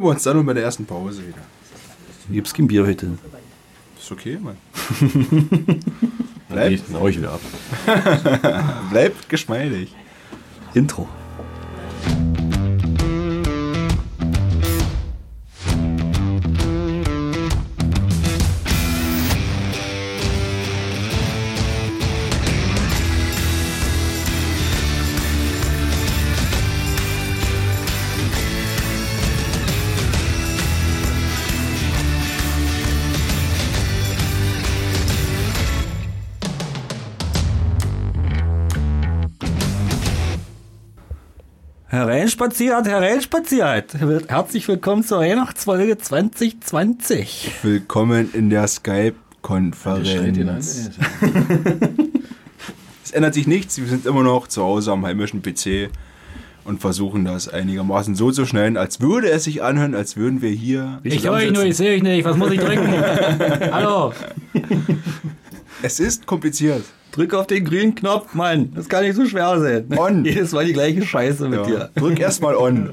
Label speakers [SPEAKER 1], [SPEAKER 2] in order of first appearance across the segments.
[SPEAKER 1] wir uns dann und bei der ersten Pause wieder.
[SPEAKER 2] Ich hab's kein Bier heute.
[SPEAKER 1] Ist okay, Mann.
[SPEAKER 2] Bleib. Ich hau ich wieder ab.
[SPEAKER 1] Bleibt geschmeidig.
[SPEAKER 2] Intro. Hereinspaziert, hereinspaziert. Herzlich willkommen zur Weihnachtsfolge 2020.
[SPEAKER 1] Willkommen in der Skype-Konferenz. Es ändert sich nichts. Wir sind immer noch zu Hause am heimischen PC und versuchen das einigermaßen so zu schneiden, als würde es sich anhören, als würden wir hier.
[SPEAKER 3] Ich höre euch nur, ich sehe euch nicht. Was muss ich drücken? Hallo.
[SPEAKER 1] Es ist kompliziert.
[SPEAKER 2] Drück auf den grünen Knopf, Mann. Das kann nicht so schwer sein.
[SPEAKER 1] On.
[SPEAKER 2] Jedes Mal die gleiche Scheiße mit
[SPEAKER 1] Ja.
[SPEAKER 2] dir.
[SPEAKER 1] Drück erstmal on.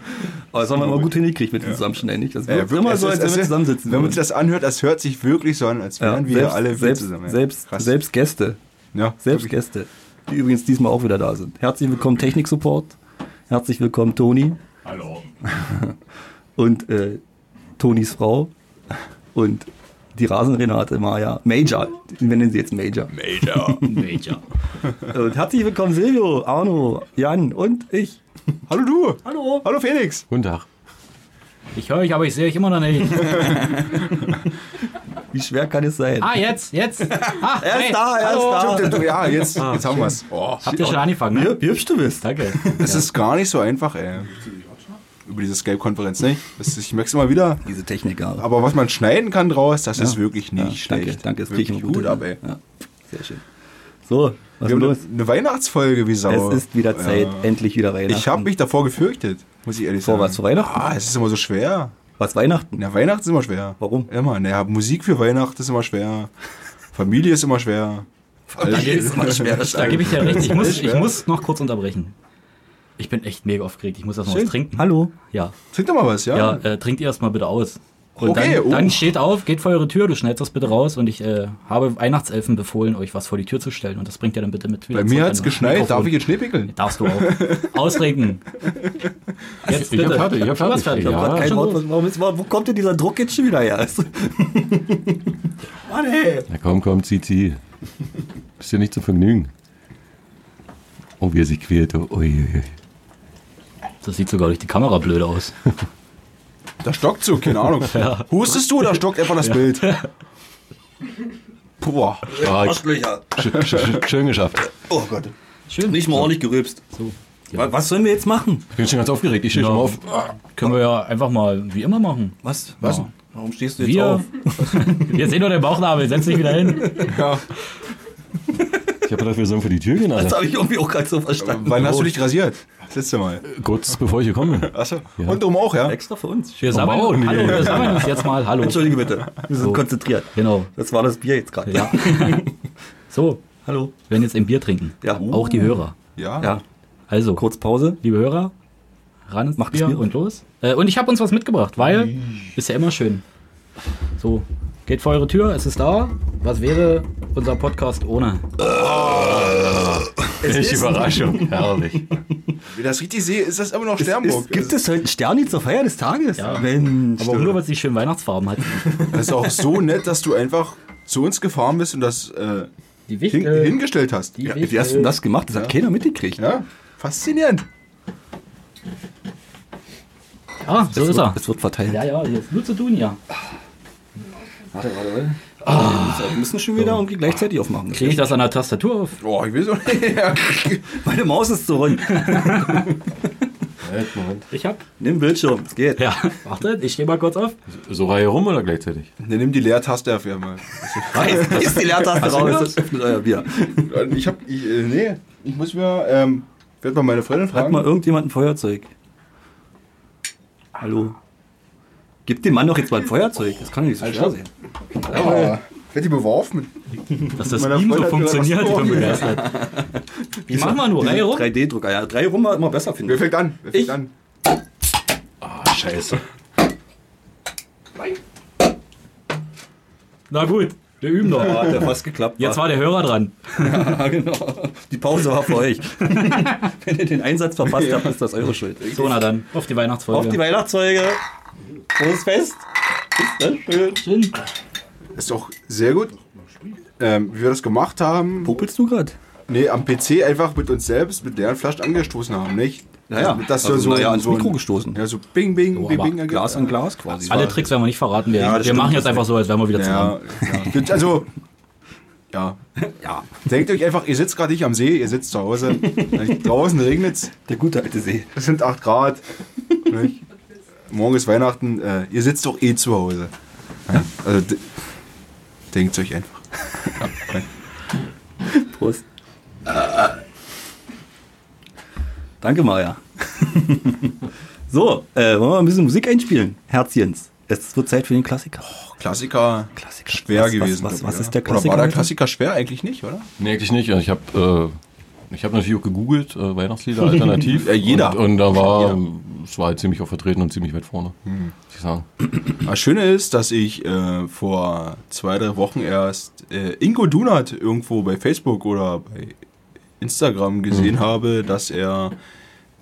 [SPEAKER 2] Aber das haben wir immer gut hingekriegt mit dem Zusammenschneiden. nicht? Das
[SPEAKER 1] Ja,
[SPEAKER 2] wirkt immer
[SPEAKER 1] es
[SPEAKER 2] so,
[SPEAKER 1] ist- es
[SPEAKER 2] als wenn wir
[SPEAKER 1] ist-
[SPEAKER 2] zusammensitzen.
[SPEAKER 1] Wenn man
[SPEAKER 2] würden.
[SPEAKER 1] sich das anhört, das hört sich wirklich so an, als
[SPEAKER 2] ja,
[SPEAKER 1] wären wir
[SPEAKER 2] selbst,
[SPEAKER 1] alle
[SPEAKER 2] selbst,
[SPEAKER 1] zusammen.
[SPEAKER 2] Selbst,
[SPEAKER 1] Krass.
[SPEAKER 2] selbst Gäste.
[SPEAKER 1] ja,
[SPEAKER 2] Selbst
[SPEAKER 1] wirklich.
[SPEAKER 2] Gäste. Die übrigens diesmal auch wieder da sind. Herzlich willkommen Technik-Support. Herzlich willkommen Toni.
[SPEAKER 4] Hallo.
[SPEAKER 2] und äh, Tonis Frau und die Rasenrenate Maya. Major, wir nennen sie jetzt Major.
[SPEAKER 1] Major.
[SPEAKER 4] Major.
[SPEAKER 2] Und herzlich willkommen Silvio, Arno, Jan und ich.
[SPEAKER 1] Hallo du.
[SPEAKER 2] Hallo.
[SPEAKER 1] Hallo Felix.
[SPEAKER 4] Guten Tag.
[SPEAKER 3] Ich höre euch, aber ich sehe euch immer noch nicht.
[SPEAKER 2] Wie schwer kann es sein?
[SPEAKER 3] Ah, jetzt, jetzt. Ah,
[SPEAKER 2] Er ist da, er ist da.
[SPEAKER 1] Stimmt, Ja, jetzt,
[SPEAKER 2] Ah,
[SPEAKER 1] jetzt haben wir es. Oh,
[SPEAKER 3] Habt ihr schon angefangen, ne?
[SPEAKER 2] Wie, wie hübsch du bist.
[SPEAKER 3] Danke.
[SPEAKER 1] das ist gar nicht so einfach, ey. Über diese Skype-Konferenz nicht. Das, ich merke es immer wieder.
[SPEAKER 2] Diese Technik, aber.
[SPEAKER 1] Aber was man schneiden kann draus, das ist wirklich nicht schlecht.
[SPEAKER 2] Danke, danke, es
[SPEAKER 1] Wirklich
[SPEAKER 2] kriegen wir
[SPEAKER 1] gut
[SPEAKER 2] gut
[SPEAKER 1] ab, ey.
[SPEAKER 2] Ja, sehr schön. So,
[SPEAKER 1] Wir
[SPEAKER 2] was ist
[SPEAKER 1] haben
[SPEAKER 2] los?
[SPEAKER 1] eine, eine Weihnachtsfolge wie Sau.
[SPEAKER 2] Es ist wieder Zeit,
[SPEAKER 1] Ja.
[SPEAKER 2] endlich wieder Weihnachten.
[SPEAKER 1] Ich habe mich davor gefürchtet, muss ich ehrlich
[SPEAKER 2] Vor
[SPEAKER 1] sagen.
[SPEAKER 2] was, vor Weihnachten?
[SPEAKER 1] Ah, es ist immer so schwer.
[SPEAKER 2] Was Weihnachten?
[SPEAKER 1] Na, Weihnachten ist immer schwer.
[SPEAKER 2] Warum?
[SPEAKER 1] Immer. Naja, Musik für Weihnachten ist immer schwer. Familie ist immer schwer. Familie
[SPEAKER 2] ist immer schwer, das
[SPEAKER 3] Da gebe ich dir recht. Ich muss, ich
[SPEAKER 1] schwer.
[SPEAKER 3] muss noch kurz unterbrechen. Ich bin echt mega aufgeregt. Ich muss erst mal was trinken.
[SPEAKER 2] Hallo.
[SPEAKER 3] Ja,
[SPEAKER 1] Trink doch mal was, ja?
[SPEAKER 3] ja äh, trinkt ihr erst mal bitte aus. Und
[SPEAKER 1] Okay,
[SPEAKER 3] dann,
[SPEAKER 1] oh.
[SPEAKER 3] dann steht auf, geht vor eure Tür, du schneidest das bitte raus und ich äh, habe Weihnachtselfen befohlen, euch was vor die Tür zu stellen und das bringt ihr dann bitte mit.
[SPEAKER 1] Bei mir hat's geschneit. Darf ich jetzt Schneepickeln?
[SPEAKER 3] Darfst du auch. Ausregen. Jetzt
[SPEAKER 4] Ich hab
[SPEAKER 3] bitte.
[SPEAKER 4] fertig, ich hab
[SPEAKER 3] Du warst
[SPEAKER 4] fertig.
[SPEAKER 3] Also, fertig. Schon
[SPEAKER 4] Ja.
[SPEAKER 2] Kein
[SPEAKER 3] los.
[SPEAKER 2] Wort, was- warum ist, wo kommt denn dieser Druck jetzt schon wieder her? Mann, ey.
[SPEAKER 4] Na komm, komm, zieh, zieh. Ist dir nicht zum Vergnügen. Oh, wie er sich quält. Oh, ui, ui.
[SPEAKER 3] Das sieht sogar durch die Kamera blöd aus.
[SPEAKER 1] Da stockt so, keine Ahnung. Hustest du oder stockt einfach das Bild? Boah.
[SPEAKER 4] ui. Stark. Ah, Sch- sch- sch- Schön geschafft.
[SPEAKER 2] Oh Gott.
[SPEAKER 3] Schön.
[SPEAKER 2] Nicht mal ordentlich gerülpst.
[SPEAKER 3] So.
[SPEAKER 2] Wa- Was sollen wir jetzt machen?
[SPEAKER 4] Ich bin schon ganz aufgeregt. Ich stehe schon mal auf.
[SPEAKER 3] Können wir ja einfach mal wie immer machen.
[SPEAKER 2] Was?
[SPEAKER 3] Was?
[SPEAKER 2] Warum stehst du jetzt
[SPEAKER 3] Wir,
[SPEAKER 2] auf?
[SPEAKER 3] wir sehen nur den Bauchnabel, setz dich wieder hin.
[SPEAKER 1] Ja.
[SPEAKER 4] Ich habe gedacht, wir sollen für die Tür gehen,
[SPEAKER 2] Das
[SPEAKER 4] Alter.
[SPEAKER 2] habe ich irgendwie auch gerade so verstanden.
[SPEAKER 1] Wann hast du dich rasiert? Das letzte Mal.
[SPEAKER 4] Kurz bevor ich gekommen bin.
[SPEAKER 1] Achso. Und drum auch, ja?
[SPEAKER 2] Extra für uns.
[SPEAKER 3] Wir sammeln,
[SPEAKER 4] wow, nee.
[SPEAKER 3] hallo, wir sammeln uns jetzt mal. Hallo.
[SPEAKER 2] Entschuldige bitte. Wir sind
[SPEAKER 3] So.
[SPEAKER 2] konzentriert.
[SPEAKER 3] Genau.
[SPEAKER 2] Das war das Bier jetzt gerade.
[SPEAKER 3] Ja. So,
[SPEAKER 2] Hallo.
[SPEAKER 3] wir werden jetzt ein Bier trinken.
[SPEAKER 2] Ja.
[SPEAKER 3] Auch die Hörer.
[SPEAKER 1] Ja.
[SPEAKER 2] Ja.
[SPEAKER 3] Also,
[SPEAKER 2] Kurz Pause.
[SPEAKER 3] liebe Hörer, ran ins
[SPEAKER 2] Macht das
[SPEAKER 3] Bier,
[SPEAKER 2] Bier.
[SPEAKER 3] und los. Äh, und ich habe uns was mitgebracht, weil ist ja immer schön. So, geht vor eure Tür, es ist da. Was wäre unser Podcast ohne?
[SPEAKER 4] Welche Überraschung. Herrlich.
[SPEAKER 1] Wie das richtig sehe, ist das immer noch
[SPEAKER 2] Ist,
[SPEAKER 1] Sternburg.
[SPEAKER 2] gibt es heute einen Sterni zur Feier des Tages?
[SPEAKER 3] Ja.
[SPEAKER 2] Mensch.
[SPEAKER 3] Aber auch nur, weil es die schönen Weihnachtsfarben hat.
[SPEAKER 1] Das ist auch so nett, dass du einfach zu uns gefahren bist und das äh,
[SPEAKER 3] Die
[SPEAKER 1] hin,
[SPEAKER 3] Wichtel.
[SPEAKER 1] hingestellt hast.
[SPEAKER 3] die
[SPEAKER 1] Ja,
[SPEAKER 3] Wichtel.
[SPEAKER 2] Wie hast du denn das gemacht? Das hat keiner mitgekriegt.
[SPEAKER 1] ja. Faszinierend.
[SPEAKER 3] Ah, so
[SPEAKER 2] Es wird-
[SPEAKER 3] ist er.
[SPEAKER 2] Es wird verteilt.
[SPEAKER 3] Ja, ja, hier ist nur zu tun, ja.
[SPEAKER 2] Warte, warte, warte. Wir müssen schon wieder irgendwie gleichzeitig aufmachen.
[SPEAKER 3] Kriege ich das an der Tastatur auf?
[SPEAKER 1] Boah, ich will so.
[SPEAKER 2] Meine Maus ist zu rund.
[SPEAKER 4] Moment.
[SPEAKER 3] Ich hab.
[SPEAKER 2] Nimm Bildschirm. Es geht.
[SPEAKER 3] Ja, wartet, ich stehe mal kurz auf.
[SPEAKER 4] So Reihe rum oder gleichzeitig?
[SPEAKER 1] Dann nimm die Leertaste dafür mal.
[SPEAKER 2] Jetzt ist die Leertaste raus. Das öffnet euer Bier.
[SPEAKER 1] Ich hab. Ich, äh, nee, ich muss mir. Ähm, werd mal meine Freundin
[SPEAKER 2] Hat
[SPEAKER 1] fragen.
[SPEAKER 2] mal irgendjemand ein Feuerzeug? Hallo? Gib dem Mann doch jetzt mal ein Feuerzeug. Das kann doch nicht so schwer sein.
[SPEAKER 1] Äh, werd die beworfen?
[SPEAKER 3] Dass das
[SPEAKER 1] Meiner
[SPEAKER 3] Beam
[SPEAKER 1] Freundin
[SPEAKER 3] so
[SPEAKER 1] hat
[SPEAKER 3] funktioniert,
[SPEAKER 1] gerade
[SPEAKER 3] ich
[SPEAKER 1] was
[SPEAKER 3] bin begeistert. Wie machen wir nur?
[SPEAKER 2] Diese
[SPEAKER 3] Reihe rum?
[SPEAKER 2] 3D-Drucker. Ja, drei rum war immer besser, finde
[SPEAKER 1] Wer
[SPEAKER 2] ich.
[SPEAKER 1] fängt an? Wer fängt
[SPEAKER 2] Ich?
[SPEAKER 1] an?
[SPEAKER 4] Ah, scheiße.
[SPEAKER 3] Na gut, wir üben noch.
[SPEAKER 2] Ja, hat ja fast geklappt.
[SPEAKER 3] Jetzt war der Hörer dran.
[SPEAKER 2] ja, genau. Die Pause war für euch. Wenn ihr den Einsatz verpasst habt, ist das eure Schuld.
[SPEAKER 3] So, na dann, auf die Weihnachtsfolge.
[SPEAKER 2] Auf die Weihnachtsfolge. Frohes Fest. Ist das schön.
[SPEAKER 3] Schön.
[SPEAKER 1] Ist doch sehr gut. Ähm, wie wir das gemacht haben,
[SPEAKER 2] Popelst du gerade?
[SPEAKER 1] nee, am PC einfach mit uns selbst, mit deren Flasche angestoßen haben, nicht?
[SPEAKER 2] Naja,
[SPEAKER 1] das ist
[SPEAKER 2] also,
[SPEAKER 1] so,
[SPEAKER 2] naja, ans
[SPEAKER 1] so ein-
[SPEAKER 2] Mikro gestoßen.
[SPEAKER 1] Ja, so bing, bing, bing,
[SPEAKER 3] aber
[SPEAKER 1] bing. ergibt-
[SPEAKER 2] Glas an Glas quasi.
[SPEAKER 3] Alle Tricks werden wir nicht verraten. Wir,
[SPEAKER 2] Ja,
[SPEAKER 3] wir
[SPEAKER 2] das stimmt.
[SPEAKER 3] machen jetzt einfach so, als wären wir wieder zusammen.
[SPEAKER 1] Ja, ja. Also, ja.
[SPEAKER 2] ja,
[SPEAKER 1] Denkt euch einfach, ihr sitzt gerade nicht am See, ihr sitzt zu Hause. Nicht? Draußen regnet's,
[SPEAKER 2] der gute alte See.
[SPEAKER 1] es sind 8 Grad. Nicht? Morgen ist Weihnachten, äh, ihr sitzt doch eh zu Hause. Ja, also, d- denkt euch einfach.
[SPEAKER 2] Prost. Danke, Maja. so, äh, wollen wir mal ein bisschen Musik einspielen? Herzchens. Es wird Zeit für den Klassiker.
[SPEAKER 1] Klassiker,
[SPEAKER 2] Klassiker.
[SPEAKER 1] schwer
[SPEAKER 2] Was- was-
[SPEAKER 1] gewesen.
[SPEAKER 2] was-
[SPEAKER 1] glaub ich,
[SPEAKER 2] was
[SPEAKER 1] oder?
[SPEAKER 2] ist der
[SPEAKER 1] Oder war
[SPEAKER 2] Klassiker
[SPEAKER 1] der
[SPEAKER 2] heute?
[SPEAKER 1] Klassiker schwer eigentlich nicht, oder?
[SPEAKER 4] Nee, eigentlich nicht. Also Ich habe äh, ich hab natürlich auch gegoogelt, äh, Weihnachtslieder alternativ.
[SPEAKER 1] Ja, jeder.
[SPEAKER 4] Und, und da war,
[SPEAKER 1] Jeder.
[SPEAKER 4] es war halt ziemlich auch vertreten und ziemlich weit vorne. Muss ich sagen.
[SPEAKER 1] Das Schöne ist, dass ich äh, vor zwei, drei Wochen erst äh, Ingo Dunat irgendwo bei Facebook oder bei Instagram
[SPEAKER 2] Mhm.
[SPEAKER 1] gesehen habe, dass er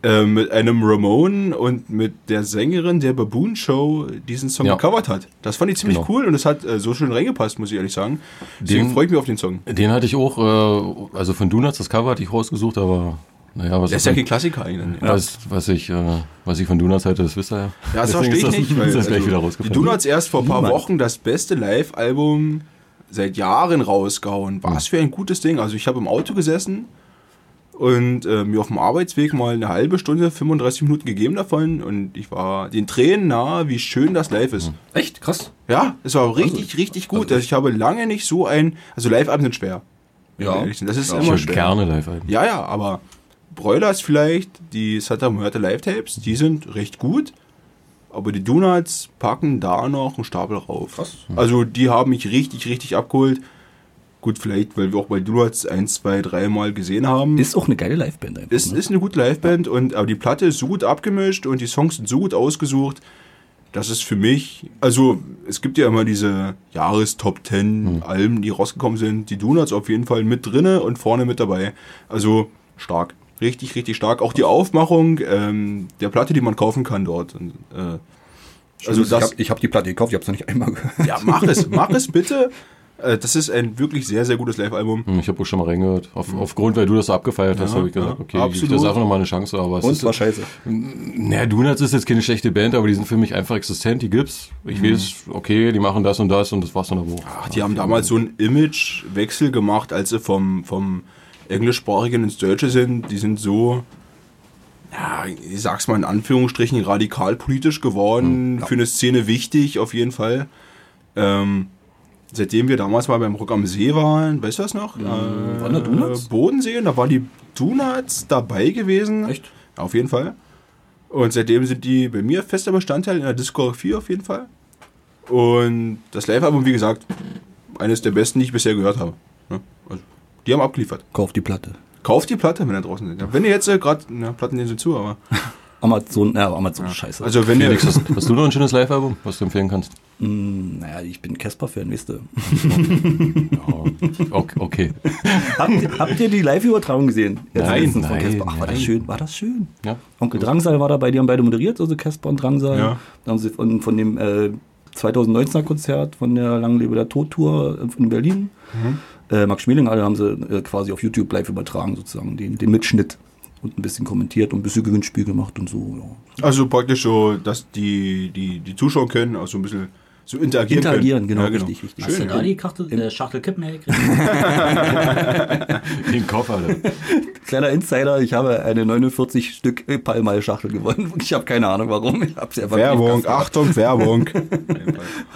[SPEAKER 1] äh, mit einem Ramon und mit der Sängerin der Baboon Show diesen Song
[SPEAKER 4] Ja.
[SPEAKER 1] gecovert hat. Das fand ich ziemlich
[SPEAKER 4] Genau.
[SPEAKER 1] cool und es hat äh, so schön reingepasst, muss ich ehrlich sagen. Deswegen
[SPEAKER 4] Den-
[SPEAKER 1] freue ich mich auf den Song.
[SPEAKER 4] Den hatte ich auch, äh, also von Donuts, das Cover hatte ich rausgesucht, aber naja, was
[SPEAKER 1] Das ist ja
[SPEAKER 4] ich-
[SPEAKER 1] kein Klassiker eigentlich.
[SPEAKER 4] Was, was, ich, äh, was ich von Donuts halte, das wisst ihr ja.
[SPEAKER 1] Ja, das
[SPEAKER 4] Deswegen
[SPEAKER 1] verstehe ich
[SPEAKER 4] ist das,
[SPEAKER 1] nicht.
[SPEAKER 4] Ist das gleich
[SPEAKER 1] also,
[SPEAKER 4] wieder
[SPEAKER 1] die
[SPEAKER 4] rausgefallen.
[SPEAKER 1] Donuts erst vor ein paar
[SPEAKER 2] Niemand.
[SPEAKER 1] Wochen das beste Live-Album seit Jahren rausgehauen. Was für ein gutes Ding. Also ich habe im Auto gesessen und äh, mir auf dem Arbeitsweg mal eine halbe Stunde, 35 Minuten gegeben davon und ich war den Tränen nahe, wie schön das live ist.
[SPEAKER 3] Echt? Krass.
[SPEAKER 1] Ja, es war richtig, richtig gut. Also ich habe lange nicht so ein, also Live-Alben sind schwer. wenn wir ehrlich sind. Das ist
[SPEAKER 4] Ich
[SPEAKER 1] immer
[SPEAKER 4] würde
[SPEAKER 1] schwer.
[SPEAKER 4] gerne live ein.
[SPEAKER 1] Ja, ja, aber Broilers vielleicht, die Santa Muerte Live-Tapes, die sind recht gut. Aber die Donuts packen da noch einen Stapel rauf. Also die haben mich richtig, richtig abgeholt. Gut, vielleicht, weil wir auch bei Donuts ein, zwei, dreimal gesehen haben.
[SPEAKER 2] Ist auch eine geile Liveband einfach.
[SPEAKER 1] ist,
[SPEAKER 2] ne?
[SPEAKER 1] ist eine gute Liveband, und, aber die Platte ist so gut abgemischt und die Songs sind so gut ausgesucht, dass es für mich, also es gibt ja immer diese Jahrestop 10 Alben, die rausgekommen sind, die Donuts auf jeden Fall mit drinne und vorne mit dabei. Also stark, richtig, richtig stark. Auch die Aufmachung ähm, der Platte, die man kaufen kann dort. Und, äh, also das,
[SPEAKER 2] ich habe die Platte gekauft, ich habe es noch nicht einmal gehört.
[SPEAKER 1] ja, mach es, mach es bitte. Äh, Das ist ein wirklich sehr, sehr gutes Live-Album.
[SPEAKER 4] Hm, Ich habe auch schon mal reingehört. Auf, Aufgrund, weil du das so abgefeiert hast, habe ich gesagt,
[SPEAKER 1] Mhm. ja,
[SPEAKER 4] okay, gebe ich der
[SPEAKER 1] absolut.
[SPEAKER 4] Sache nochmal eine Chance. Aber es ist,
[SPEAKER 2] scheiße.
[SPEAKER 4] naja, Donuts ist jetzt keine schlechte Band, aber die sind für mich einfach existent, die gibt's. Ich weiß, okay, die machen das und das und das war's dann aber auch.
[SPEAKER 1] Mhm. Ach, die haben damals so einen Imagewechsel gemacht, als sie vom, vom Englischsprachigen ins Deutsche sind. Die sind so, ja, ich sag's mal in Anführungsstrichen, radikal politisch
[SPEAKER 2] Hm,
[SPEAKER 1] geworden, für eine Szene wichtig auf jeden Fall. Ähm, seitdem wir damals mal beim Rock am See waren, weißt du das noch? Äh,
[SPEAKER 2] Hm, waren da Donuts?
[SPEAKER 1] Bodensee, und da waren die Donuts dabei gewesen.
[SPEAKER 2] Echt?
[SPEAKER 1] Auf jeden Fall. Und seitdem sind die bei mir fester Bestandteil in der Diskografie auf jeden Fall. Und das Live-Album, wie gesagt, eines der besten, die ich bisher gehört habe. Ja, also, die haben abgeliefert.
[SPEAKER 2] Kauf die Platte.
[SPEAKER 1] Kauft die Platte, wenn ihr draußen seid. Ja, wenn ihr jetzt äh, gerade, na, Platten nehmen sie zu, aber.
[SPEAKER 2] Amazon, ja, Amazon ist scheiße.
[SPEAKER 1] Also, wenn ihr.
[SPEAKER 4] Felix, hast, hast du noch ein schönes Live-Album, was du empfehlen kannst?
[SPEAKER 2] Hm, naja, ich bin Casper-Fan, weißt du.
[SPEAKER 4] Okay. okay.
[SPEAKER 2] habt, habt ihr die Live-Übertragung gesehen? Jetzt
[SPEAKER 4] Nein,
[SPEAKER 2] letztens von
[SPEAKER 4] nein,
[SPEAKER 2] Casper. Ach, war das
[SPEAKER 4] nein.
[SPEAKER 2] schön, war das schön.
[SPEAKER 4] Ja.
[SPEAKER 2] Onkel Drangsal war dabei, die haben beide moderiert, also Casper und Drangsal.
[SPEAKER 1] Ja.
[SPEAKER 2] Da haben sie von, von dem äh, 2019er Konzert von der Lang lebe der Tod Tour äh, in Berlin.
[SPEAKER 4] Mhm.
[SPEAKER 2] Äh, Max Schmeling, alle haben sie äh, quasi auf YouTube live übertragen, sozusagen, den, den Mitschnitt und ein bisschen kommentiert und ein bisschen Gewinnspiel gemacht und so. Ja.
[SPEAKER 1] Also, praktisch so, dass die, die, die Zuschauer können, also ein bisschen so interagieren.
[SPEAKER 2] Interagieren,
[SPEAKER 1] können.
[SPEAKER 2] genau, richtig, richtig.
[SPEAKER 3] Hast du
[SPEAKER 1] Schön.
[SPEAKER 3] da
[SPEAKER 1] ja.
[SPEAKER 3] die Kachtel, äh, Schachtel Kippen hergekriegt?
[SPEAKER 4] Den Koffer. Alter.
[SPEAKER 2] Kleiner Insider, ich habe eine 49 Stück äh, Palmal-Schachtel gewonnen. Ich habe keine Ahnung warum. Ich hab's einfach
[SPEAKER 1] Werbung,
[SPEAKER 2] nicht gehasst.
[SPEAKER 1] Achtung, Werbung.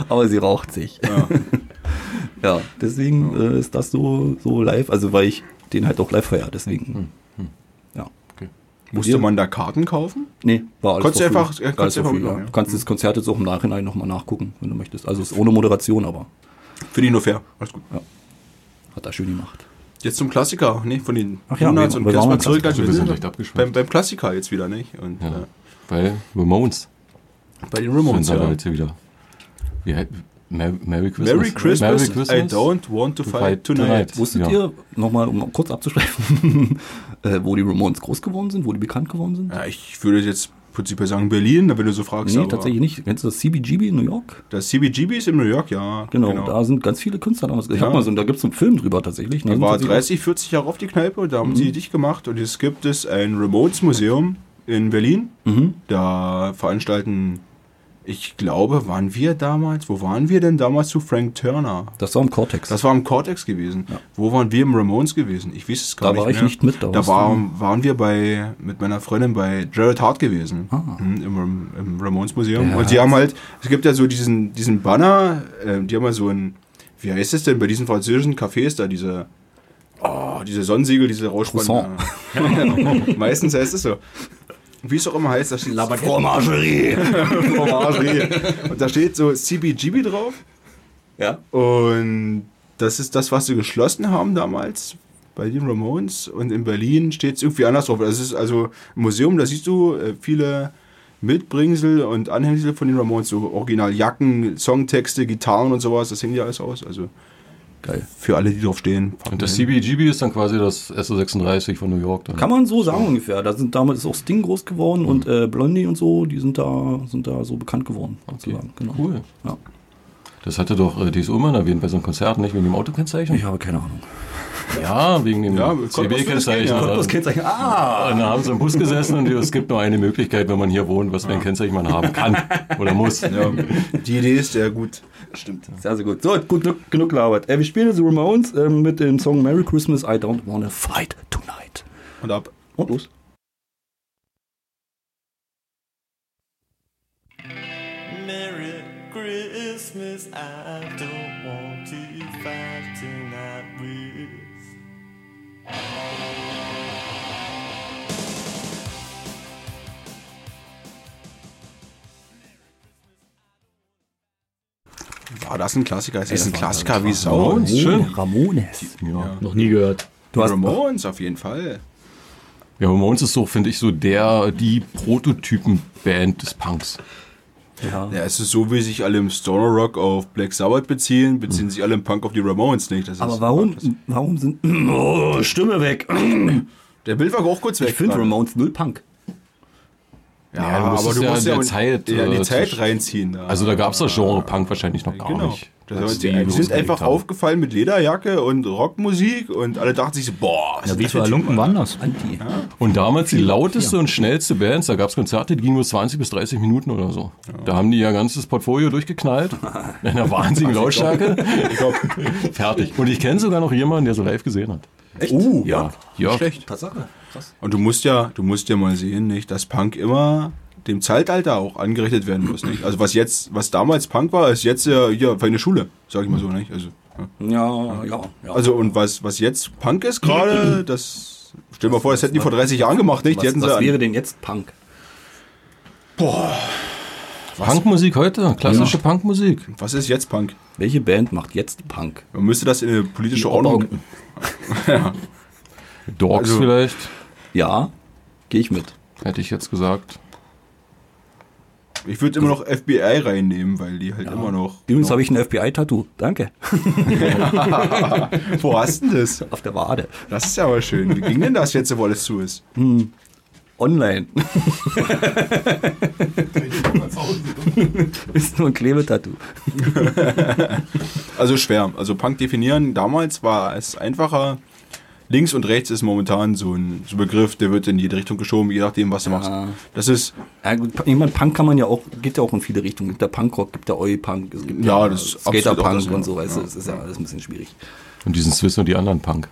[SPEAKER 2] Aber sie raucht sich. Ja, deswegen Äh, ist das so, so live, also weil ich den halt auch live feier, deswegen.
[SPEAKER 1] Hm,
[SPEAKER 2] Ja.
[SPEAKER 1] Musste man da Karten kaufen?
[SPEAKER 2] Nee, war alles
[SPEAKER 1] Konntest
[SPEAKER 2] for
[SPEAKER 1] du
[SPEAKER 2] free.
[SPEAKER 1] einfach- äh, konntest
[SPEAKER 2] Alles
[SPEAKER 1] du
[SPEAKER 2] for
[SPEAKER 1] einfach
[SPEAKER 2] free, ja.
[SPEAKER 1] mitmachen,
[SPEAKER 2] Du
[SPEAKER 1] ja. Hm.
[SPEAKER 2] kannst das Konzert jetzt auch im Nachhinein nochmal nachgucken, wenn du möchtest. Also ist ohne Moderation, aber
[SPEAKER 1] Für die nur fair. Alles gut.
[SPEAKER 2] hat er schön gemacht.
[SPEAKER 1] Jetzt zum Klassiker, ne? Von den
[SPEAKER 2] Ach ja,
[SPEAKER 1] Donuts
[SPEAKER 2] wir-
[SPEAKER 1] und
[SPEAKER 2] wir
[SPEAKER 1] Casper
[SPEAKER 2] waren beim
[SPEAKER 1] zurück.
[SPEAKER 4] Klassiker. Wir sind leicht abgeschweift.
[SPEAKER 1] beim, beim Klassiker jetzt wieder, nicht? Und äh,
[SPEAKER 4] Weil Ramones
[SPEAKER 1] bei den
[SPEAKER 4] sind
[SPEAKER 1] Ramones,
[SPEAKER 4] da
[SPEAKER 1] ja.
[SPEAKER 4] jetzt hier wieder. Wie, he- Mer Merry Christmas.
[SPEAKER 1] Merry Christmas,
[SPEAKER 4] Merry Christmas.
[SPEAKER 1] I don't want to
[SPEAKER 4] To
[SPEAKER 1] fight
[SPEAKER 4] fight
[SPEAKER 1] tonight.
[SPEAKER 4] tonight.
[SPEAKER 2] Wusstet
[SPEAKER 4] Ja.
[SPEAKER 2] ihr, nochmal, um kurz abzuschweifen, äh, wo die Ramones groß geworden sind, wo die bekannt geworden sind?
[SPEAKER 1] Ja, ich würde jetzt prinzipiell sagen Berlin, wenn du so fragst.
[SPEAKER 2] nee,
[SPEAKER 1] aber
[SPEAKER 2] tatsächlich nicht. Kennst du das CBGB in New York?
[SPEAKER 1] Das CBGB ist in New York, ja.
[SPEAKER 2] Genau, da sind ganz viele Künstler damals. Ich
[SPEAKER 1] Ja.
[SPEAKER 2] hab mal so, da gibt es einen Film drüber tatsächlich. Da
[SPEAKER 1] Da
[SPEAKER 2] sind
[SPEAKER 1] war
[SPEAKER 2] tatsächlich-
[SPEAKER 1] 30, 40 Jahre auf die Kneipe und da
[SPEAKER 2] Mhm.
[SPEAKER 1] haben sie dich gemacht. Und jetzt gibt es ein Remotes-Museum in Berlin.
[SPEAKER 2] Mhm.
[SPEAKER 1] Da veranstalten, ich glaube, waren wir damals, wo waren wir denn damals zu Frank Turner?
[SPEAKER 2] Das war im Cortex.
[SPEAKER 1] Das war im Cortex gewesen. Wo waren wir im Ramones gewesen? Ich weiß es gar
[SPEAKER 2] Da
[SPEAKER 1] nicht
[SPEAKER 2] war ich
[SPEAKER 1] mehr.
[SPEAKER 2] nicht mit, da
[SPEAKER 1] Da
[SPEAKER 2] warst
[SPEAKER 1] war, waren wir bei, mit meiner Freundin bei Jared Hart gewesen.
[SPEAKER 2] Ah.
[SPEAKER 1] Hm, Im, Ram- im Ramones Museum.
[SPEAKER 2] Ja.
[SPEAKER 1] Und die haben halt, es gibt ja so diesen, diesen Banner, ähm, die haben mal so ein, wie heißt es denn, bei diesen französischen Cafés da, diese, oh, diese Sonnensegel, diese Rauschbanden. Meistens heißt es so. Wie es auch immer heißt, da steht
[SPEAKER 2] Fromagerie.
[SPEAKER 1] Fromagerie. Und da steht so CBGB drauf.
[SPEAKER 2] ja.
[SPEAKER 1] Und das ist das, was sie geschlossen haben damals bei den Ramones. Und in Berlin steht es irgendwie anders drauf. Das ist also ein Museum, da siehst du äh, viele Mitbringsel und Anhängsel von den Ramones. So Originaljacken, Songtexte, Gitarren und sowas. Das hängt ja alles aus. Also
[SPEAKER 2] Geil.
[SPEAKER 1] für alle, die draufstehen. packen
[SPEAKER 4] Und das
[SPEAKER 1] hin.
[SPEAKER 4] CBGB ist dann quasi das SO36 von New York. Dann.
[SPEAKER 2] Kann man so sagen ungefähr. Da sind damals ist auch Sting groß geworden
[SPEAKER 1] Mhm.
[SPEAKER 2] und äh, Blondie und so, die sind da, sind da so bekannt geworden. Sozusagen. Genau.
[SPEAKER 4] Cool.
[SPEAKER 2] Ja.
[SPEAKER 4] Das hatte doch äh, D.S. Ullmann erwähnt bei so einem Konzert, nicht? Wegen dem Autokennzeichen?
[SPEAKER 2] Ich habe keine Ahnung.
[SPEAKER 4] Ja, wegen dem
[SPEAKER 1] Ja,
[SPEAKER 4] CB-Kennzeichen.
[SPEAKER 1] Cottbus-
[SPEAKER 4] oder?
[SPEAKER 2] Kennzeichen. Ah!
[SPEAKER 4] Und da haben sie im Bus gesessen und es gibt nur eine Möglichkeit, wenn man hier wohnt, was für ein Kennzeichen man haben kann oder muss.
[SPEAKER 1] Ja, Ähm, die Idee ist ja gut.
[SPEAKER 2] Stimmt. Sehr, sehr gut. So, gut genug, genug gelabert. Äh, wir spielen jetzt die Ramones ähm, mit dem Song Merry Christmas, I Don't Wanna Fight Tonight.
[SPEAKER 1] Und ab.
[SPEAKER 2] Und los.
[SPEAKER 5] Merry Christmas, I don't want to fight tonight with.
[SPEAKER 1] War das ein Klassiker? Es
[SPEAKER 2] Ey,
[SPEAKER 1] ist ein
[SPEAKER 2] das war-
[SPEAKER 1] Klassiker
[SPEAKER 2] das
[SPEAKER 1] wie
[SPEAKER 2] war-
[SPEAKER 1] Sau.
[SPEAKER 4] Ramones. Schön.
[SPEAKER 2] Ramones.
[SPEAKER 4] Ja.
[SPEAKER 3] Noch nie gehört.
[SPEAKER 2] Du hast,
[SPEAKER 1] Ramones auf jeden Fall.
[SPEAKER 4] ja, Ramones ist so, finde ich, so der, die Prototypenband des Punks.
[SPEAKER 2] ja.
[SPEAKER 1] Ja, es ist so, wie sich alle im Stoner Rock auf Black Sabbath beziehen,
[SPEAKER 4] Hm.
[SPEAKER 1] beziehen sich alle im Punk auf die Ramones nicht. Das ist
[SPEAKER 2] Aber warum, warum sind. Oh, Stimme weg.
[SPEAKER 1] Der Bild war auch kurz weg.
[SPEAKER 2] Ich finde
[SPEAKER 1] gerade.
[SPEAKER 2] Ramones null Punk.
[SPEAKER 1] Ja,
[SPEAKER 4] Ja, du musst
[SPEAKER 1] aber
[SPEAKER 4] es
[SPEAKER 1] du
[SPEAKER 4] ja
[SPEAKER 1] musst
[SPEAKER 4] in
[SPEAKER 1] ja
[SPEAKER 4] der
[SPEAKER 1] in-
[SPEAKER 4] Zeit,
[SPEAKER 1] ja, in die
[SPEAKER 4] äh,
[SPEAKER 1] Zeit
[SPEAKER 4] zwischen-
[SPEAKER 1] reinziehen. da.
[SPEAKER 4] Also da gab es das Genre Punk wahrscheinlich noch gar
[SPEAKER 1] genau.
[SPEAKER 4] nicht.
[SPEAKER 1] Da
[SPEAKER 4] als
[SPEAKER 1] sind die, die sind
[SPEAKER 4] losgelegt
[SPEAKER 1] einfach
[SPEAKER 4] haben.
[SPEAKER 1] aufgefallen mit Lederjacke und Rockmusik und alle dachten sich so, boah, was
[SPEAKER 3] Ja,
[SPEAKER 1] ist
[SPEAKER 3] wie
[SPEAKER 1] das für ein
[SPEAKER 3] viele
[SPEAKER 1] Typ,
[SPEAKER 3] Alumpen waren das?
[SPEAKER 2] Anti.
[SPEAKER 4] Und damals die lauteste und schnellste Bands, da gab es Konzerte, die gingen nur 20 bis 30 Minuten oder so. Da haben die ihr ganzes Portfolio durchgeknallt, in einer wahnsinnigen Lautstärke. Fertig. Und ich kenne sogar noch jemanden, der so live gesehen hat. Oh,
[SPEAKER 1] Echt? Uh,
[SPEAKER 4] Ja. Jörg.
[SPEAKER 1] Schlecht.
[SPEAKER 2] Tatsache. Krass.
[SPEAKER 1] Und du musst ja, du musst ja mal sehen, nicht, dass Punk immer dem Zeitalter auch angerichtet werden muss, nicht? Also was jetzt, was damals Punk war, ist jetzt ja, ja für eine Schule, sag ich mal so, nicht? Also, ja.
[SPEAKER 2] Ja, ja, ja.
[SPEAKER 1] also und was, was jetzt Punk ist gerade, das stell dir mal vor, das hätten die vor 30 Jahren gemacht, nicht?
[SPEAKER 2] was,
[SPEAKER 1] Die hätten
[SPEAKER 2] was
[SPEAKER 1] sie
[SPEAKER 2] wäre
[SPEAKER 1] an,
[SPEAKER 2] denn jetzt Punk?
[SPEAKER 4] Punkmusik heute, klassische Punkmusik.
[SPEAKER 1] was ist jetzt Punk?
[SPEAKER 2] Welche Band macht jetzt Punk?
[SPEAKER 1] Man müsste das in eine politische
[SPEAKER 2] Die
[SPEAKER 1] Ordnung.
[SPEAKER 2] Obaugen.
[SPEAKER 4] Dogs
[SPEAKER 1] Also-
[SPEAKER 4] vielleicht,
[SPEAKER 2] Ja, gehe ich mit.
[SPEAKER 4] hätte ich jetzt gesagt.
[SPEAKER 1] Ich würde immer noch FBI reinnehmen, weil die halt immer noch.
[SPEAKER 2] Übrigens
[SPEAKER 1] noch
[SPEAKER 2] habe ich ein FBI-Tattoo. Danke.
[SPEAKER 1] Wo hast denn das?
[SPEAKER 2] Auf der Wade.
[SPEAKER 1] Das ist ja aber schön. Wie ging denn das jetzt, wo alles zu ist?
[SPEAKER 2] Online. Ist nur ein Klebetattoo.
[SPEAKER 1] Also schwer. Also Punk definieren, damals war es einfacher. Links und rechts ist momentan so ein, so ein Begriff, der wird in jede Richtung geschoben, je nachdem, was du machst. Das ist,
[SPEAKER 2] Ja, gut, ich meine, Punk kann man ja auch, geht ja auch in viele Richtungen. Gibt da Punkrock, gibt da Oi-Punk, es gibt
[SPEAKER 1] Ja,
[SPEAKER 2] da
[SPEAKER 1] das ist absolut auch das,
[SPEAKER 2] Skater-Punk
[SPEAKER 1] ja.
[SPEAKER 2] und so, weißt du, das ist ja alles ein bisschen schwierig.
[SPEAKER 4] Und diesen Swiss und die anderen Punk.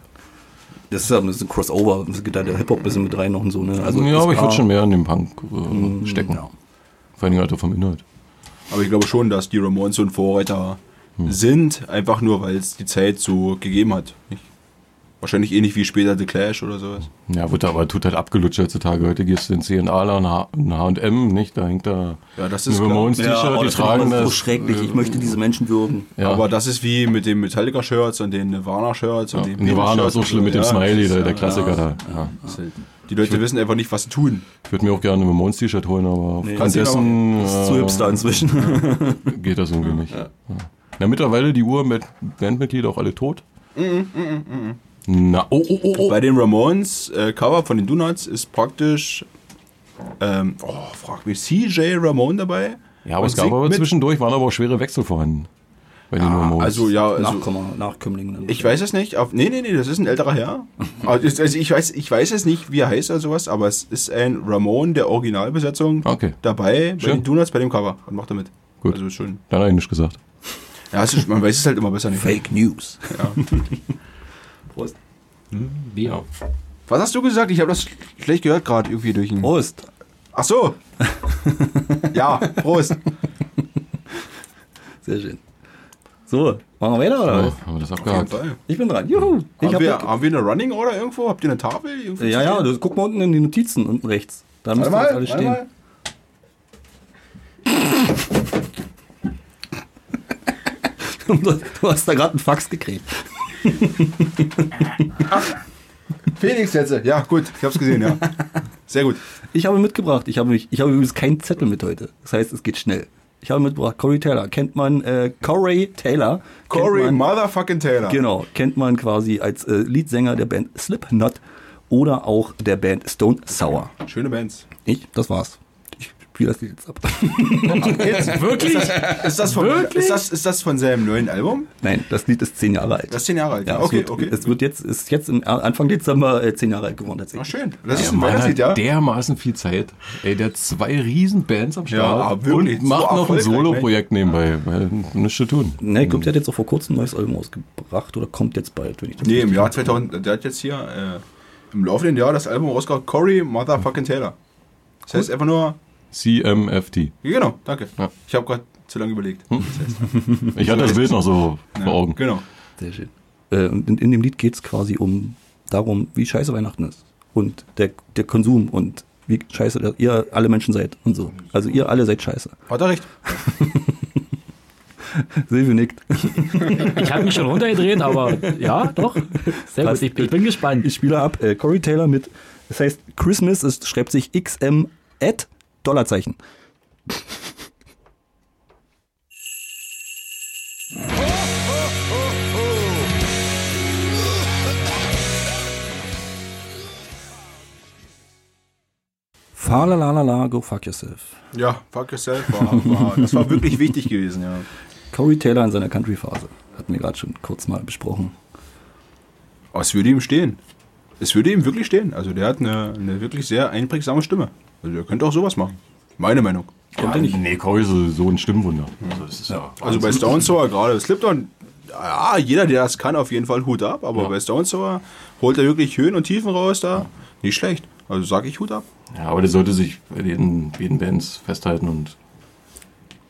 [SPEAKER 2] Das ist ja ein bisschen Crossover, es geht da der Hip-Hop ein bisschen mit rein noch und so, ne? Also,
[SPEAKER 4] ja,
[SPEAKER 2] das
[SPEAKER 4] aber ich
[SPEAKER 2] war-
[SPEAKER 4] würde schon mehr in den Punk äh, stecken.
[SPEAKER 2] ja.
[SPEAKER 4] Vor allem halt auch vom Inhalt.
[SPEAKER 1] aber ich glaube schon, dass die Ramones so ein Vorreiter
[SPEAKER 4] Hm.
[SPEAKER 1] sind, einfach nur, weil es die Zeit so gegeben hat. Nicht? Wahrscheinlich ähnlich wie später The Clash oder sowas.
[SPEAKER 4] Ja, wird aber tut halt abgelutscht heutzutage. Heute gehst du in C&A, in H&M, nicht? Da hängt da
[SPEAKER 1] Ja, das ist
[SPEAKER 4] ein
[SPEAKER 1] klar.
[SPEAKER 4] Ramones-T-Shirt,
[SPEAKER 2] Ja, oh,
[SPEAKER 4] die
[SPEAKER 2] das finde ich
[SPEAKER 4] tragen
[SPEAKER 2] immer so
[SPEAKER 4] das.
[SPEAKER 2] schrecklich. Ich möchte diese Menschen würgen.
[SPEAKER 4] ja.
[SPEAKER 1] Aber das ist wie mit den Metallica-Shirts und den Nirvana-Shirts und den
[SPEAKER 4] Die waren auch
[SPEAKER 1] Beatles-Shirts
[SPEAKER 4] so
[SPEAKER 1] und
[SPEAKER 4] schlimm mit dem
[SPEAKER 1] Ja,
[SPEAKER 4] Smiley,
[SPEAKER 1] das ist
[SPEAKER 4] der,
[SPEAKER 1] ja-
[SPEAKER 4] der Klassiker da. Ja.
[SPEAKER 1] halt- Die Leute wissen einfach nicht, was sie tun.
[SPEAKER 4] Ich würde mir auch gerne ein Mons-T-Shirt holen, aber aufgrund
[SPEAKER 1] kannst du
[SPEAKER 4] dessen
[SPEAKER 2] Das ist zu
[SPEAKER 4] äh,
[SPEAKER 2] hipster inzwischen.
[SPEAKER 4] geht das irgendwie nicht. Ja. Na, mittlerweile die Uhr mit Bandmitglieder auch alle tot.
[SPEAKER 1] Mm,
[SPEAKER 4] Na, oh, oh, oh, oh.
[SPEAKER 1] Bei den Ramones, äh, Cover von den Donuts ist praktisch, ähm, oh, frag mich, CJ Ramon dabei.
[SPEAKER 4] Ja, aber
[SPEAKER 1] Und
[SPEAKER 4] es gab
[SPEAKER 1] singt
[SPEAKER 4] aber
[SPEAKER 1] mit.
[SPEAKER 4] zwischendurch waren aber auch schwere Wechsel vorhanden. Bei den Ramones.
[SPEAKER 1] Also, ja, also,
[SPEAKER 2] Nachkommer, Nachkömmling.
[SPEAKER 1] Ich weiß es nicht. Auf, nee, nee, nee, das ist ein älterer Herr. Also ist- also ich weiß, ich weiß es nicht, wie er heißt oder sowas, aber es ist ein Ramon der Originalbesetzung
[SPEAKER 4] Okay.
[SPEAKER 1] dabei bei
[SPEAKER 4] Schön.
[SPEAKER 1] den Donuts bei dem Cover und macht damit.
[SPEAKER 4] Gut.
[SPEAKER 1] Also schön.
[SPEAKER 4] Dann habe ich nichts gesagt.
[SPEAKER 1] Ja, es ist, man weiß es halt immer besser nicht.
[SPEAKER 2] Fake News. Prost.
[SPEAKER 4] Ja.
[SPEAKER 1] Was hast du gesagt? Ich habe das sch- schlecht gehört gerade irgendwie durch ihn.
[SPEAKER 2] Prost.
[SPEAKER 1] Ach so. ja, Prost.
[SPEAKER 2] Sehr schön. So, machen wir weiter oder
[SPEAKER 4] Ja,
[SPEAKER 2] was?
[SPEAKER 4] haben wir das
[SPEAKER 1] Auf jeden
[SPEAKER 4] abgehakt.
[SPEAKER 1] Fall.
[SPEAKER 2] Ich bin dran. Juhu. Ich
[SPEAKER 1] Haben,
[SPEAKER 2] hab
[SPEAKER 1] wir,
[SPEAKER 2] ja,
[SPEAKER 1] haben wir eine Running Order irgendwo? Habt ihr eine Tafel? Irgendwie
[SPEAKER 2] ja,
[SPEAKER 1] zu
[SPEAKER 2] ja,
[SPEAKER 1] stehen?
[SPEAKER 2] das, guck mal unten in die Notizen, unten rechts. Da müsste
[SPEAKER 1] Warte
[SPEAKER 2] das
[SPEAKER 1] mal,
[SPEAKER 2] alles
[SPEAKER 1] warte
[SPEAKER 2] stehen.
[SPEAKER 1] mal.
[SPEAKER 2] Du, du hast da gerade einen Fax gekriegt.
[SPEAKER 1] Felix jetzt. Ja, gut, ich hab's gesehen, ja. Sehr gut.
[SPEAKER 2] Ich habe mitgebracht. Ich habe, mich, ich habe übrigens keinen Zettel mit heute. Das heißt, es geht schnell. Ich habe mitgebracht Corey Taylor. Kennt man äh, Corey Taylor? Kennt
[SPEAKER 1] Corey
[SPEAKER 2] man,
[SPEAKER 1] Motherfucking Taylor.
[SPEAKER 2] Genau, kennt man quasi als äh, Leadsänger der Band Slipknot oder auch der Band Stone Sour.
[SPEAKER 1] Schöne Bands.
[SPEAKER 2] Ich, das war's. Ich spiele das Lied jetzt ab.
[SPEAKER 3] Wirklich?
[SPEAKER 1] Ist das, von,
[SPEAKER 3] Wirklich?
[SPEAKER 1] ist, das, ist das von seinem neuen Album?
[SPEAKER 2] Nein, das Lied ist zehn Jahre alt.
[SPEAKER 1] Das ist zehn Jahre alt.
[SPEAKER 2] ja,
[SPEAKER 1] okay,
[SPEAKER 2] es wird,
[SPEAKER 1] okay.
[SPEAKER 2] Es wird jetzt, ist jetzt im Anfang Dezember äh, zehn Jahre alt geworden
[SPEAKER 1] Ach,
[SPEAKER 2] tatsächlich.
[SPEAKER 1] schön. Das ist
[SPEAKER 4] Der
[SPEAKER 1] ein
[SPEAKER 4] Mann hat
[SPEAKER 1] Weihnachtslied, ja?
[SPEAKER 4] dermaßen viel Zeit. Ey, der hat zwei Riesenbands am Start
[SPEAKER 1] aber wirklich,
[SPEAKER 4] und macht
[SPEAKER 1] so
[SPEAKER 4] noch ein
[SPEAKER 1] erfolgreich, ne?
[SPEAKER 4] Solo-Projekt nebenbei, weil nichts zu tun.
[SPEAKER 2] Ne, kommt, der hat jetzt auch vor kurzem ein neues Album rausgebracht oder kommt jetzt bald, wenn ich das
[SPEAKER 1] Nee, im Jahr 2000, der hat jetzt hier äh, im laufenden Jahr das Album rausgebracht, Corey Motherfucking Taylor. Das heißt einfach nur,
[SPEAKER 4] CMFT.
[SPEAKER 1] Ja, genau, danke.
[SPEAKER 4] Ja.
[SPEAKER 1] Ich habe gerade zu lange überlegt. Das heißt,
[SPEAKER 4] Ich hatte das Bild noch so
[SPEAKER 1] ja,
[SPEAKER 4] vor Augen.
[SPEAKER 1] Genau.
[SPEAKER 2] Sehr schön. Äh, und in, in dem Lied geht es quasi um darum, wie scheiße Weihnachten ist. Und der, der Konsum und wie scheiße dass ihr alle Menschen seid und so. Also ihr alle seid scheiße.
[SPEAKER 1] Hat er recht?
[SPEAKER 2] Silvio nickt.
[SPEAKER 3] Ich habe mich schon runtergedreht, aber ja, doch. Sehr gut.
[SPEAKER 2] Passt.
[SPEAKER 3] Ich, ich bin gespannt.
[SPEAKER 2] Ich spiele ab äh, Corey Taylor mit. Das heißt, Christmas ist, schreibt sich XM at Dollarzeichen. Fa la la la la, go fuck yourself.
[SPEAKER 1] Ja, fuck yourself. War, war, das war wirklich wichtig gewesen, ja.
[SPEAKER 2] Corey Taylor in seiner Country-Phase. Hatten wir gerade schon kurz mal besprochen.
[SPEAKER 1] Aber es würde ihm stehen. Es würde ihm wirklich stehen. Also der hat eine, eine wirklich sehr einprägsame Stimme. Also der könnte auch sowas machen. Meine Meinung.
[SPEAKER 4] Ja, nee, Corey ist so ein Stimmwunder. Also, das ist ja.
[SPEAKER 1] Also bei Stone Sour gerade Slipton, ja, jeder, der das kann, auf jeden Fall Hut ab. Aber bei Stone Sour holt er wirklich Höhen und Tiefen raus da. Nicht schlecht. Also sag ich Hut ab.
[SPEAKER 4] Ja, aber der sollte sich bei den, jeden Bands festhalten und,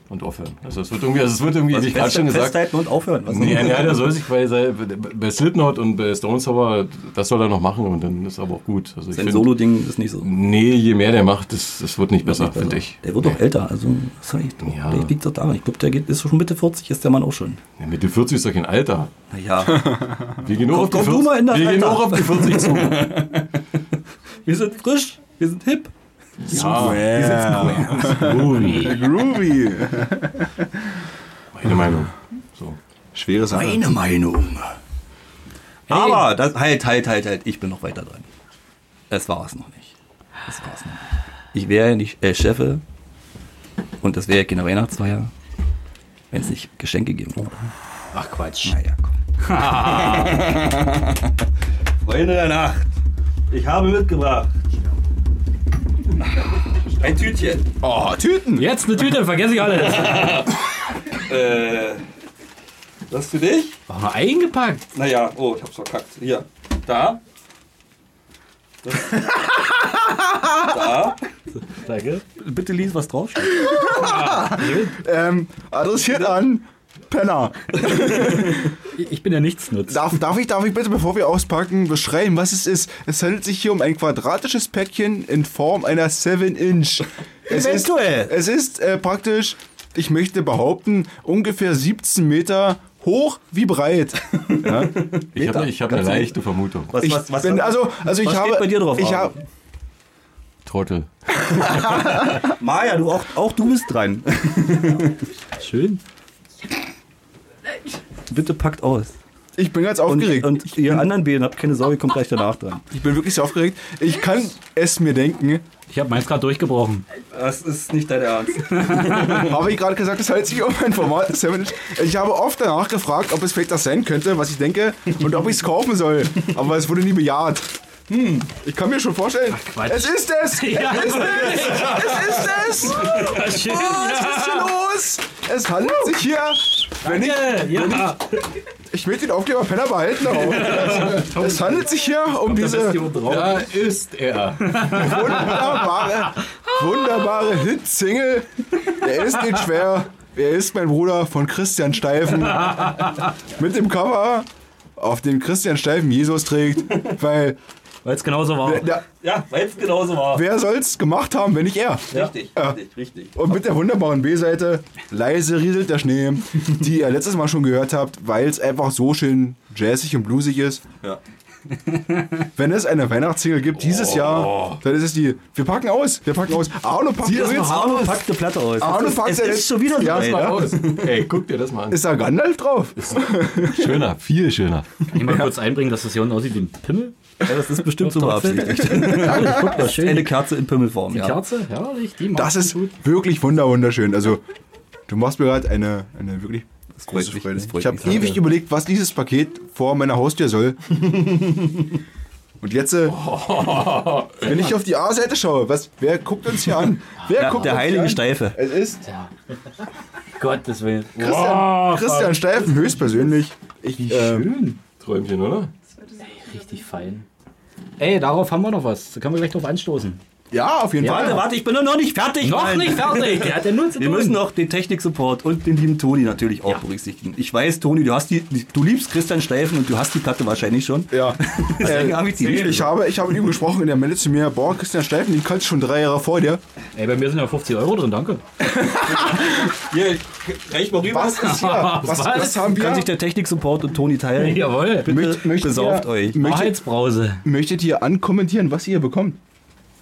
[SPEAKER 4] und aufhören. Also es wird irgendwie, also es wird irgendwie, ich gerade schon gesagt.
[SPEAKER 2] Festhalten und aufhören. Was
[SPEAKER 4] Nee, ja, der soll sich bei, sei- bei Slipknot und bei Stone Sour, das soll er noch machen und dann ist aber auch gut. Also ich
[SPEAKER 2] Sein
[SPEAKER 4] find-
[SPEAKER 2] Solo-Ding ist nicht so.
[SPEAKER 4] Nee, je mehr der macht, das, das wird nicht besser,
[SPEAKER 2] Nicht besser.
[SPEAKER 4] finde ich.
[SPEAKER 2] ne? Der wird doch älter, also sorry,
[SPEAKER 4] Ja.
[SPEAKER 2] vielleicht liegt doch daran. Ich glaube, der geht, ist schon Mitte 40, ist der Mann auch schon.
[SPEAKER 4] Ja, mit den 40 ist doch kein Alter.
[SPEAKER 2] Naja,
[SPEAKER 4] Wir gehen auch auf die
[SPEAKER 2] komm du
[SPEAKER 4] 40
[SPEAKER 2] mal in das
[SPEAKER 4] Wir gehen
[SPEAKER 2] Alter.
[SPEAKER 4] auch auf die 40 zu.
[SPEAKER 2] wir sind frisch, wir sind hip.
[SPEAKER 1] Ah.
[SPEAKER 4] ja,
[SPEAKER 1] Groovy. Groovy.
[SPEAKER 4] meine Meinung. So.
[SPEAKER 1] Schwere Sache.
[SPEAKER 2] Meinung. Aber, das, halt, halt, halt, halt, ich bin noch weiter dran. Es war es noch nicht. Es war es noch nicht. Ich wäre ja nicht äh, Chefe und das wäre ja keine Weihnachtsfeier, wenn es nicht Geschenke geben würde.
[SPEAKER 3] Ach Quatsch.
[SPEAKER 2] Naja, komm. Freunde der Nacht, ich habe mitgebracht. Ein Tütchen.
[SPEAKER 1] Oh, Tüten.
[SPEAKER 3] Jetzt eine Tüte, vergesse ich alles.
[SPEAKER 2] Das für dich?
[SPEAKER 3] War mal eingepackt.
[SPEAKER 2] Naja, oh, ich hab's verkackt. Hier, da.
[SPEAKER 3] Danke.
[SPEAKER 2] Bitte lies, was draufsteht.
[SPEAKER 1] Ähm, adressiert an Penner.
[SPEAKER 3] Ich ich bin ja nichtsnutz.
[SPEAKER 1] Darf, darf, ich, darf ich bitte, bevor wir auspacken, beschreiben, was es ist? Es handelt sich hier um ein quadratisches Päckchen in Form einer 7-Inch. Es ist,
[SPEAKER 2] Eventuell.
[SPEAKER 1] es ist äh, praktisch, ich möchte behaupten, ungefähr 17 Meter hoch wie breit. Ja?
[SPEAKER 4] Ich habe ich hab eine
[SPEAKER 2] Ganz ehrlich.
[SPEAKER 4] leichte Vermutung.
[SPEAKER 2] Was,
[SPEAKER 1] Ich bin, also, also ich
[SPEAKER 2] was
[SPEAKER 1] habe,
[SPEAKER 2] steht bei dir drauf,
[SPEAKER 1] Ich
[SPEAKER 2] Arno?
[SPEAKER 1] habe,
[SPEAKER 4] Trottel.
[SPEAKER 2] Maja, du auch, auch du bist dran.
[SPEAKER 3] Schön.
[SPEAKER 2] bitte packt aus.
[SPEAKER 1] Ich bin ganz
[SPEAKER 2] Und,
[SPEAKER 1] aufgeregt.
[SPEAKER 2] und ihr anderen Beeren habt keine Sorge, kommt gleich danach dran.
[SPEAKER 1] ich bin wirklich sehr aufgeregt. Ich kann es mir denken.
[SPEAKER 3] Ich habe meins gerade durchgebrochen.
[SPEAKER 2] Das ist nicht dein Ernst.
[SPEAKER 1] Habe ich gerade gesagt, das hält sich um ein Format. des Seven Inch? Ich habe oft danach gefragt, ob es vielleicht das sein könnte, was ich denke, und ob ich es kaufen soll. Aber es wurde nie bejaht. Hm, ich kann mir schon vorstellen.
[SPEAKER 3] Quatsch.
[SPEAKER 1] es ist es! Es ist es! Es ist es! Oh,
[SPEAKER 3] Schön,
[SPEAKER 1] Was ist hier los? Es handelt sich hier. Wenn ich,
[SPEAKER 3] ja.
[SPEAKER 1] ich will den Aufkleber Penner behalten, aber es handelt sich hier um diese
[SPEAKER 4] Da ist er.
[SPEAKER 1] wunderbare, wunderbare Hit-Single. Er ist nicht schwer. Er ist mein Bruder von Christian Steifen. Mit dem Cover, auf dem Christian Steifen Jesus trägt. Weil,
[SPEAKER 3] Weil es genauso war.
[SPEAKER 1] na,
[SPEAKER 2] Ja, weil es genauso war.
[SPEAKER 1] wer soll's gemacht haben, wenn nicht er?
[SPEAKER 2] Richtig, richtig, richtig.
[SPEAKER 1] Und mit der wunderbaren B-Seite, leise rieselt der Schnee, die ihr letztes Mal schon gehört habt, weil es einfach so schön jazzig und bluesig ist.
[SPEAKER 2] Ja. Oh.
[SPEAKER 1] Wenn es eine Weihnachtssingle gibt dieses Jahr, dann ist es die. Wir packen aus, wir packen aus. Arno packt
[SPEAKER 2] Sieh das
[SPEAKER 1] übrigens-
[SPEAKER 2] mal, Arno packt eine Platte aus.
[SPEAKER 1] Arno
[SPEAKER 2] es ist,
[SPEAKER 1] packt
[SPEAKER 2] es
[SPEAKER 1] ja
[SPEAKER 2] ist
[SPEAKER 1] jetzt-
[SPEAKER 2] schon wieder
[SPEAKER 1] Ja,
[SPEAKER 2] so.
[SPEAKER 1] es
[SPEAKER 2] ey,
[SPEAKER 1] war
[SPEAKER 2] ne?
[SPEAKER 4] Aus. Ey, guck dir das mal an.
[SPEAKER 1] Ist da Gandalf drauf?
[SPEAKER 4] Schöner, viel schöner.
[SPEAKER 3] Kann ich mal kurz einbringen, dass das hier unten aussieht wie ein Pimmel?
[SPEAKER 2] Ja, das ist bestimmt so beabsichtigt.
[SPEAKER 3] Guck mal, schön.
[SPEAKER 2] Eine Kerze in Pimmelform, ja.
[SPEAKER 3] Kerze, herrlich, die macht
[SPEAKER 1] Das ist
[SPEAKER 3] gut.
[SPEAKER 1] wirklich wunder wunderschön. Also, du machst mir gerade eine, eine wirklich große
[SPEAKER 2] freut mich,
[SPEAKER 1] Freude.
[SPEAKER 2] das freut
[SPEAKER 1] Ich habe
[SPEAKER 2] mich sehr.
[SPEAKER 1] ewig überlegt, was dieses Paket vor meiner Haustür soll. Und jetzt, äh, wenn ich auf die A-Seite schaue, was, wer guckt uns hier an? Wer
[SPEAKER 2] Ja,
[SPEAKER 1] guckt
[SPEAKER 2] der
[SPEAKER 1] uns hier
[SPEAKER 2] heilige
[SPEAKER 1] an?
[SPEAKER 2] Steife.
[SPEAKER 1] Es ist
[SPEAKER 3] Gottes Willen.
[SPEAKER 1] Christian,
[SPEAKER 2] Oh,
[SPEAKER 1] Christian Steifen höchstpersönlich. Ich, äh,
[SPEAKER 4] Träumchen, oder?
[SPEAKER 3] Richtig fein. Ey, darauf haben wir noch was. Da können wir gleich drauf anstoßen.
[SPEAKER 1] ja, auf jeden
[SPEAKER 2] Warte,
[SPEAKER 1] Fall.
[SPEAKER 2] warte, ich bin doch noch nicht fertig.
[SPEAKER 3] Noch
[SPEAKER 2] Mann.
[SPEAKER 3] nicht fertig. Der hat ja nur zu
[SPEAKER 2] Wir
[SPEAKER 3] tun.
[SPEAKER 2] müssen noch den Technik-Support und den lieben Toni natürlich auch berücksichtigen. Ich weiß, Toni, du hast die, du liebst Christian Steifen und du hast die Platte wahrscheinlich schon.
[SPEAKER 1] Ja.
[SPEAKER 2] Deswegen habe ich die nicht.
[SPEAKER 1] Ich habe, ich habe mit ihm gesprochen und er meinte zu mir, boah, Christian Steifen, den kannst du schon drei Jahre vor dir.
[SPEAKER 3] Ey, bei mir sind ja 50 Euro drin, danke.
[SPEAKER 2] Hier, reich mal rüber.
[SPEAKER 1] Was ist hier? Was,
[SPEAKER 3] Was?
[SPEAKER 1] was haben wir?
[SPEAKER 2] Kann sich der Technik-Support und Toni teilen?
[SPEAKER 3] Jawohl.
[SPEAKER 2] Bitte
[SPEAKER 1] Möcht- möchtet
[SPEAKER 2] besauft
[SPEAKER 1] ihr-
[SPEAKER 2] euch.
[SPEAKER 1] Möchtet,
[SPEAKER 3] Wahrheitsbrause.
[SPEAKER 1] möchtet ihr ankommentieren, was ihr bekommt?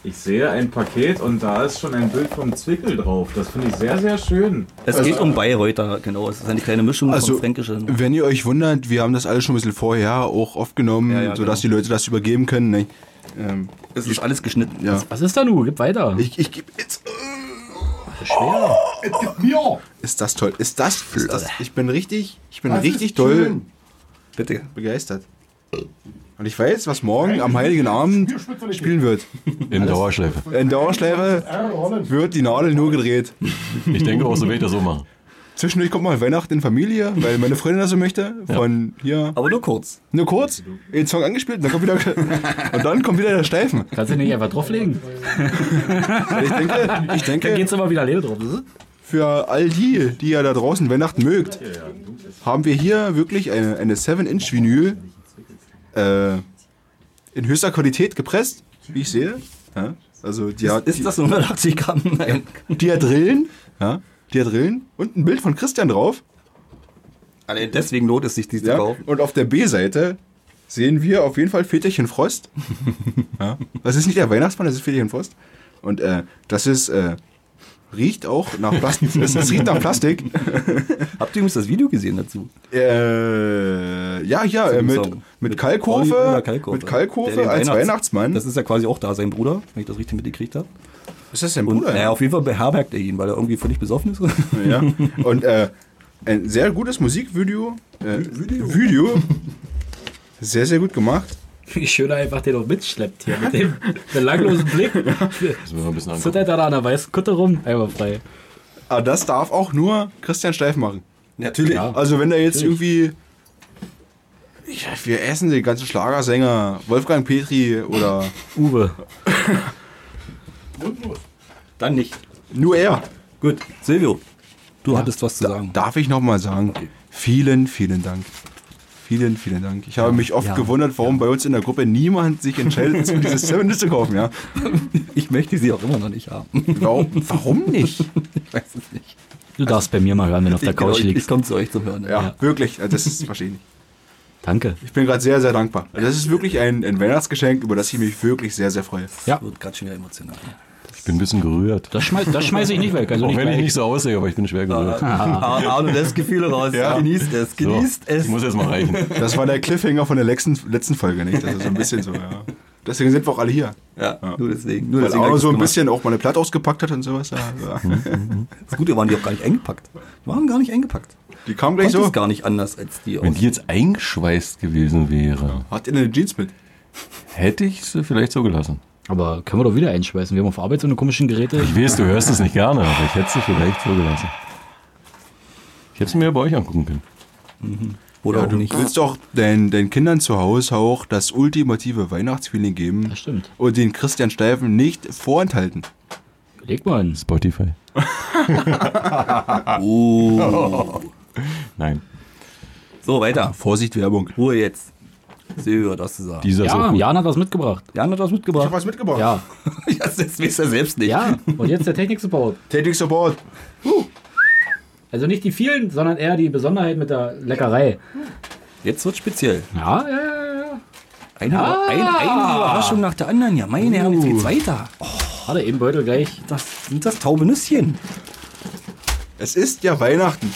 [SPEAKER 6] Ich sehe ein Paket und da ist schon ein Bild vom Zwickel drauf. Das finde ich sehr, sehr schön.
[SPEAKER 2] Es geht um Bayreuther, genau. Es ist eine kleine Mischung von Fränkischen.
[SPEAKER 1] Also, wenn ihr euch wundert, wir haben das alles schon ein bisschen vorher auch aufgenommen,
[SPEAKER 2] Ja, genau. ja,
[SPEAKER 1] sodass die Leute das übergeben können. Ne? Ähm,
[SPEAKER 2] Es ist alles geschnitten.
[SPEAKER 1] Ja.
[SPEAKER 3] Was ist da nun? Gib weiter.
[SPEAKER 1] ich ich gebe jetzt. äh, oh, Ist das toll? Ist das, ist das Ich bin richtig, ich bin richtig toll
[SPEAKER 2] Bitte.
[SPEAKER 1] begeistert. Und ich weiß, was morgen am Heiligen Abend spielen wird.
[SPEAKER 4] In Dauerschleife.
[SPEAKER 1] In Dauerschleife wird die Nadel nur gedreht.
[SPEAKER 4] Ich denke auch, so werde ich das so machen.
[SPEAKER 1] Zwischendurch kommt mal Weihnachten in Familie, weil meine Freundin das so möchte. Von hier.
[SPEAKER 2] Aber nur kurz.
[SPEAKER 1] Nur kurz, den Song angespielt, und dann kommt wieder und dann kommt wieder der Steifen. Also
[SPEAKER 3] Kannst du nicht einfach drauflegen?
[SPEAKER 1] Ich denke, ich
[SPEAKER 3] Dann
[SPEAKER 1] denke
[SPEAKER 3] geht's immer wieder leer drauf.
[SPEAKER 1] für all die, die ihr da draußen Weihnachten mögt, haben wir hier wirklich eine, eine 7-Inch-Vinyl äh, in höchster Qualität gepresst, wie ich sehe. Ja? Also die hat,
[SPEAKER 2] Ist das 180 Gramm? Nein.
[SPEAKER 1] die, die hat Rillen, ja? die hat Rillen und ein Bild von Christian drauf.
[SPEAKER 2] Allein deswegen lohnt es sich, die zu
[SPEAKER 1] Ja?
[SPEAKER 2] kaufen.
[SPEAKER 1] Und auf der B-Seite sehen wir auf jeden Fall Väterchen Frost. ja? Das ist nicht der Weihnachtsmann, das ist Väterchen Frost. Und äh, das ist äh, riecht auch nach Plastik. Das, das riecht nach Plastik.
[SPEAKER 2] Habt ihr übrigens das Video gesehen dazu?
[SPEAKER 1] Äh, ja, ja, äh,
[SPEAKER 2] dem
[SPEAKER 1] mit,
[SPEAKER 2] Song.
[SPEAKER 1] mit
[SPEAKER 2] Olli
[SPEAKER 1] Kalkofe,
[SPEAKER 2] Brunner Kalkofe.
[SPEAKER 1] mit Kalkofe
[SPEAKER 2] Der den
[SPEAKER 1] als Weihnachtsmann.
[SPEAKER 2] Das ist ja quasi auch da sein Bruder, wenn ich das richtig mitgekriegt habe.
[SPEAKER 1] ist das denn
[SPEAKER 2] Und naja, auf jeden Fall beherbergt er ihn, weil er irgendwie völlig besoffen ist.
[SPEAKER 1] ja. Und äh, ein sehr gutes Musikvideo. Äh, Video. Video. Sehr, sehr gut gemacht.
[SPEAKER 3] Wie schön er einfach den auch mitschleppt hier mit dem belanglosen Blick.
[SPEAKER 4] Müssen wir mal ein bisschen angucken.
[SPEAKER 3] Zittert er da an der weißen Kutte rum? Einmal frei.
[SPEAKER 1] Aber das darf auch nur Christian Steif machen.
[SPEAKER 2] Natürlich.
[SPEAKER 3] Ja.
[SPEAKER 1] Also wenn da jetzt irgendwie... Ja, wir essen den ganzen Schlagersänger Wolfgang Petri oder
[SPEAKER 3] Uwe.
[SPEAKER 2] Dann nicht.
[SPEAKER 1] nur er.
[SPEAKER 2] Gut. Silvio, du hattest was zu sagen.
[SPEAKER 1] Darf ich nochmal sagen, vielen, vielen Dank. Vielen, vielen Dank. Ich habe mich oft
[SPEAKER 2] ja,
[SPEAKER 1] gewundert, warum bei uns in der Gruppe niemand sich entscheidet, zu dieses Seven Dish zu kaufen, ja?
[SPEAKER 2] Ich möchte sie auch immer noch nicht haben.
[SPEAKER 1] Warum, warum nicht?
[SPEAKER 2] Ich weiß es nicht.
[SPEAKER 3] Du darfst bei mir mal hören, wenn du auf der
[SPEAKER 2] ich, genau,
[SPEAKER 3] Couch
[SPEAKER 2] ich, ich
[SPEAKER 3] liegst.
[SPEAKER 2] komme zu euch zu hören.
[SPEAKER 1] Ja, wirklich. Also das ist wahrscheinlich.
[SPEAKER 3] Danke.
[SPEAKER 1] Ich bin gerade sehr, sehr dankbar. Also das ist wirklich ein, ein Weihnachtsgeschenk, über das ich mich wirklich sehr, sehr freue.
[SPEAKER 2] Wird gerade schon wieder emotional.
[SPEAKER 4] Ich bin ein bisschen gerührt.
[SPEAKER 3] Das schmeiße das schmeiß ich nicht weg. Also
[SPEAKER 4] Auch
[SPEAKER 3] nicht
[SPEAKER 4] wenn ich
[SPEAKER 3] gleich.
[SPEAKER 4] nicht Ah, so aussehe, aber ich bin schwer
[SPEAKER 2] Äh,
[SPEAKER 4] gerührt.
[SPEAKER 2] Arno lässt Gefühle raus.
[SPEAKER 1] Ja.
[SPEAKER 2] Genießt es,
[SPEAKER 4] So,
[SPEAKER 2] genießt es.
[SPEAKER 4] Ich muss jetzt mal reichen.
[SPEAKER 1] Das war der Cliffhanger von der letzten, letzten Folge, nicht? Das ist so ein bisschen so, ja. Deswegen sind wir auch alle hier.
[SPEAKER 2] ja, nur deswegen. Nur
[SPEAKER 1] Weil Arno
[SPEAKER 2] deswegen hab ich's
[SPEAKER 1] so ein
[SPEAKER 2] gemacht.
[SPEAKER 1] bisschen auch mal eine Platte ausgepackt hat und sowas. Ja, ja.
[SPEAKER 2] Das Gute waren die auch gar nicht eingepackt. Die waren gar nicht eingepackt.
[SPEAKER 1] Die kam gleich
[SPEAKER 2] Konnte
[SPEAKER 1] so.
[SPEAKER 2] es gar nicht anders als die
[SPEAKER 4] Wenn
[SPEAKER 2] aus.
[SPEAKER 4] die jetzt eingeschweißt gewesen wäre,
[SPEAKER 1] Hat ihr denn Jeans mit?
[SPEAKER 4] hätte ich sie vielleicht so gelassen.
[SPEAKER 3] Aber können wir doch wieder einschweißen. Wir haben auf Arbeit so eine komischen Geräte.
[SPEAKER 4] Ich weiß, du hörst es nicht gerne, aber ich hätte sie vielleicht so gelassen. Ich hätte sie mir bei euch angucken können.
[SPEAKER 2] Oder
[SPEAKER 1] Ja,
[SPEAKER 2] auch
[SPEAKER 1] du
[SPEAKER 2] nicht.
[SPEAKER 1] willst doch deinen, deinen Kindern zu Hause auch das ultimative Weihnachtsfeeling geben
[SPEAKER 3] Das stimmt.
[SPEAKER 1] und den Christian Steifen nicht vorenthalten.
[SPEAKER 3] Leg mal hin.
[SPEAKER 4] Spotify.
[SPEAKER 2] Oh.
[SPEAKER 4] Nein.
[SPEAKER 2] So, weiter.
[SPEAKER 1] Vorsicht, Werbung.
[SPEAKER 2] Ruhe jetzt. Silvio, das zu sagen.
[SPEAKER 4] Dieser
[SPEAKER 3] Ja,
[SPEAKER 4] so gut.
[SPEAKER 3] Jan hat was mitgebracht.
[SPEAKER 2] Jan hat was mitgebracht.
[SPEAKER 1] was mitgebracht.
[SPEAKER 3] Ja,
[SPEAKER 2] Ja, das weiß er selbst nicht.
[SPEAKER 3] ja. Und jetzt der Technik-Support.
[SPEAKER 1] Technik Support.
[SPEAKER 3] Also nicht die vielen, sondern eher die Besonderheit mit der Leckerei.
[SPEAKER 2] Jetzt wird speziell.
[SPEAKER 3] Ja, ja, ja, ja.
[SPEAKER 2] Eine, ein, eine Überraschung nach der anderen. Ja, meine Herren, jetzt geht's weiter. Oh,
[SPEAKER 3] Warte, eben Beutel gleich.
[SPEAKER 2] das sind das taube Nüsschen.
[SPEAKER 1] Es ist ja Weihnachten.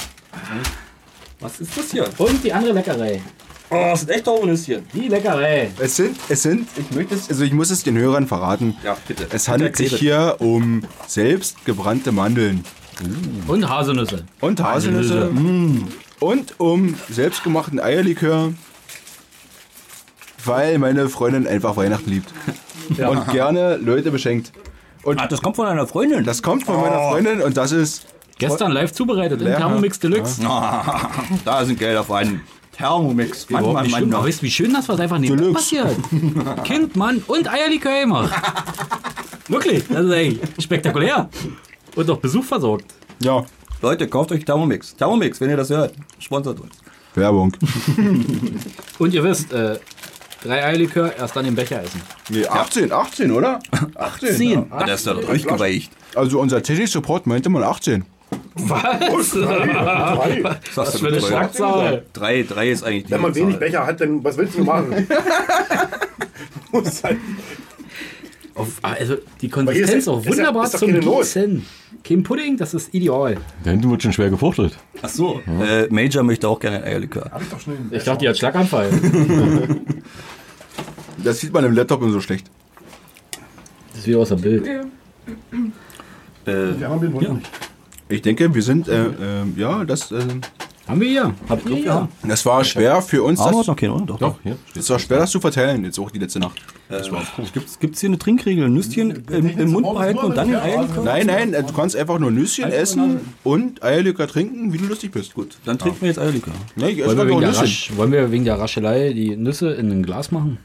[SPEAKER 2] Was ist das hier?
[SPEAKER 3] Und die andere Leckerei.
[SPEAKER 2] Oh, das sind echt taube Nüsschen.
[SPEAKER 3] Die Leckerei.
[SPEAKER 1] Es sind, es sind, ich möchte es, also ich muss es den Hörern verraten.
[SPEAKER 2] Ja, bitte.
[SPEAKER 1] Es handelt
[SPEAKER 2] Bitte
[SPEAKER 1] sich
[SPEAKER 2] erkläre.
[SPEAKER 1] hier um selbstgebrannte Mandeln
[SPEAKER 3] Und Haselnüsse.
[SPEAKER 1] und Haselnüsse mm, und um selbstgemachten Eierlikör, weil meine Freundin einfach Weihnachten liebt und gerne Leute beschenkt. Und
[SPEAKER 2] Ah, das kommt von einer Freundin.
[SPEAKER 1] das kommt von meiner Freundin und das ist
[SPEAKER 3] Gestern live zubereitet in
[SPEAKER 1] Lecker.
[SPEAKER 3] Thermomix Deluxe.
[SPEAKER 2] da sind Gelder für einen Thermomix. Mann, Mann, Mann,
[SPEAKER 3] Stimmt, aber
[SPEAKER 2] Mann.
[SPEAKER 3] weißt du, wie schön das war? Einfach nebenbei
[SPEAKER 1] Deluxe.
[SPEAKER 3] passiert. kind, Mann und Eierlikör gemacht. Wirklich, das ist ey, spektakulär. Und noch Besuch versorgt.
[SPEAKER 1] ja
[SPEAKER 2] Leute, kauft euch Thermomix. Thermomix, wenn ihr das hört, sponsert uns.
[SPEAKER 1] Werbung.
[SPEAKER 3] Und ihr wisst, äh, drei Eierlikör erst dann im Becher essen.
[SPEAKER 1] Nee, 18, 18, oder? 18.
[SPEAKER 3] Zehn.
[SPEAKER 2] Ah, das ist ja doch durchgeweicht.
[SPEAKER 1] Also unser Technik-Support meinte mal 18.
[SPEAKER 3] Was?
[SPEAKER 2] Was
[SPEAKER 3] für eine Schlagzahl.
[SPEAKER 2] Drei, drei ist eigentlich die
[SPEAKER 7] Wenn man
[SPEAKER 2] Zahl.
[SPEAKER 7] wenig Becher hat, dann was willst du machen? Muss halt-
[SPEAKER 3] Auf, also die
[SPEAKER 7] Aber hier
[SPEAKER 3] Konsistenz
[SPEAKER 7] ist-
[SPEAKER 3] auch
[SPEAKER 7] ist ja-
[SPEAKER 3] wunderbar
[SPEAKER 7] ist doch
[SPEAKER 3] zum
[SPEAKER 7] keine Not.
[SPEAKER 3] Gießen. Kein Pudding, das ist ideal.
[SPEAKER 4] Da hinten wird schon schwer gefuchtelt.
[SPEAKER 2] Ach so. Äh, Major möchte auch gerne ein Eierlikör.
[SPEAKER 3] Ich dachte, die hat Schlaganfall.
[SPEAKER 1] Das sieht man im Laptop immer so schlecht.
[SPEAKER 3] Das ist wieder aus dem Bild.
[SPEAKER 2] Äh,
[SPEAKER 7] Wir haben den Mund
[SPEAKER 2] Ja.
[SPEAKER 7] nicht.
[SPEAKER 1] Ich denke, wir sind, äh, ähm, ja, das, äh,
[SPEAKER 3] Haben wir hier.
[SPEAKER 2] hab ich drauf gehabt.
[SPEAKER 1] das war schwer für uns.
[SPEAKER 2] Arno hat
[SPEAKER 1] Das,
[SPEAKER 2] noch keinen, oder? Doch.
[SPEAKER 4] Doch, hier.
[SPEAKER 1] das war schwer, das zu verteilen, jetzt auch die letzte Nacht. Das war
[SPEAKER 2] Gibt's, gibt's hier eine Trinkregel? Ein Nüsschen im, im Mund behalten und dann ein Eierlikör?
[SPEAKER 1] Nein, nein, äh, du kannst einfach nur Nüsschen essen und Eierlikör trinken, wie du lustig bist. Gut.
[SPEAKER 2] Dann trinken wir jetzt Eierlikör.
[SPEAKER 1] Nee, ich esse
[SPEAKER 3] Wollen wir,
[SPEAKER 1] einfach nur
[SPEAKER 3] wegen der
[SPEAKER 1] Nüsschen.
[SPEAKER 3] Rasch, wollen wir wegen der Raschelei die Nüsse in ein Glas machen?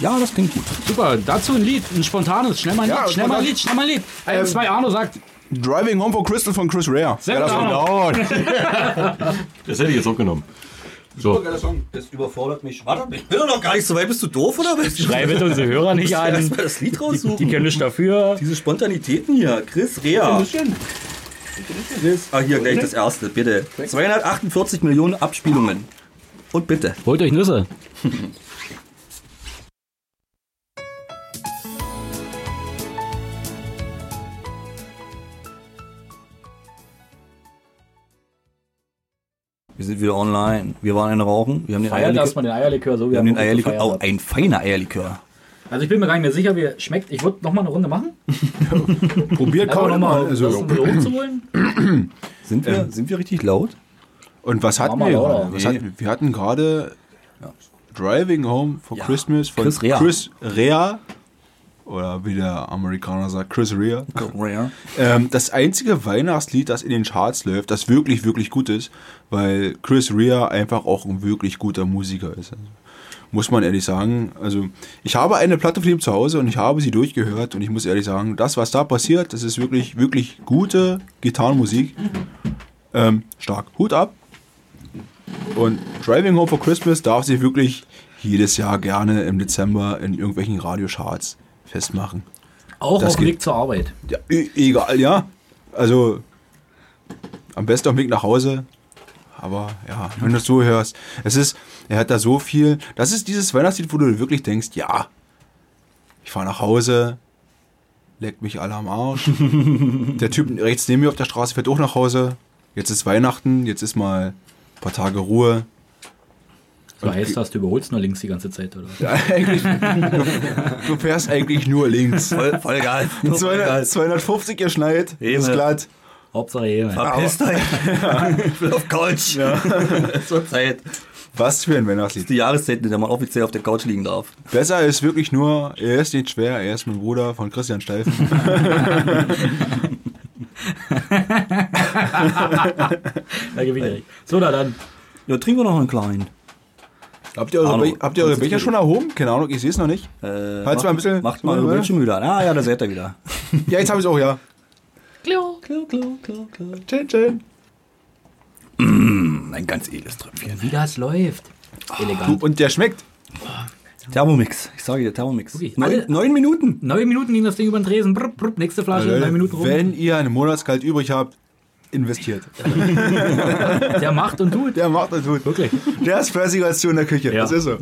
[SPEAKER 2] Ja, das klingt gut.
[SPEAKER 3] Super, dazu ein Lied, ein spontanes. Schnell mal ein Lied,
[SPEAKER 1] Ja,
[SPEAKER 3] schnell mal ein
[SPEAKER 1] spontan.
[SPEAKER 3] Lied, schnell mal ein Lied. Ein, zwei, Arno sagt.
[SPEAKER 1] Driving Home for Crystal von Chris Rare.
[SPEAKER 3] Sehr gut, Arno.
[SPEAKER 1] genau.
[SPEAKER 4] Das hätte ich jetzt auch genommen. So,
[SPEAKER 2] Das überfordert mich. Warte, ich bin doch noch gar nicht so weit. Bist du doof oder was?
[SPEAKER 3] Schrei bitte unsere Hörer nicht an.
[SPEAKER 2] das Lied raussuchen.
[SPEAKER 3] Die können nicht dafür.
[SPEAKER 2] Diese Spontanitäten hier. Chris Rea. Chris. Ah, hier gleich das erste, bitte. 248 Millionen Abspielungen. Und bitte.
[SPEAKER 3] Holt euch Nüsse.
[SPEAKER 2] Wir sind wieder online. Wir waren eine Rauchen. Wir haben den
[SPEAKER 3] Feiert
[SPEAKER 2] Eierlikör.
[SPEAKER 3] erstmal den Eierlikör, so wie
[SPEAKER 2] Wir haben den Eierlikör.
[SPEAKER 3] auch.
[SPEAKER 2] Oh, ein feiner Eierlikör.
[SPEAKER 3] Also ich bin mir gar nicht mehr sicher, wie er schmeckt. Ich würde nochmal eine Runde machen.
[SPEAKER 1] Probiert kann
[SPEAKER 3] Einfach
[SPEAKER 1] man
[SPEAKER 3] nochmal
[SPEAKER 1] immer.
[SPEAKER 3] also,
[SPEAKER 1] Also,
[SPEAKER 3] um hochzuholen.
[SPEAKER 2] Sind wir, sind wir richtig laut?
[SPEAKER 1] und was hatten
[SPEAKER 3] Mama
[SPEAKER 1] wir
[SPEAKER 3] Laura.
[SPEAKER 1] gerade? Was hatten, wir hatten gerade Driving Home for Christmas von
[SPEAKER 2] Chris Rea.
[SPEAKER 1] Chris Rea. Oder wie der Amerikaner sagt, Chris Rea.
[SPEAKER 2] Rare.
[SPEAKER 1] Ähm, das einzige Weihnachtslied, das in den Charts läuft, das wirklich, wirklich gut ist, weil Chris Rea einfach auch ein wirklich guter Musiker ist. Also, muss man ehrlich sagen. Also, ich habe eine Platte von ihm zu Hause und ich habe sie durchgehört und ich muss ehrlich sagen, das, was da passiert, das ist wirklich, wirklich gute Gitarrenmusik. Ähm, stark. Hut ab. Und Driving Home for Christmas darf sich wirklich jedes Jahr gerne im Dezember in irgendwelchen Radiocharts festmachen.
[SPEAKER 3] Auch
[SPEAKER 1] Das
[SPEAKER 3] auf dem
[SPEAKER 1] geht.
[SPEAKER 3] Weg zur Arbeit.
[SPEAKER 1] Ja, e- egal, ja. Also am besten am Weg nach Hause. Aber ja, wenn du es so hörst, es ist, er hat da so viel. Das ist dieses Weihnachtslied, wo du wirklich denkst, ja, ich fahre nach Hause, Leckt mich alle am Arsch. der Typ rechts neben mir auf der Straße fährt auch nach Hause. Jetzt ist Weihnachten, jetzt ist mal ein paar Tage Ruhe.
[SPEAKER 3] So heißt das, du überholst nur links die ganze Zeit, oder?
[SPEAKER 1] Ja, eigentlich, du, du fährst eigentlich nur links.
[SPEAKER 2] Voll, voll geil.
[SPEAKER 1] 200, 250 geschneit, ist
[SPEAKER 2] Eben.
[SPEAKER 1] glatt.
[SPEAKER 3] Hauptsache hier.
[SPEAKER 2] Verpisst euch. Ich will auf Couch. Zur Zeit.
[SPEAKER 1] Was für ein Weihnachtslied.
[SPEAKER 2] Die Jahreszeit, in der man offiziell auf der Couch liegen darf.
[SPEAKER 1] Besser ist wirklich nur, er ist nicht schwer, er ist mein Bruder von Christian Steifen.
[SPEAKER 3] Da geh ich wieder. So, na dann.
[SPEAKER 2] Ja, trinken wir noch einen kleinen.
[SPEAKER 1] Habt ihr eure,
[SPEAKER 2] Arno,
[SPEAKER 1] Be habt ihr eure
[SPEAKER 2] kannst du
[SPEAKER 1] Becher
[SPEAKER 2] das
[SPEAKER 1] schon erhoben? Keine Ahnung, ich sehe es noch nicht.
[SPEAKER 2] Äh,
[SPEAKER 1] Halt's
[SPEAKER 2] macht-
[SPEAKER 1] mal ein bisschen-
[SPEAKER 2] Macht mal
[SPEAKER 1] so,
[SPEAKER 2] den
[SPEAKER 1] ne?
[SPEAKER 2] Bildschirm wieder. an. Ah ja, da seid ihr wieder.
[SPEAKER 1] Ja, jetzt habe ich es auch, ja.
[SPEAKER 3] Klo, klo, klo, klo, klo.
[SPEAKER 1] Tschin, tschin.
[SPEAKER 2] Ein ganz edles Tröpfchen.
[SPEAKER 3] Wie das läuft.
[SPEAKER 1] Du,
[SPEAKER 3] Elegant.
[SPEAKER 1] Und der schmeckt.
[SPEAKER 2] Thermomix. Ich sage dir, Thermomix.
[SPEAKER 3] Okay.
[SPEAKER 2] Neun,
[SPEAKER 3] Alle-
[SPEAKER 2] neun Minuten.
[SPEAKER 3] Neun Minuten ging das Ding über den Tresen. Brupp, brupp, nächste Flasche, neun Minuten rum.
[SPEAKER 1] Äh, Wenn ihr einen Monatsgehalt übrig habt, investiert.
[SPEAKER 3] Der macht und tut.
[SPEAKER 1] Der macht das gut.
[SPEAKER 3] Wirklich.
[SPEAKER 1] Der ist fleißiger als du in der Küche.
[SPEAKER 3] Ja.
[SPEAKER 1] Das ist so.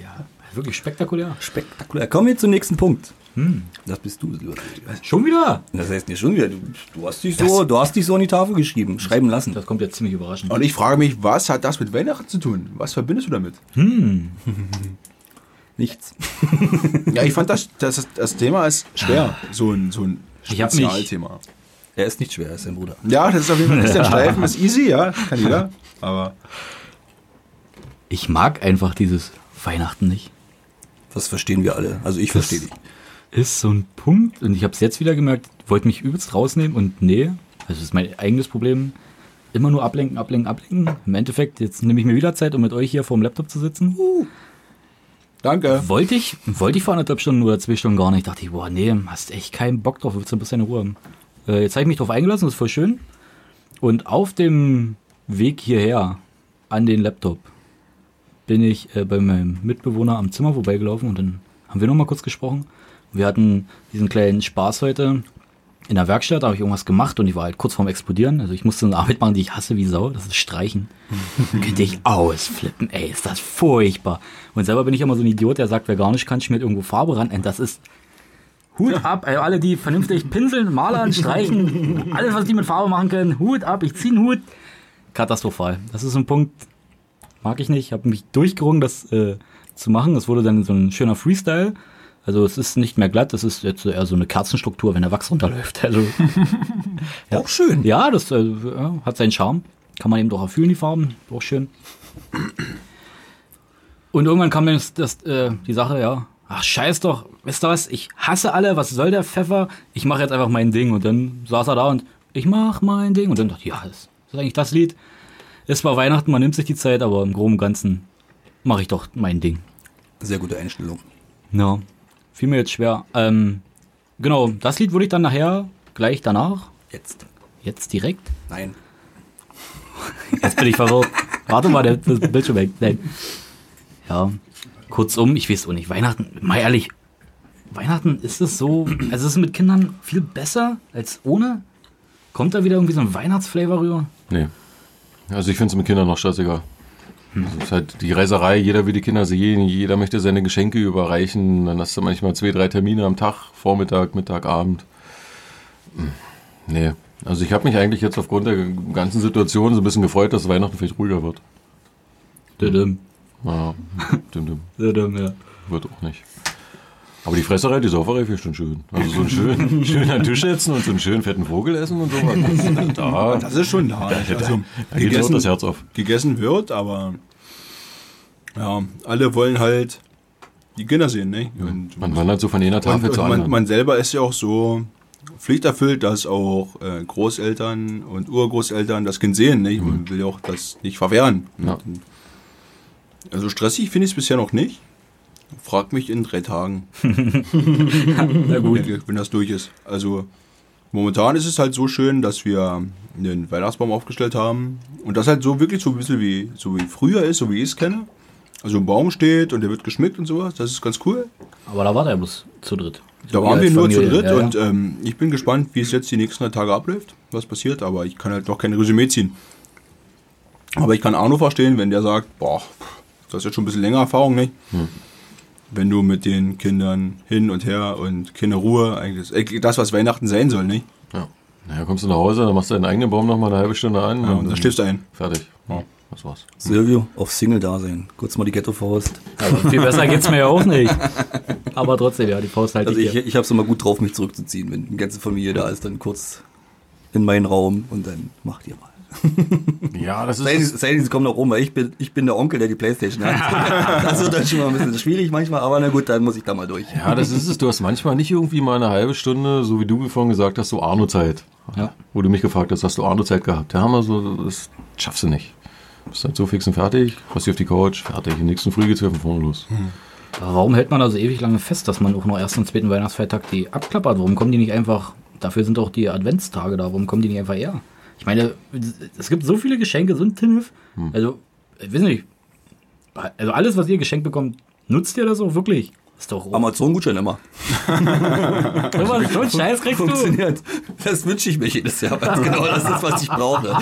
[SPEAKER 3] Ja, wirklich spektakulär.
[SPEAKER 2] Spektakulär. Kommen wir zum nächsten Punkt.
[SPEAKER 3] Hm.
[SPEAKER 2] Das bist du, Silber.
[SPEAKER 3] Schon wieder?
[SPEAKER 2] Das heißt nicht schon wieder. Du, du, hast dich so, du hast dich so an die Tafel geschrieben. Schreiben lassen.
[SPEAKER 3] Das kommt jetzt ziemlich überraschend.
[SPEAKER 1] Und ich frage mich, was hat das mit Weihnachten zu tun? Was verbindest du damit?
[SPEAKER 2] Nichts.
[SPEAKER 1] Ja, ich fand das, das, das Thema ist schwer. So ein, so ein
[SPEAKER 3] Ich hab mich-
[SPEAKER 1] Spezialthema.
[SPEAKER 2] Er ist nicht schwer, er ist sein Bruder.
[SPEAKER 1] Ja, das ist auf jeden Fall Christian Steifen, ist easy, ja, kann jeder. Aber
[SPEAKER 3] Ich mag einfach dieses Weihnachten nicht.
[SPEAKER 2] Das verstehen wir alle. Also ich
[SPEAKER 3] Das
[SPEAKER 2] verstehe dich.
[SPEAKER 3] ist so ein Punkt. Und ich habe es jetzt wieder gemerkt, wollte mich übelst rausnehmen und nee, also das ist mein eigenes Problem. Immer nur ablenken, ablenken, ablenken. Im Endeffekt, jetzt nehme ich mir wieder Zeit, um mit euch hier vor dem Laptop zu sitzen.
[SPEAKER 1] danke.
[SPEAKER 3] Wollte ich, wollte ich vor anderthalb Stunden oder zwei Stunden gar nicht. Dachte ich, boah, nee, hast echt keinen Bock drauf, willst du ein bisschen Ruhe haben. Äh, jetzt habe ich mich drauf eingelassen, das ist voll schön. Und auf dem Weg hierher an den Laptop bin ich äh, bei meinem Mitbewohner am Zimmer vorbeigelaufen und dann haben wir nochmal kurz gesprochen. Wir hatten diesen kleinen Spaß heute in der Werkstatt, da habe ich irgendwas gemacht und ich war halt kurz vorm Explodieren. Also ich musste eine Arbeit machen, die ich hasse wie Sau, das ist Streichen. Könnte ich ausflippen, ey, ist das furchtbar. Und selber bin ich immer so ein Idiot, der sagt, wer gar nicht kann, schmiert irgendwo Farbe ran. Und das ist Hut ab, ey, alle, die vernünftig pinseln, malern, streichen, alles, was die mit Farbe machen können, Hut ab, ich zieh einen Hut. Katastrophal. Das ist ein Punkt, mag ich nicht. Ich habe mich durchgerungen, das äh, zu machen. Das wurde dann so ein schöner Freestyle. Also es ist nicht mehr glatt, das ist jetzt eher so eine Kerzenstruktur, wenn der Wachs runterläuft. Also
[SPEAKER 2] Auch schön.
[SPEAKER 3] ja, das äh, ja, hat seinen Charme. Kann man eben doch erfüllen, die Farben. Auch schön. Und irgendwann kam dann das, das, äh, die Sache, ja. Ach, scheiß doch. Wisst ihr was? Ich hasse alle. Was soll der Pfeffer? Ich mache jetzt einfach mein Ding. Und dann saß er da und ich mach mein Ding. Und dann dachte ich, ja, das ist eigentlich das Lied. Es war Weihnachten, man nimmt sich die Zeit, aber im Groben und Ganzen mache ich doch mein Ding.
[SPEAKER 2] Sehr gute Einstellung.
[SPEAKER 3] Ja, fiel mir jetzt schwer. Ähm, genau, das Lied würde ich dann nachher, gleich danach,
[SPEAKER 2] Jetzt.
[SPEAKER 3] jetzt direkt,
[SPEAKER 2] Nein.
[SPEAKER 3] Jetzt bin ich verwirrt. Warte mal, der das Bildschirm weg. Nein. Ja. Kurzum, ich weiß auch nicht. Weihnachten, mal ehrlich, Weihnachten ist es so, also es ist mit Kindern viel besser als ohne. Kommt da wieder irgendwie so ein Weihnachtsflavor rüber?
[SPEAKER 4] Nee. Also ich finde es mit Kindern noch scheißegal. Es ist halt die Reiserei, jeder will die Kinder sehen, jeder möchte seine Geschenke überreichen. Dann hast du manchmal zwei, drei Termine am Tag, Vormittag, Mittag, Abend. Hm, Nee. Also ich habe mich eigentlich jetzt aufgrund der ganzen Situation so ein bisschen gefreut, dass Weihnachten vielleicht ruhiger wird.
[SPEAKER 3] Dödem,
[SPEAKER 4] Ja, dim, dim.
[SPEAKER 3] dödem, ja.
[SPEAKER 4] Wird auch nicht. Aber die Fresserei, die Sauferei finde ich schon schön. Also so einen schönen, schönen an den Tisch setzen und so einen schönen fetten Vogel essen und sowas. halt Da, da,
[SPEAKER 1] Das ist schon nah. Also,
[SPEAKER 4] da geht auch das Herz auf.
[SPEAKER 1] gegessen wird, aber ja, alle wollen halt die Kinder sehen, ne? Und,
[SPEAKER 4] Man wandert so von einer Tafel
[SPEAKER 1] und
[SPEAKER 4] zur
[SPEAKER 1] man,
[SPEAKER 4] anderen.
[SPEAKER 1] man selber ist ja auch so pflichterfüllt, dass auch äh, Großeltern und Urgroßeltern das Kind sehen, ne? Man will ja auch das nicht verwehren.
[SPEAKER 4] Ja.
[SPEAKER 1] Also stressig finde ich es bisher noch nicht. Frag mich in drei Tagen,
[SPEAKER 3] Na gut.
[SPEAKER 1] wenn das durch ist. Also momentan ist es halt so schön, dass wir einen Weihnachtsbaum aufgestellt haben und das halt so wirklich so ein bisschen wie, so wie früher ist, so wie ich es kenne. Also ein Baum steht und der wird geschmückt und sowas, das ist ganz cool.
[SPEAKER 3] Aber da war der bloß zu dritt.
[SPEAKER 1] Da
[SPEAKER 3] Ja,
[SPEAKER 1] waren wir
[SPEAKER 3] als
[SPEAKER 1] nur zu
[SPEAKER 3] Familie,
[SPEAKER 1] dritt
[SPEAKER 3] ja, ja.
[SPEAKER 1] und ähm, ich bin gespannt, wie es jetzt die nächsten Tage abläuft, was passiert, aber ich kann halt noch kein Resümee ziehen.
[SPEAKER 4] Hm.
[SPEAKER 1] Aber ich kann Arno verstehen, wenn der sagt, boah, das ist jetzt schon ein bisschen länger Erfahrung, nicht? wenn du mit den Kindern hin und her und Kinderruhe, eigentlich ist- äh, das, was Weihnachten sein soll, nicht?
[SPEAKER 4] Ja. Naja, kommst du nach Hause, dann machst du deinen eigenen Baum noch mal eine halbe Stunde an.
[SPEAKER 1] Ja, und dann schläfst du ein.
[SPEAKER 4] Fertig. Ja. Das war's.
[SPEAKER 2] Silvio, auf Single-Dasein. Kurz mal die Ghetto-Faust.
[SPEAKER 3] Aber viel besser geht's mir ja auch nicht. Aber trotzdem, ja, die Faust halt
[SPEAKER 2] Also ich,
[SPEAKER 3] hier.
[SPEAKER 2] ich habe es immer gut drauf, mich zurückzuziehen. Wenn die ganze Familie da ist, dann kurz in meinen Raum und dann macht ihr mal.
[SPEAKER 4] Ja, das
[SPEAKER 2] Sei denn, sei denn, sie kommen noch rum, weil ich bin, ich bin der Onkel, der die Playstation hat. Das wird dann schon mal ein bisschen schwierig manchmal, aber na gut, dann muss ich da mal durch.
[SPEAKER 4] Ja, das ist es. Du hast manchmal nicht irgendwie mal eine halbe Stunde, so wie du vorhin gesagt hast, so Arno-Zeit.
[SPEAKER 3] Ja.
[SPEAKER 4] Wo du mich gefragt hast, hast du Arno-Zeit gehabt? Ja, haben wir so, das schaffst du nicht. Bist halt so fix und fertig, hast dich auf die Couch, fertig. Im nächsten Früh geht's wieder von vorne los.
[SPEAKER 3] Aber warum hält man also ewig lange fest, dass man auch nur ersten und zweiten Weihnachtsfeiertag die abklappert? Warum kommen die nicht einfach, dafür sind auch die Adventstage da, warum kommen die nicht einfach eher? Ich meine, es gibt so viele Geschenke, so ein Tinnef.
[SPEAKER 4] Hm.
[SPEAKER 3] Also, ich weiß nicht. Also alles, was ihr geschenkt bekommt, nutzt ihr das auch wirklich? Ist doch
[SPEAKER 2] Amazon-Gutschein immer.
[SPEAKER 3] Guck mal, so einen Scheiß kriegst du.
[SPEAKER 2] Funktioniert. Das wünsche ich mir jedes Jahr, weil es genau das ist, was ich brauche.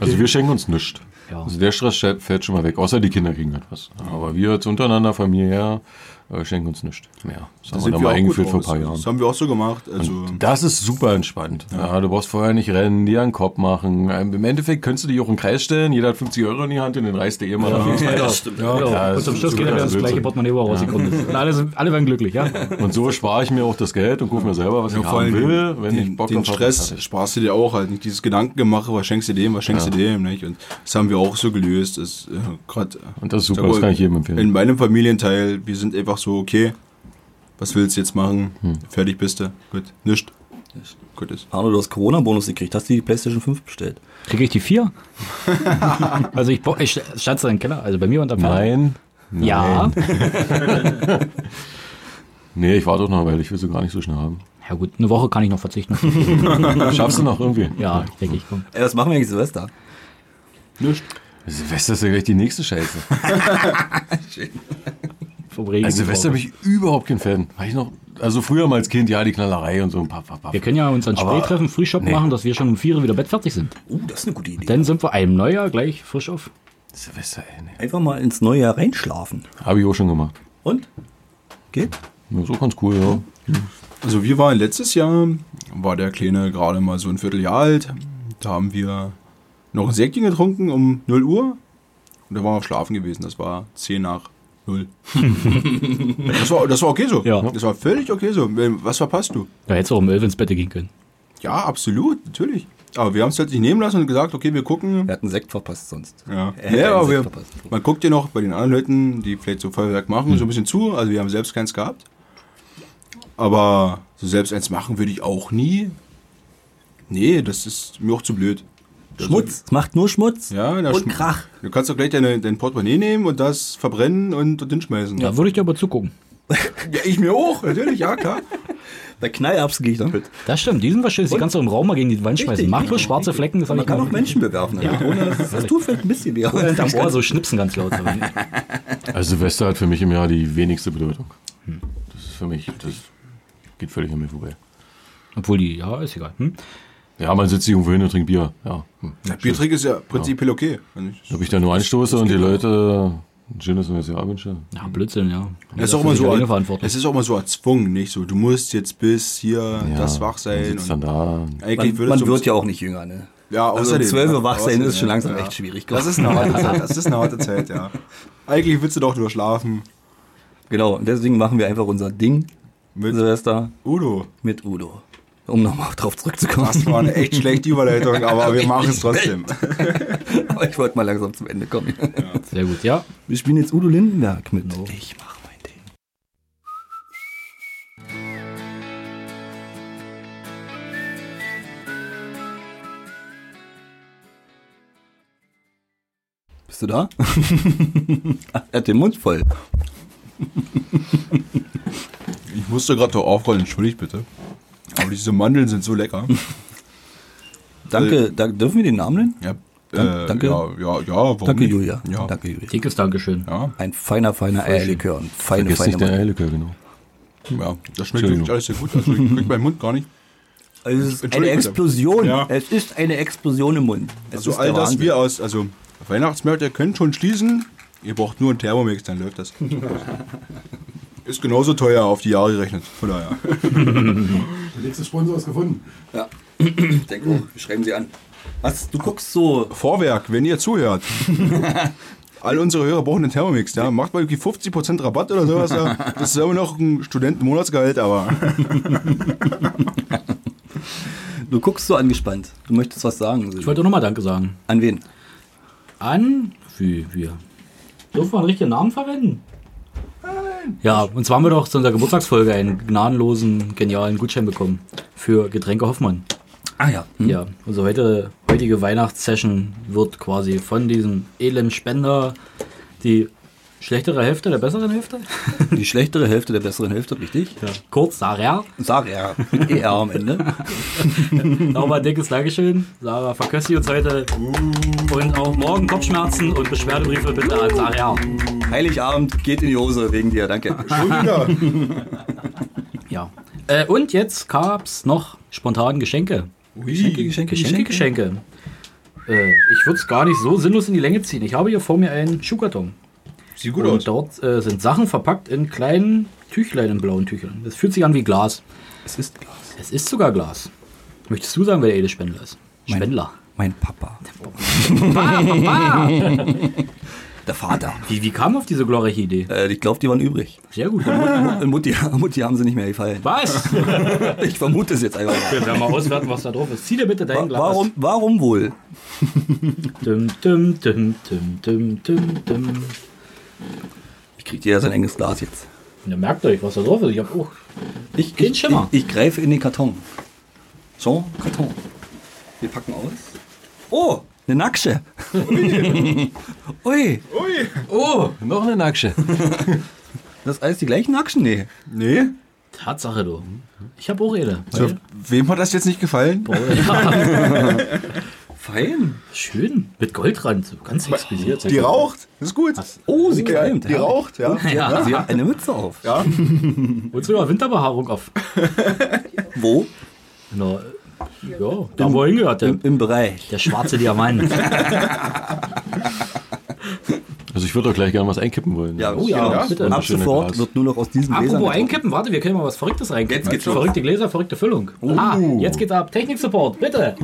[SPEAKER 4] Also wir schenken uns nichts.
[SPEAKER 3] Ja.
[SPEAKER 4] Also der Stress schä- fällt schon mal weg, außer die Kinder kriegen etwas. Aber wir jetzt untereinander, familiär, äh, schenken uns nichts mehr. Das haben wir da mal eingeführt vor ein paar Jahren.
[SPEAKER 1] Das haben wir auch so gemacht. Also,
[SPEAKER 4] Das ist super entspannt. Ja. du brauchst vorher nicht rennen, dir einen Kopf machen. Ähm, Im Endeffekt könntest du dich auch in den Kreis stellen, jeder hat 50 Euro in die Hand und den reißt der eh mal nach.
[SPEAKER 2] Genau.
[SPEAKER 3] Ja, das stimmt. Ja,
[SPEAKER 4] Ja,
[SPEAKER 3] und
[SPEAKER 4] das
[SPEAKER 3] zum
[SPEAKER 4] ist
[SPEAKER 3] Schluss geht
[SPEAKER 4] super,
[SPEAKER 3] dann wieder
[SPEAKER 4] das
[SPEAKER 3] das
[SPEAKER 4] ist
[SPEAKER 3] gleiche
[SPEAKER 4] Blödsinn.
[SPEAKER 3] Portemonnaie, wo er rausgekommen ist. Und alle, sind, alle werden glücklich, ja?
[SPEAKER 4] Und so spare ich mir auch das Geld und kaufe mir selber, was ich
[SPEAKER 1] vor
[SPEAKER 4] haben
[SPEAKER 1] allem
[SPEAKER 4] will, wenn
[SPEAKER 1] den,
[SPEAKER 4] ich Bock
[SPEAKER 1] den
[SPEAKER 4] drauf habe.
[SPEAKER 1] Stress
[SPEAKER 4] Fertig.
[SPEAKER 1] sparst du dir auch halt nicht. Dieses Gedankengemache, was schenkst du dem, was schenkst du dem, nicht? Und das haben wir auch so gelöst. Das, äh, grad,
[SPEAKER 4] Und das ist super,
[SPEAKER 1] sag mal,
[SPEAKER 4] das kann ich jedem empfehlen.
[SPEAKER 1] In meinem Familienteil, wir sind einfach so, okay, was willst du jetzt machen?
[SPEAKER 4] Hm.
[SPEAKER 1] Fertig bist du. Gut, nischt. Gut ist.
[SPEAKER 2] Arno, du hast Corona-Bonus gekriegt. Hast du die Playstation 5 bestellt?
[SPEAKER 3] Kriege ich die vier? also ich, bo- ich stand in im Keller, also bei mir unterm Fernseher.
[SPEAKER 4] Nein. nein.
[SPEAKER 3] Ja.
[SPEAKER 4] Nee, ich warte doch noch, weil ich will sie gar nicht so schnell haben.
[SPEAKER 3] Ja gut, eine Woche kann ich noch verzichten.
[SPEAKER 4] Schaffst du noch irgendwie?
[SPEAKER 3] Ja, denke ich, komm.
[SPEAKER 2] Ey, was machen wir eigentlich Silvester?
[SPEAKER 4] Silvester ist ja gleich die nächste Scheiße.
[SPEAKER 3] Vom Regen
[SPEAKER 4] Also Silvester
[SPEAKER 3] gebrochen.
[SPEAKER 4] bin ich überhaupt kein Fan. War ich noch, also früher mal als Kind, ja, die Knallerei und so ein paar, paar, paar.
[SPEAKER 3] Wir können ja uns dann
[SPEAKER 4] Aber-
[SPEAKER 3] spät treffen, Frühshop
[SPEAKER 4] nee.
[SPEAKER 3] machen, dass wir schon um vier wieder bettfertig sind.
[SPEAKER 2] Uh, das ist eine gute Idee.
[SPEAKER 3] Dann sind wir einem Neujahr gleich frisch auf.
[SPEAKER 4] Silvester, ey, nee.
[SPEAKER 2] Einfach mal ins neue Jahr reinschlafen.
[SPEAKER 4] Habe ich auch schon gemacht.
[SPEAKER 2] Und? Geht?
[SPEAKER 4] Ja, so ganz cool, ja.
[SPEAKER 1] Also wir waren letztes Jahr, war der Kleine gerade mal so ein Vierteljahr alt. Da haben wir noch ein Säckchen getrunken um 0 Uhr. Und da waren wir auch schlafen gewesen. Das war 10 nach 0. das, war, das war okay so.
[SPEAKER 3] Ja.
[SPEAKER 1] Das war völlig okay so. Ähm, Was verpasst du?
[SPEAKER 3] Da hättest du auch um elf ins Bett gehen können.
[SPEAKER 1] Ja, absolut, natürlich. Aber wir haben es halt nicht nehmen lassen und gesagt, okay, wir gucken.
[SPEAKER 2] Er hat einen Sekt verpasst sonst.
[SPEAKER 1] Ja,
[SPEAKER 2] Er
[SPEAKER 1] ja,
[SPEAKER 2] hätte einen
[SPEAKER 1] aber
[SPEAKER 2] Sekt
[SPEAKER 1] wir,
[SPEAKER 2] Äh, verpasst. Hm.
[SPEAKER 1] man guckt ja noch bei den anderen Leuten, die vielleicht so Feuerwerk machen, so ein bisschen zu. Also wir haben selbst keins gehabt. Aber so selbst eins machen würde ich auch nie. Nee, das ist mir auch zu blöd.
[SPEAKER 2] Schmutz. Es macht nur Schmutz.
[SPEAKER 1] Ja, da
[SPEAKER 2] Und
[SPEAKER 1] schm-
[SPEAKER 2] Krach.
[SPEAKER 1] Du kannst doch gleich deine, dein Portemonnaie nehmen und das verbrennen und, und hinschmeißen.
[SPEAKER 3] Da würde ich dir aber zugucken.
[SPEAKER 1] Ja, ich mir auch, natürlich, ja, klar.
[SPEAKER 2] Bei Knallerbsen gehe ich damit.
[SPEAKER 3] Das stimmt, die sind was Schönes. Die kannst du im Raum mal gegen die Wand schmeißen.
[SPEAKER 2] Richtig,
[SPEAKER 3] Mach bloß
[SPEAKER 2] richtig,
[SPEAKER 3] schwarze Flecken, das habe
[SPEAKER 2] Man
[SPEAKER 3] ich
[SPEAKER 2] kann
[SPEAKER 3] mal-
[SPEAKER 2] auch Menschen bewerfen.
[SPEAKER 1] also
[SPEAKER 2] Ja. Ohne, das, das tut vielleicht ein bisschen weh. aber
[SPEAKER 3] Oder
[SPEAKER 2] das
[SPEAKER 3] hinterm
[SPEAKER 2] ist ganz-
[SPEAKER 3] Ohr so schnipsen ganz laut. So.
[SPEAKER 4] Also Silvester hat für mich im Jahr die wenigste Bedeutung.
[SPEAKER 3] Hm.
[SPEAKER 4] Das ist für mich, das geht völlig an mir vorbei.
[SPEAKER 3] Obwohl die, ja, ist egal. Hm?
[SPEAKER 4] Ja, man sitzt sich irgendwo hin und trinkt Bier. Ja. Hm.
[SPEAKER 1] Biertrick ist
[SPEAKER 2] genau.
[SPEAKER 1] ja prinzipiell okay. Also,
[SPEAKER 4] Ob ich da nur anstoße und die Leute ein schönes neues Jahr wünsche.
[SPEAKER 3] Ja, Blödsinn, ja.
[SPEAKER 1] Das ist auch immer so,
[SPEAKER 3] verantwortlich.
[SPEAKER 1] es ist auch immer so erzwungen, nicht so. Du musst jetzt bis hier
[SPEAKER 4] Ja,
[SPEAKER 1] das wach
[SPEAKER 4] man
[SPEAKER 1] sein.
[SPEAKER 4] Sitzt dann
[SPEAKER 1] Und
[SPEAKER 4] da.
[SPEAKER 1] eigentlich
[SPEAKER 2] Man,
[SPEAKER 1] würde
[SPEAKER 2] man
[SPEAKER 1] so-
[SPEAKER 2] wird ja auch nicht jünger, ne?
[SPEAKER 1] Ja,
[SPEAKER 2] Also
[SPEAKER 1] außerdem.
[SPEAKER 2] 12 Uhr wach sein ist
[SPEAKER 1] Außerdem,
[SPEAKER 2] schon
[SPEAKER 1] ja.
[SPEAKER 2] langsam
[SPEAKER 1] Ja.
[SPEAKER 2] echt schwierig. glaub
[SPEAKER 1] Das ist eine harte Zeit, das ist eine harte Zeit, ja. Eigentlich willst du doch nur schlafen
[SPEAKER 2] Genau, und deswegen machen wir einfach unser Ding,
[SPEAKER 1] mit
[SPEAKER 2] Silvester,
[SPEAKER 1] Udo.
[SPEAKER 2] mit Udo. Um nochmal drauf
[SPEAKER 1] Das
[SPEAKER 2] zurückzukommen.
[SPEAKER 1] war eine echt schlechte Überleitung, aber wir machen es trotzdem.
[SPEAKER 2] Aber ich wollte mal langsam zum Ende kommen.
[SPEAKER 3] Sehr gut, ja.
[SPEAKER 2] Wir spielen jetzt Udo Lindenberg mit. Ich mach mein Ding. Bist du da? er hat den Mund voll.
[SPEAKER 1] Ich musste gerade doch aufrollen, entschuldigt bitte. Aber diese Mandeln sind so lecker.
[SPEAKER 2] Danke, da, dürfen wir den Namen nennen?
[SPEAKER 1] Ja,
[SPEAKER 2] Dank-
[SPEAKER 1] äh,
[SPEAKER 2] danke.
[SPEAKER 1] Ja, ja, ja warum
[SPEAKER 2] Danke,
[SPEAKER 1] nicht?
[SPEAKER 2] Julia.
[SPEAKER 1] Ja.
[SPEAKER 2] Danke, Julia.
[SPEAKER 3] Dickes Dankeschön.
[SPEAKER 1] Ja,
[SPEAKER 2] Ein feiner, feiner Eierlikör. und Feine,
[SPEAKER 4] Vergiss
[SPEAKER 2] feine
[SPEAKER 4] nicht den
[SPEAKER 2] Mann.
[SPEAKER 4] Eierlikör, genau.
[SPEAKER 1] ja, das schmeckt
[SPEAKER 4] Entschuldigung.
[SPEAKER 1] wirklich alles sehr gut. Also, ich krieg meinen Mund gar nicht.
[SPEAKER 2] Also es ist eine
[SPEAKER 1] Entschuldigung, bitte.
[SPEAKER 2] Explosion.
[SPEAKER 1] Ja.
[SPEAKER 2] Es ist eine Explosion im Mund. Es
[SPEAKER 1] Also,
[SPEAKER 2] ist
[SPEAKER 1] all
[SPEAKER 2] der
[SPEAKER 1] das
[SPEAKER 2] Wahnsinn.
[SPEAKER 1] wir aus, also Weihnachtsmärkte können schon schließen. Ihr braucht nur einen Thermomix, dann läuft das. Ist genauso teuer auf die Jahre gerechnet. Von daher.
[SPEAKER 7] Der nächste Sponsor ist gefunden.
[SPEAKER 2] Ja. Denk oh, wir schreiben sie an. Was? Du guckst so.
[SPEAKER 1] Vorwerk, wenn ihr zuhört. All unsere Hörer brauchen einen Thermomix, ja. Macht mal irgendwie 50% Rabatt oder sowas. Ja. Das ist immer noch ein Studentenmonatsgehalt, aber.
[SPEAKER 2] Du guckst so angespannt. Du möchtest was sagen.
[SPEAKER 3] Ich wollte auch nochmal Danke sagen.
[SPEAKER 2] An wen?
[SPEAKER 3] An. Wie wir. Dürfen wir einen richtigen Namen verwenden? Ja, und zwar haben wir doch zu unserer Geburtstagsfolge einen gnadenlosen, genialen Gutschein bekommen. Für Getränke Hoffmann.
[SPEAKER 2] Ah ja. Hm?
[SPEAKER 3] Ja, unsere heute, heutige Weihnachtssession wird quasi von diesem edlen Spender die schlechtere Hälfte der besseren Hälfte.
[SPEAKER 2] Die schlechtere Hälfte der besseren Hälfte, richtig?
[SPEAKER 3] Ja. Kurz Sarah.
[SPEAKER 2] Sag er. Mit ER am Ende.
[SPEAKER 3] Nochmal ein dickes Dankeschön. Sarah verköstigt uns heute. Und auch morgen Kopfschmerzen und Beschwerdebriefe bitte an Sarah.
[SPEAKER 2] Heiligabend geht in die Hose wegen dir, danke.
[SPEAKER 3] Ja. Äh, und jetzt gab's noch spontan Geschenke.
[SPEAKER 2] Geschenke, Geschenke,
[SPEAKER 3] Geschenke, Geschenke. Äh, ich würde es gar nicht so sinnlos in die Länge ziehen. Ich habe hier vor mir einen Schuhkarton.
[SPEAKER 1] Sieht gut
[SPEAKER 3] Und
[SPEAKER 1] aus.
[SPEAKER 3] dort äh, sind Sachen verpackt in kleinen Tüchlein, in blauen Tüchlein. Das fühlt sich an wie Glas.
[SPEAKER 2] Es ist Glas.
[SPEAKER 3] Es ist sogar Glas. Möchtest du sagen, wer der Edelspendler ist?
[SPEAKER 2] Mein-
[SPEAKER 3] Spendler.
[SPEAKER 2] Mein Papa. Der Vater.
[SPEAKER 3] Wie, wie kam auf diese glorreiche Idee?
[SPEAKER 2] Äh, ich glaube, die waren übrig.
[SPEAKER 3] Sehr gut.
[SPEAKER 2] Und Mutti, Mutti haben sie nicht mehr gefallen.
[SPEAKER 3] Was?
[SPEAKER 2] Ich vermute es jetzt einfach mal.
[SPEAKER 3] Wir werden mal auswerten, was da drauf ist. Zieh dir bitte dein
[SPEAKER 2] Wa-
[SPEAKER 3] Glas.
[SPEAKER 2] Warum, warum wohl?
[SPEAKER 3] Dum, dum, dum, dum, dum, dum, dum.
[SPEAKER 2] Ich krieg jeder sein enges Glas jetzt.
[SPEAKER 3] Na, merkt euch, was da drauf ist. Ich hab auch.
[SPEAKER 2] Ich,
[SPEAKER 3] Den
[SPEAKER 2] ich, ich,
[SPEAKER 3] Schimmer.
[SPEAKER 2] ich greife in den Karton. So, Karton. Wir packen aus. Oh, eine Nacksche. Ui,
[SPEAKER 4] Oh, noch eine Nacksche.
[SPEAKER 2] das ist alles die gleichen Nackschen? Nee.
[SPEAKER 1] Nee?
[SPEAKER 3] Tatsache, du. Ich hab auch Ede.
[SPEAKER 1] So, wem hat das jetzt nicht gefallen?
[SPEAKER 2] Fein.
[SPEAKER 3] Schön. Mit Goldrand. So ganz exquisiert.
[SPEAKER 1] Die raucht. Das ist gut.
[SPEAKER 2] Oh, sie
[SPEAKER 1] Ja,
[SPEAKER 2] keimt.
[SPEAKER 1] die raucht, ja.
[SPEAKER 3] Ja.
[SPEAKER 2] Sie hat eine Mütze auf.
[SPEAKER 1] Ja.
[SPEAKER 3] Und sogar Winterbehaarung auf.
[SPEAKER 2] Wo?
[SPEAKER 3] Na, ja, da wo er hingehört. Der,
[SPEAKER 2] Im, Im Bereich.
[SPEAKER 3] der schwarze Diamant.
[SPEAKER 4] Also ich würde doch gleich gerne was einkippen wollen.
[SPEAKER 3] Oh ja,
[SPEAKER 1] Ja.
[SPEAKER 3] bitte.
[SPEAKER 2] Genau. Ab
[SPEAKER 4] Schöne
[SPEAKER 2] sofort
[SPEAKER 4] Glas.
[SPEAKER 2] wird nur noch aus diesen Gläsern
[SPEAKER 3] Apropos
[SPEAKER 2] getrunken.
[SPEAKER 3] einkippen, warte, wir können mal was Verrücktes reinkippen.
[SPEAKER 2] Jetzt geht's los.
[SPEAKER 3] Verrückte Gläser, verrückte Füllung. Ah, jetzt geht's ab. Technik-Support, bitte.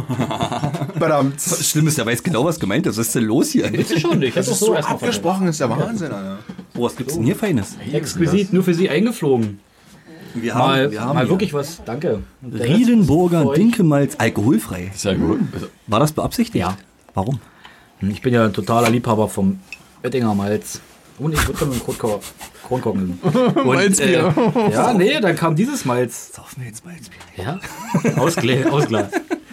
[SPEAKER 1] Verdammt.
[SPEAKER 2] Das Schlimme ist, der weiß genau, was gemeint ist. Was ist denn los hier?
[SPEAKER 3] Willst du schon? Ich hätte doch so, erstmal verstanden.
[SPEAKER 1] Abgesprochen ist der Wahnsinn, Alter.
[SPEAKER 2] Oh, was gibt's denn hier Feines?
[SPEAKER 3] Exquisit, nur für Sie eingeflogen.
[SPEAKER 2] Wir
[SPEAKER 3] Mal, mal
[SPEAKER 2] hier
[SPEAKER 3] wirklich was. Danke. Und der Rest ist
[SPEAKER 2] Riedenburger
[SPEAKER 3] für euch.
[SPEAKER 2] Dinkelmalz alkoholfrei.
[SPEAKER 4] Ist ja gut. Also,
[SPEAKER 2] War das beabsichtigt?
[SPEAKER 3] Ja.
[SPEAKER 2] Warum?
[SPEAKER 3] Hm, Ich bin ja ein totaler Liebhaber vom Oettinger Malz. Und ich würde mit dem Kronkorken. Kronkorken. Und, äh, ja, nee, dann kam dieses Malz.
[SPEAKER 2] Saufen wir jetzt Malzbier.
[SPEAKER 3] Ja, aus, Gla aus Glas.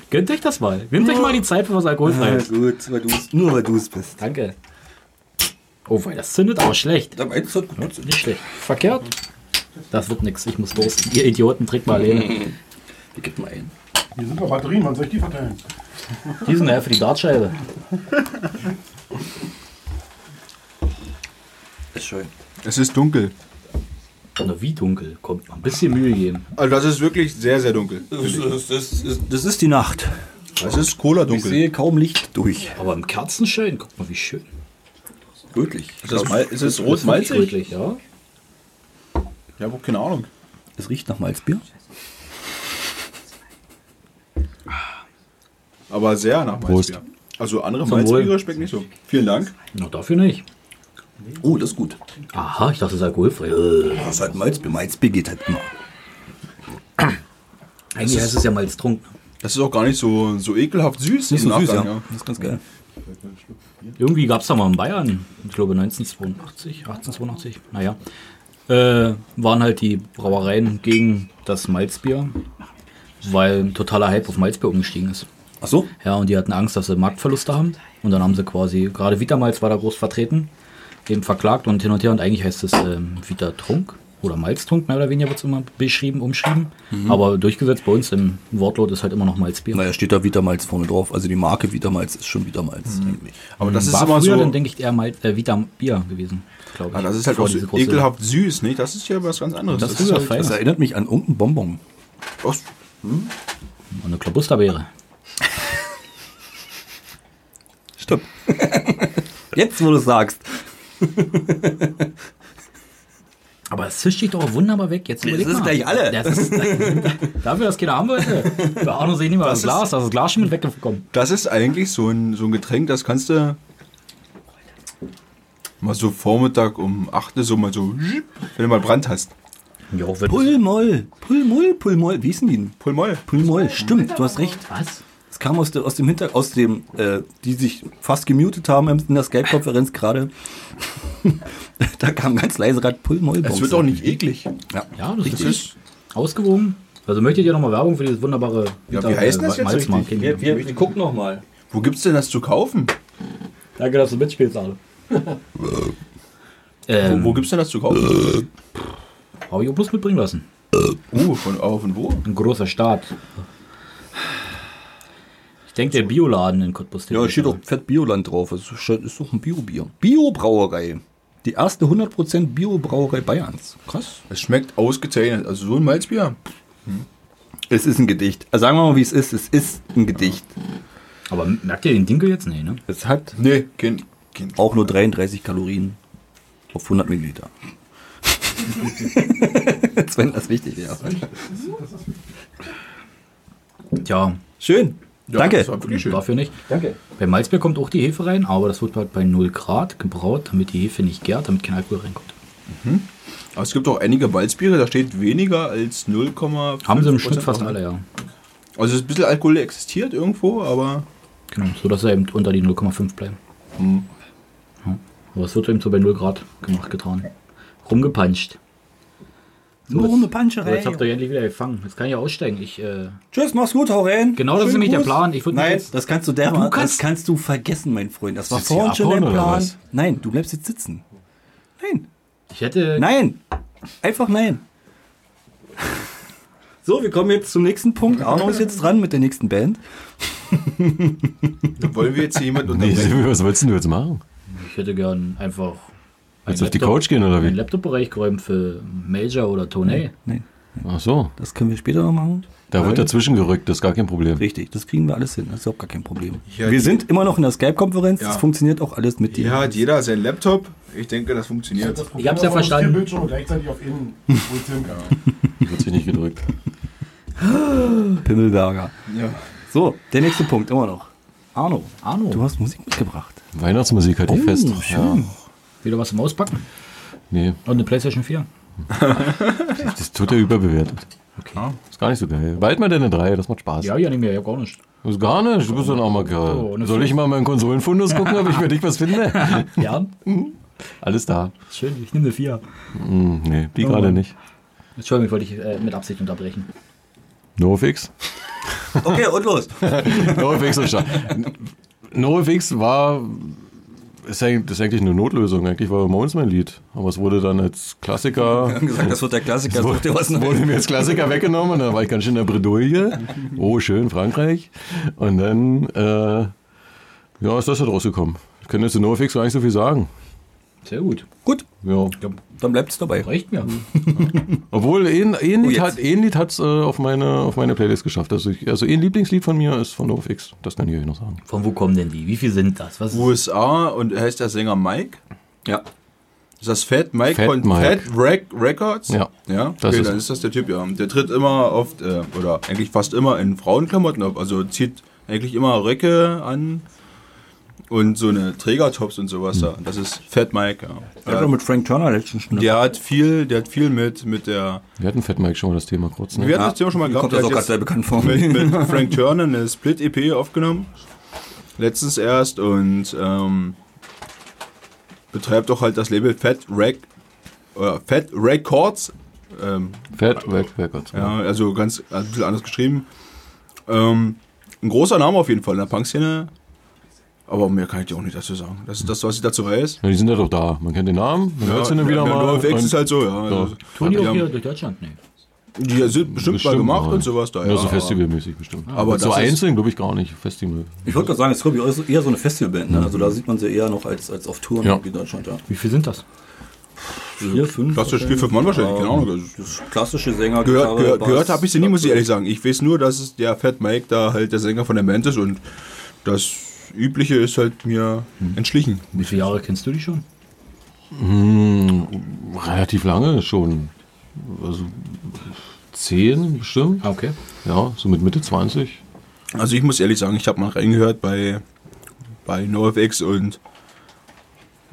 [SPEAKER 3] Gönnt euch das mal. Nehmt euch mal die Zeit für was
[SPEAKER 2] Ja,
[SPEAKER 3] Alkoholfreies.
[SPEAKER 2] gut, weil du nur weil du es bist.
[SPEAKER 3] Äh, Danke. Oh, weil das zündet aber schlecht.
[SPEAKER 2] Der Malz hat gut.
[SPEAKER 3] Nicht schlecht. Verkehrt. Das wird nix. Ich muss los. Ihr Idioten, trinkt mal alleine.
[SPEAKER 2] Wir geben mal ein.
[SPEAKER 7] Hier sind noch Batterien, wann soll ich die verteilen?
[SPEAKER 3] Diesen her für die Dartscheibe.
[SPEAKER 2] Ist schön.
[SPEAKER 1] Es ist dunkel.
[SPEAKER 3] Na, wie dunkel. Kommt mal ein bisschen Mühe geben.
[SPEAKER 1] Also das ist wirklich sehr, sehr dunkel.
[SPEAKER 2] Das ist, das ist, das ist die Nacht.
[SPEAKER 1] Das ist Cola-dunkel.
[SPEAKER 2] kaum Licht durch.
[SPEAKER 3] Aber im Kerzenschein, guck mal, wie schön.
[SPEAKER 2] Wirklich.
[SPEAKER 1] Das Mal- Ist es
[SPEAKER 3] Das ist wirklich rötlich, ja.
[SPEAKER 1] Ich habe auch keine Ahnung.
[SPEAKER 2] Es riecht nach Malzbier.
[SPEAKER 1] Aber sehr nach
[SPEAKER 4] Prost.
[SPEAKER 1] Malzbier. Also andere
[SPEAKER 3] Zum
[SPEAKER 1] Malzbiere
[SPEAKER 3] Wohl.
[SPEAKER 1] schmecken nicht so. Vielen Dank.
[SPEAKER 3] Na, dafür nicht.
[SPEAKER 2] Oh, das ist gut.
[SPEAKER 3] Aha, ich dachte, es ist alkoholfrei. Äh,
[SPEAKER 2] Das ist halt Malzbier. Malzbier geht halt immer.
[SPEAKER 3] Eigentlich heißt es ja malztrunken.
[SPEAKER 1] Das ist auch gar nicht so, so ekelhaft süß. im Nachgang, ja.
[SPEAKER 2] Das ist ganz geil.
[SPEAKER 3] Irgendwie gab es da mal in Bayern, ich glaube 1982, 1882, naja, äh, waren halt die Brauereien gegen das Malzbier, weil ein totaler Hype auf Malzbier umgestiegen ist.
[SPEAKER 2] Ach so?
[SPEAKER 3] Ja, und die hatten Angst, dass sie Marktverluste haben. Und dann haben sie quasi, gerade Vitamalz war da groß vertreten, eben verklagt und hin und her. Und eigentlich heißt es ähm, Vitatrunk oder Malztrunk, mehr oder weniger wird es immer beschrieben, umschrieben. Aber durchgesetzt bei uns im Wortlaut ist halt immer noch Malzbier.
[SPEAKER 2] Naja, steht da Vitamalz vorne drauf. Also die Marke Vitamalz ist schon Vitamalz. eigentlich.
[SPEAKER 1] Aber das ist
[SPEAKER 3] Hm. war
[SPEAKER 1] immer
[SPEAKER 3] früher
[SPEAKER 1] so...
[SPEAKER 3] dann, denke ich, eher Mal äh, Vitabier gewesen, glaube
[SPEAKER 1] Ah,
[SPEAKER 3] ich.
[SPEAKER 1] das ist halt
[SPEAKER 3] Vor
[SPEAKER 1] auch so
[SPEAKER 3] diese große-
[SPEAKER 1] ekelhaft süß, ne? Das ist ja was ganz anderes.
[SPEAKER 3] Das ist ja
[SPEAKER 1] halt- Oh,
[SPEAKER 3] fein.
[SPEAKER 2] Das erinnert mich an irgendein Bonbon.
[SPEAKER 1] Ach,
[SPEAKER 3] Und eine Klabusterbeere.
[SPEAKER 2] Stopp. Jetzt, wo du es sagst.
[SPEAKER 3] Aber es zischt dich doch wunderbar weg. Jetzt überleg
[SPEAKER 2] sind
[SPEAKER 3] mal.
[SPEAKER 2] gleich alle.
[SPEAKER 3] Das ist, dafür, dass keiner haben wollte. Bei Arno sehe ich nicht mal das,
[SPEAKER 1] ist-
[SPEAKER 3] Glas. Da ist das Glas schon mit weggekommen.
[SPEAKER 1] Das ist eigentlich so ein, so ein Getränk, das kannst du mal so Vormittag um 8 Uhr so mal so, wenn du mal Brand hast.
[SPEAKER 3] Jo, wenn
[SPEAKER 2] Pullmoll. Pullmoll, Pullmoll. Wie hießen die denn?
[SPEAKER 1] Pullmoll.
[SPEAKER 2] Pullmoll, stimmt, du hast recht.
[SPEAKER 3] Was?
[SPEAKER 2] Es kam aus, der, aus dem Hintergrund, aus dem, äh, die sich fast gemutet haben in der Skype-Konferenz gerade. da kam ganz leise Rad Pullmoll.
[SPEAKER 1] Es wird auch nicht eklig.
[SPEAKER 2] Ja.
[SPEAKER 3] Ja, das
[SPEAKER 1] Richtig.
[SPEAKER 3] ist ausgewogen. Also möchtet ihr nochmal Werbung für dieses wunderbare äh,
[SPEAKER 1] Ja, wie heißt das jetzt
[SPEAKER 3] Malzmark
[SPEAKER 1] richtig?
[SPEAKER 3] hinnehmen?
[SPEAKER 2] gucken nochmal.
[SPEAKER 1] Wo gibt's denn das zu kaufen?
[SPEAKER 3] Danke, dass du mitspielst, Arno.
[SPEAKER 1] Wo,
[SPEAKER 3] ähm,
[SPEAKER 1] wo gibt's denn das zu kaufen?
[SPEAKER 3] habe ich auch bloß mitbringen lassen.
[SPEAKER 1] Uh, von auf und wo?
[SPEAKER 3] Ein großer Start. Ich denke, der Bioladen in Cottbus.
[SPEAKER 2] Ja, steht doch Fett Bioland drauf. Das ist, schon- ist doch ein Biobier. Biobrauerei. Die erste 100% Biobrauerei Bayerns. Krass.
[SPEAKER 1] Es schmeckt ausgezeichnet. Also so ein Malzbier.
[SPEAKER 2] Es ist ein Gedicht. Also sagen wir mal, wie es ist. Es ist ein Gedicht.
[SPEAKER 3] Aber merkt ihr den Dinkel jetzt? Nee, ne?
[SPEAKER 2] Es hat
[SPEAKER 1] Nee, kein, kein
[SPEAKER 2] auch nur 33 Kalorien auf 100 Milliliter. Sven, das ist wichtig, ja.
[SPEAKER 3] Tja,
[SPEAKER 2] Schön.
[SPEAKER 1] Ja,
[SPEAKER 2] Danke.
[SPEAKER 1] Das war wirklich schön.
[SPEAKER 3] dafür nicht.
[SPEAKER 2] Danke.
[SPEAKER 3] Bei Malzbier kommt auch die Hefe rein, aber das wird halt bei 0 Grad gebraut, damit die Hefe nicht gärt, damit kein Alkohol reinkommt.
[SPEAKER 1] Aber es gibt auch einige Malzbiere, da steht weniger als 0,5.
[SPEAKER 3] Haben sie im Schnitt fast
[SPEAKER 1] drauf.
[SPEAKER 3] alle, ja.
[SPEAKER 1] Also ein bisschen Alkohol existiert irgendwo, aber
[SPEAKER 3] Genau, so dass sie eben unter die 0,5 bleiben. Ja. Aber es wird eben so bei 0 Grad gemacht, getan. Rumgepanscht.
[SPEAKER 2] Nur eine Pansche
[SPEAKER 3] So, jetzt habt ihr endlich wieder gefangen. Jetzt kann ich ja aussteigen. Ich, äh,
[SPEAKER 2] Tschüss, mach's gut, hau rein.
[SPEAKER 3] Genau, das ist nämlich der Plan. Ich würd mir
[SPEAKER 2] Nein,
[SPEAKER 3] jetzt-
[SPEAKER 2] das kannst du der
[SPEAKER 3] Du
[SPEAKER 2] das
[SPEAKER 3] kannst-
[SPEAKER 2] kannst du vergessen, mein Freund. Das war
[SPEAKER 4] Sitzt hier
[SPEAKER 2] vorhin schon dein
[SPEAKER 4] abhauen oder
[SPEAKER 2] Plan.
[SPEAKER 4] was?
[SPEAKER 2] Nein, du bleibst jetzt sitzen. Nein.
[SPEAKER 3] ich hätte.
[SPEAKER 2] Nein! Einfach nein! So, wir kommen jetzt zum nächsten Punkt. Arno ist jetzt dran mit der nächsten Band.
[SPEAKER 1] wollen wir jetzt hier jemanden
[SPEAKER 4] Nee,
[SPEAKER 1] unterbrechen?
[SPEAKER 4] was willst denn du jetzt machen?
[SPEAKER 3] Ich hätte gern einfach. meinen
[SPEAKER 4] Willst du auf die
[SPEAKER 3] Laptop-
[SPEAKER 4] Couch gehen oder wie?
[SPEAKER 3] meinen Laptop-Bereich geräumt für Major oder Tony.
[SPEAKER 2] Nein,
[SPEAKER 4] Ach so,
[SPEAKER 2] das können wir später noch machen.
[SPEAKER 4] da wird dazwischen gerückt, das ist gar kein Problem.
[SPEAKER 2] Richtig, das kriegen wir alles hin. Das ist überhaupt gar kein Problem.
[SPEAKER 1] Ja, die-
[SPEAKER 2] wir sind immer noch in der Skype-Konferenz.
[SPEAKER 1] Ja.
[SPEAKER 2] Das funktioniert auch alles mit dir.
[SPEAKER 1] Hier hat jeder seinen Laptop. Ich denke, das funktioniert.
[SPEAKER 3] Ich hab's ja verstanden.
[SPEAKER 8] Vier Bildschirme gleichzeitig auf innen projizieren kann.
[SPEAKER 4] Wird sich nicht gedrückt.
[SPEAKER 2] Pimmelberger.
[SPEAKER 1] Ja.
[SPEAKER 2] So, der nächste Punkt immer noch. Arno,
[SPEAKER 3] Arno,
[SPEAKER 2] du hast Musik mitgebracht.
[SPEAKER 4] Weihnachtsmusik halt ich fest. Ja.
[SPEAKER 3] wieder was zum Auspacken.
[SPEAKER 4] Nee,
[SPEAKER 3] Und eine PlayStation 4.
[SPEAKER 4] das tut er überbewertet. Okay. Ist gar nicht so geil. Bald mal deine drei, das macht Spaß.
[SPEAKER 3] Ja, ja, nicht mehr. Ich hab gar nicht.
[SPEAKER 4] Das ist gar nicht, du bist doch ein armer Kerl.
[SPEAKER 3] Oh, ne
[SPEAKER 4] Soll ich mal meinen Konsolenfundus gucken, ob ich für dich was finde?
[SPEAKER 3] Ja,
[SPEAKER 4] Alles da.
[SPEAKER 3] schön. Ich nehme eine 4.
[SPEAKER 4] Hm, nee, die gerade nicht.
[SPEAKER 3] Entschuldigung, ich wollte dich äh, mit Absicht unterbrechen.
[SPEAKER 4] NoFX?
[SPEAKER 2] Okay, und los.
[SPEAKER 4] NoFX ist stark. NoFX war. Ist eigentlich, das ist eigentlich eine Notlösung. Eigentlich war Moans mein Lied. Aber es wurde dann als Klassiker.
[SPEAKER 2] gesagt, das wird der Klassiker. Such dir was Neues.
[SPEAKER 4] wurde mir als Klassiker weggenommen und da war ich ganz schön in der Bredouille. Oh, schön, Frankreich. Und dann. Äh, ja, ist das da draus gekommen. Ich kann jetzt zu NoFX gar nicht so viel sagen.
[SPEAKER 3] Sehr gut. Hm.
[SPEAKER 2] Gut,
[SPEAKER 4] Ja.
[SPEAKER 2] dann bleibt's dabei.
[SPEAKER 3] Reicht mir.
[SPEAKER 4] Obwohl, ein, ein,
[SPEAKER 2] Oh,
[SPEAKER 4] Lied
[SPEAKER 2] jetzt.
[SPEAKER 4] hat, ein Lied hat's äh, auf, meine, auf meine Playlist geschafft. Also, ich, also ein Lieblingslied von mir ist von NoFX. Das kann ich euch noch sagen.
[SPEAKER 3] Von wo kommen denn die? Wie viel sind das? Was ist
[SPEAKER 1] USA und heißt der Sänger Mike?
[SPEAKER 2] Ja.
[SPEAKER 1] Ist das Fat Mike
[SPEAKER 4] Fat
[SPEAKER 1] von
[SPEAKER 4] Mike.
[SPEAKER 1] Fat Rack Records?
[SPEAKER 4] Ja.
[SPEAKER 1] Ja,
[SPEAKER 4] Das
[SPEAKER 1] okay,
[SPEAKER 4] ist
[SPEAKER 1] dann
[SPEAKER 4] er.
[SPEAKER 1] ist das der Typ, ja. Der tritt immer oft, äh, oder eigentlich fast immer in Frauenklamotten ab. Also zieht eigentlich immer Röcke an und so eine Trägertops und sowas da. Das ist Fat Mike, ja.
[SPEAKER 2] Ich
[SPEAKER 1] Der,
[SPEAKER 2] mit Frank Turner letztens schon.
[SPEAKER 1] der hat viel, der hat viel mit, mit der.
[SPEAKER 4] Wir hatten Fat Mike schon mal das Thema kurz. Ne?
[SPEAKER 1] Wir hatten das Thema schon mal gehabt.
[SPEAKER 2] Kommt
[SPEAKER 1] der
[SPEAKER 2] das auch
[SPEAKER 1] hat
[SPEAKER 2] gerade
[SPEAKER 1] jetzt-
[SPEAKER 2] sehr bekannt vor.
[SPEAKER 1] mit, mit Frank Turner eine Split-EP aufgenommen. Letztens erst und ähm, betreibt doch halt das Label Fat Rack, äh, Fat Records. Ähm,
[SPEAKER 4] Fat Rack Records.
[SPEAKER 1] ja, also ganz also ein bisschen anders geschrieben. Ähm, ein großer Name auf jeden Fall in der Punk-Szene. Aber mehr kann ich dir auch nicht dazu sagen. Das ist das, was ich dazu weiß.
[SPEAKER 4] Ja, die sind ja doch da. Man kennt den Namen, man hört sie dann wieder
[SPEAKER 1] ja,
[SPEAKER 4] mal.
[SPEAKER 1] Nur auf X
[SPEAKER 4] und-
[SPEAKER 1] ist halt so, ja. Also,
[SPEAKER 3] Tun die
[SPEAKER 1] die,
[SPEAKER 3] auch hier
[SPEAKER 1] haben,
[SPEAKER 3] durch Deutschland? Nee.
[SPEAKER 1] die sind bestimmt, mal gemacht
[SPEAKER 4] mal.
[SPEAKER 1] und sowas da.
[SPEAKER 4] Ja, so
[SPEAKER 1] aber-
[SPEAKER 4] festivalmäßig bestimmt.
[SPEAKER 1] Aber
[SPEAKER 4] so
[SPEAKER 1] das ist-
[SPEAKER 4] einzeln glaube ich gar nicht. Festival.
[SPEAKER 2] Ich wollte gerade sagen, es ist glaube ich eher so eine Festivalband. Ne? Also da sieht man sie eher noch als, als auf Touren
[SPEAKER 4] Ja.
[SPEAKER 2] wie in Deutschland. Ja.
[SPEAKER 3] Wie viel sind das?
[SPEAKER 2] Vier, fünf.
[SPEAKER 1] Klassisch Spiel fünf Mann wahrscheinlich, keine Ahnung. Also,
[SPEAKER 2] Das klassische Sänger.
[SPEAKER 1] Gehört, gehört, gehört habe ich sie nie, muss ich ehrlich sagen. Ich weiß nur, dass es der Fat Mike da halt der Sänger von der Band ist und das Übliche ist halt mir entschlichen.
[SPEAKER 4] Hm.
[SPEAKER 3] Wie viele Jahre kennst du die schon?
[SPEAKER 4] Relativ lange schon. Also zehn bestimmt.
[SPEAKER 9] Ah, Okay.
[SPEAKER 4] Ja, so mit Mitte 20.
[SPEAKER 1] Also ich muss ehrlich sagen, ich habe mal reingehört bei, bei NoFX und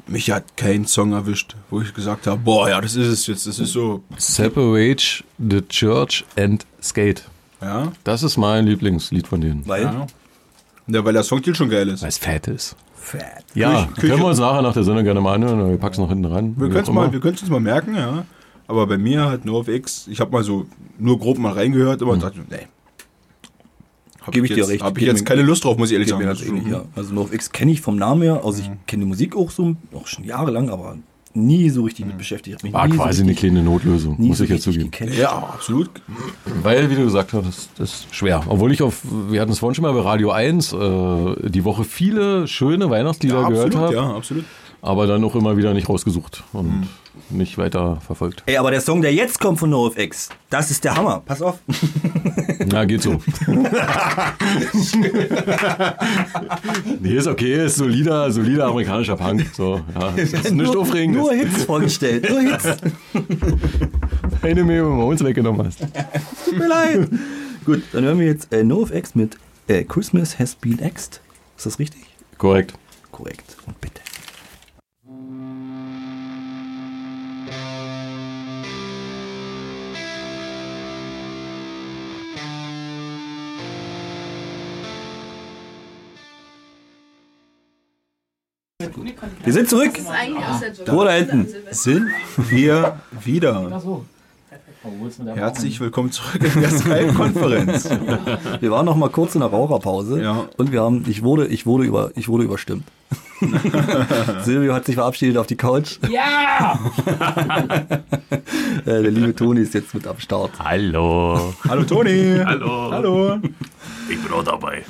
[SPEAKER 1] mich hat kein Song erwischt, wo ich gesagt habe, boah, ja, das ist es jetzt, das ist so,
[SPEAKER 4] Separate the Church and Skate.
[SPEAKER 1] ja,
[SPEAKER 4] Das ist mein Lieblingslied von denen.
[SPEAKER 2] Weil?
[SPEAKER 1] ja. ja weil der Songtitel schon geil ist.
[SPEAKER 4] Weil es fett ist.
[SPEAKER 2] Fett.
[SPEAKER 4] Ja,
[SPEAKER 1] Küche-
[SPEAKER 4] können wir uns nachher nach der Sendung gerne mal anhören. oder Wir packen es noch hinten ran.
[SPEAKER 1] Wir
[SPEAKER 4] wie
[SPEAKER 1] können es
[SPEAKER 4] auch
[SPEAKER 1] mal,
[SPEAKER 4] immer.
[SPEAKER 1] wir können's uns mal merken, ja. Aber bei mir halt hat NoFX, ich habe mal so nur grob mal reingehört, aber dachte, nee. Hab
[SPEAKER 2] Geb ich dir
[SPEAKER 1] jetzt,
[SPEAKER 2] recht.
[SPEAKER 1] Habe Hm. ich
[SPEAKER 2] Geb
[SPEAKER 1] jetzt
[SPEAKER 2] mir-
[SPEAKER 1] keine Lust drauf, muss ich ehrlich
[SPEAKER 2] Geht
[SPEAKER 1] sagen.
[SPEAKER 2] mir
[SPEAKER 1] Das
[SPEAKER 2] das
[SPEAKER 1] ist Mhm.
[SPEAKER 2] ähnlich,
[SPEAKER 1] so,
[SPEAKER 2] ja. Also NoFX kenne ich vom Namen her, also ich kenne die Musik auch so, auch schon jahrelang, aber nie so richtig
[SPEAKER 1] Mhm.
[SPEAKER 2] mit beschäftigt. Hat mich
[SPEAKER 4] War
[SPEAKER 2] nie
[SPEAKER 4] quasi
[SPEAKER 2] so
[SPEAKER 4] eine
[SPEAKER 2] richtig,
[SPEAKER 4] kleine Notlösung,
[SPEAKER 2] nie
[SPEAKER 4] muss
[SPEAKER 2] so
[SPEAKER 4] ich jetzt
[SPEAKER 2] richtig
[SPEAKER 4] zugeben.
[SPEAKER 2] gekannt.
[SPEAKER 1] Ja, absolut.
[SPEAKER 4] Weil, wie du gesagt hast, das, das ist schwer. Obwohl ich auf, wir hatten es vorhin schon mal bei Radio 1, äh, die Woche viele schöne Weihnachtslieder
[SPEAKER 1] Ja,
[SPEAKER 4] gehört
[SPEAKER 1] absolut,
[SPEAKER 4] habe,
[SPEAKER 1] ja, absolut.
[SPEAKER 4] aber dann auch immer wieder nicht rausgesucht und nicht weiter verfolgt.
[SPEAKER 2] Ey, aber der Song, der jetzt kommt von NoFX, das ist der Hammer. Pass auf.
[SPEAKER 4] Na, geht so. nee, ist okay, ist solider, solider amerikanischer Punk. So, ja, ist nicht aufregend.
[SPEAKER 2] Nur Hits vorgestellt, nur Hits.
[SPEAKER 4] eine Meme, wenn du uns weggenommen hast.
[SPEAKER 2] Tut mir leid. Gut, dann hören wir jetzt äh, NoFX mit äh, Christmas Has Been Exed. Ist das richtig?
[SPEAKER 4] Korrekt.
[SPEAKER 2] Korrekt. Und bitte. Wir sind zurück. Ruhe da hinten.
[SPEAKER 1] Sind wir wieder. Herzlich willkommen zurück in der Skype-Konferenz.
[SPEAKER 2] Wir waren noch mal kurz in der Raucherpause
[SPEAKER 1] Ja.
[SPEAKER 2] und wir haben, ich wurde, ich wurde über, ich wurde überstimmt. Silvio hat sich verabschiedet auf die Couch. Ja! äh, der liebe Toni ist jetzt mit am Start.
[SPEAKER 9] Hallo.
[SPEAKER 1] Hallo Toni.
[SPEAKER 9] Hallo.
[SPEAKER 1] Hallo.
[SPEAKER 9] Ich bin auch dabei.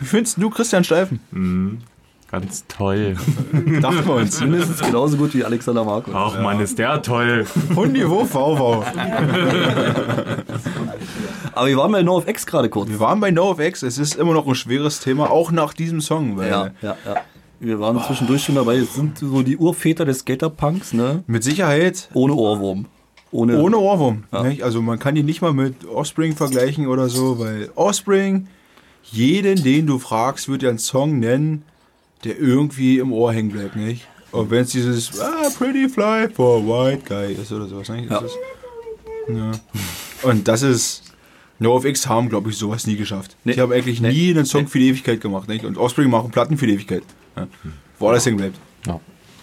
[SPEAKER 1] Wie findest du Christian Steifen?
[SPEAKER 9] Ganz toll.
[SPEAKER 1] Dachten wir uns.
[SPEAKER 2] Mindestens genauso gut wie Alexander Markus.
[SPEAKER 9] Ach Mann, ist der toll.
[SPEAKER 1] Hundi, wo, Vauwau.
[SPEAKER 2] Aber wir waren bei NoFX gerade kurz.
[SPEAKER 1] Wir waren bei NoFX, es ist immer noch ein schweres Thema, auch nach diesem Song. Weil
[SPEAKER 2] Ja, ja, ja. Wir waren zwischendurch schon dabei. Es sind so die Urväter des Skaterpunks, ne?
[SPEAKER 1] Mit Sicherheit
[SPEAKER 2] Ohne Ohrwurm. Ohne,
[SPEAKER 1] ohne Ohrwurm. Nicht? Also man kann die nicht mal mit Offspring vergleichen oder so, weil Offspring, jeden, den du fragst, wird ja einen Song nennen, der irgendwie im Ohr hängen bleibt, nicht? Und wenn es dieses ah, Pretty Fly for White Guy ist oder sowas, nicht? Das
[SPEAKER 2] Ja.
[SPEAKER 1] ist, ja. Und das ist. NoFX haben, glaube ich, sowas nie geschafft.
[SPEAKER 2] Nee.
[SPEAKER 1] Die haben eigentlich nie einen Song für die Ewigkeit gemacht, nicht? Und Offspring machen Platten für die Ewigkeit. Ja. Wo alles hängen bleibt.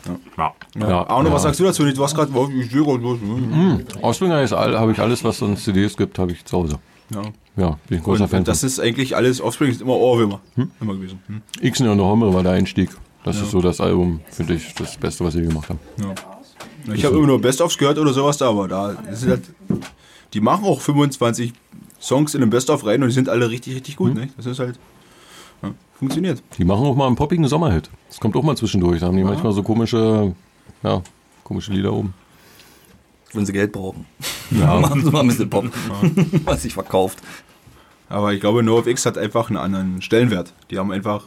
[SPEAKER 9] Ja.
[SPEAKER 1] Ja.
[SPEAKER 4] Ja.
[SPEAKER 1] Arno, was
[SPEAKER 4] Ja.
[SPEAKER 1] sagst du dazu? Du hast gerade. Ich sehe gerade was. hm.
[SPEAKER 2] Mhm.
[SPEAKER 4] Ausbringer ist all, habe ich alles, was uns CDs gibt, habe ich zu Hause.
[SPEAKER 1] Ja.
[SPEAKER 4] Ja, bin ich ein großer
[SPEAKER 1] und,
[SPEAKER 4] Fan.
[SPEAKER 1] und das
[SPEAKER 4] von.
[SPEAKER 1] ist eigentlich alles, Offspring ist immer Ohrwürmer. Immer gewesen. Hm.
[SPEAKER 4] Ixen und Hombre war der Einstieg. Das ist so das Album, finde ich, das Beste, was sie gemacht haben.
[SPEAKER 1] Na, Ich habe immer nur Best-ofs gehört oder sowas da, aber da das sind halt, die machen auch 25 Songs in den Best-of rein und die sind alle richtig, richtig gut.
[SPEAKER 4] Hm?
[SPEAKER 1] Ne? Das ist halt, ja, funktioniert.
[SPEAKER 4] Die machen auch mal einen poppigen Sommerhit. Das kommt auch mal zwischendurch. Da haben die manchmal so komische, ja, komische Lieder oben.
[SPEAKER 2] Wenn sie Geld brauchen. Ja. Machen sie mal ein bisschen Pop. Was sich verkauft.
[SPEAKER 1] Aber ich glaube, NoFX hat einfach einen anderen Stellenwert. Die haben einfach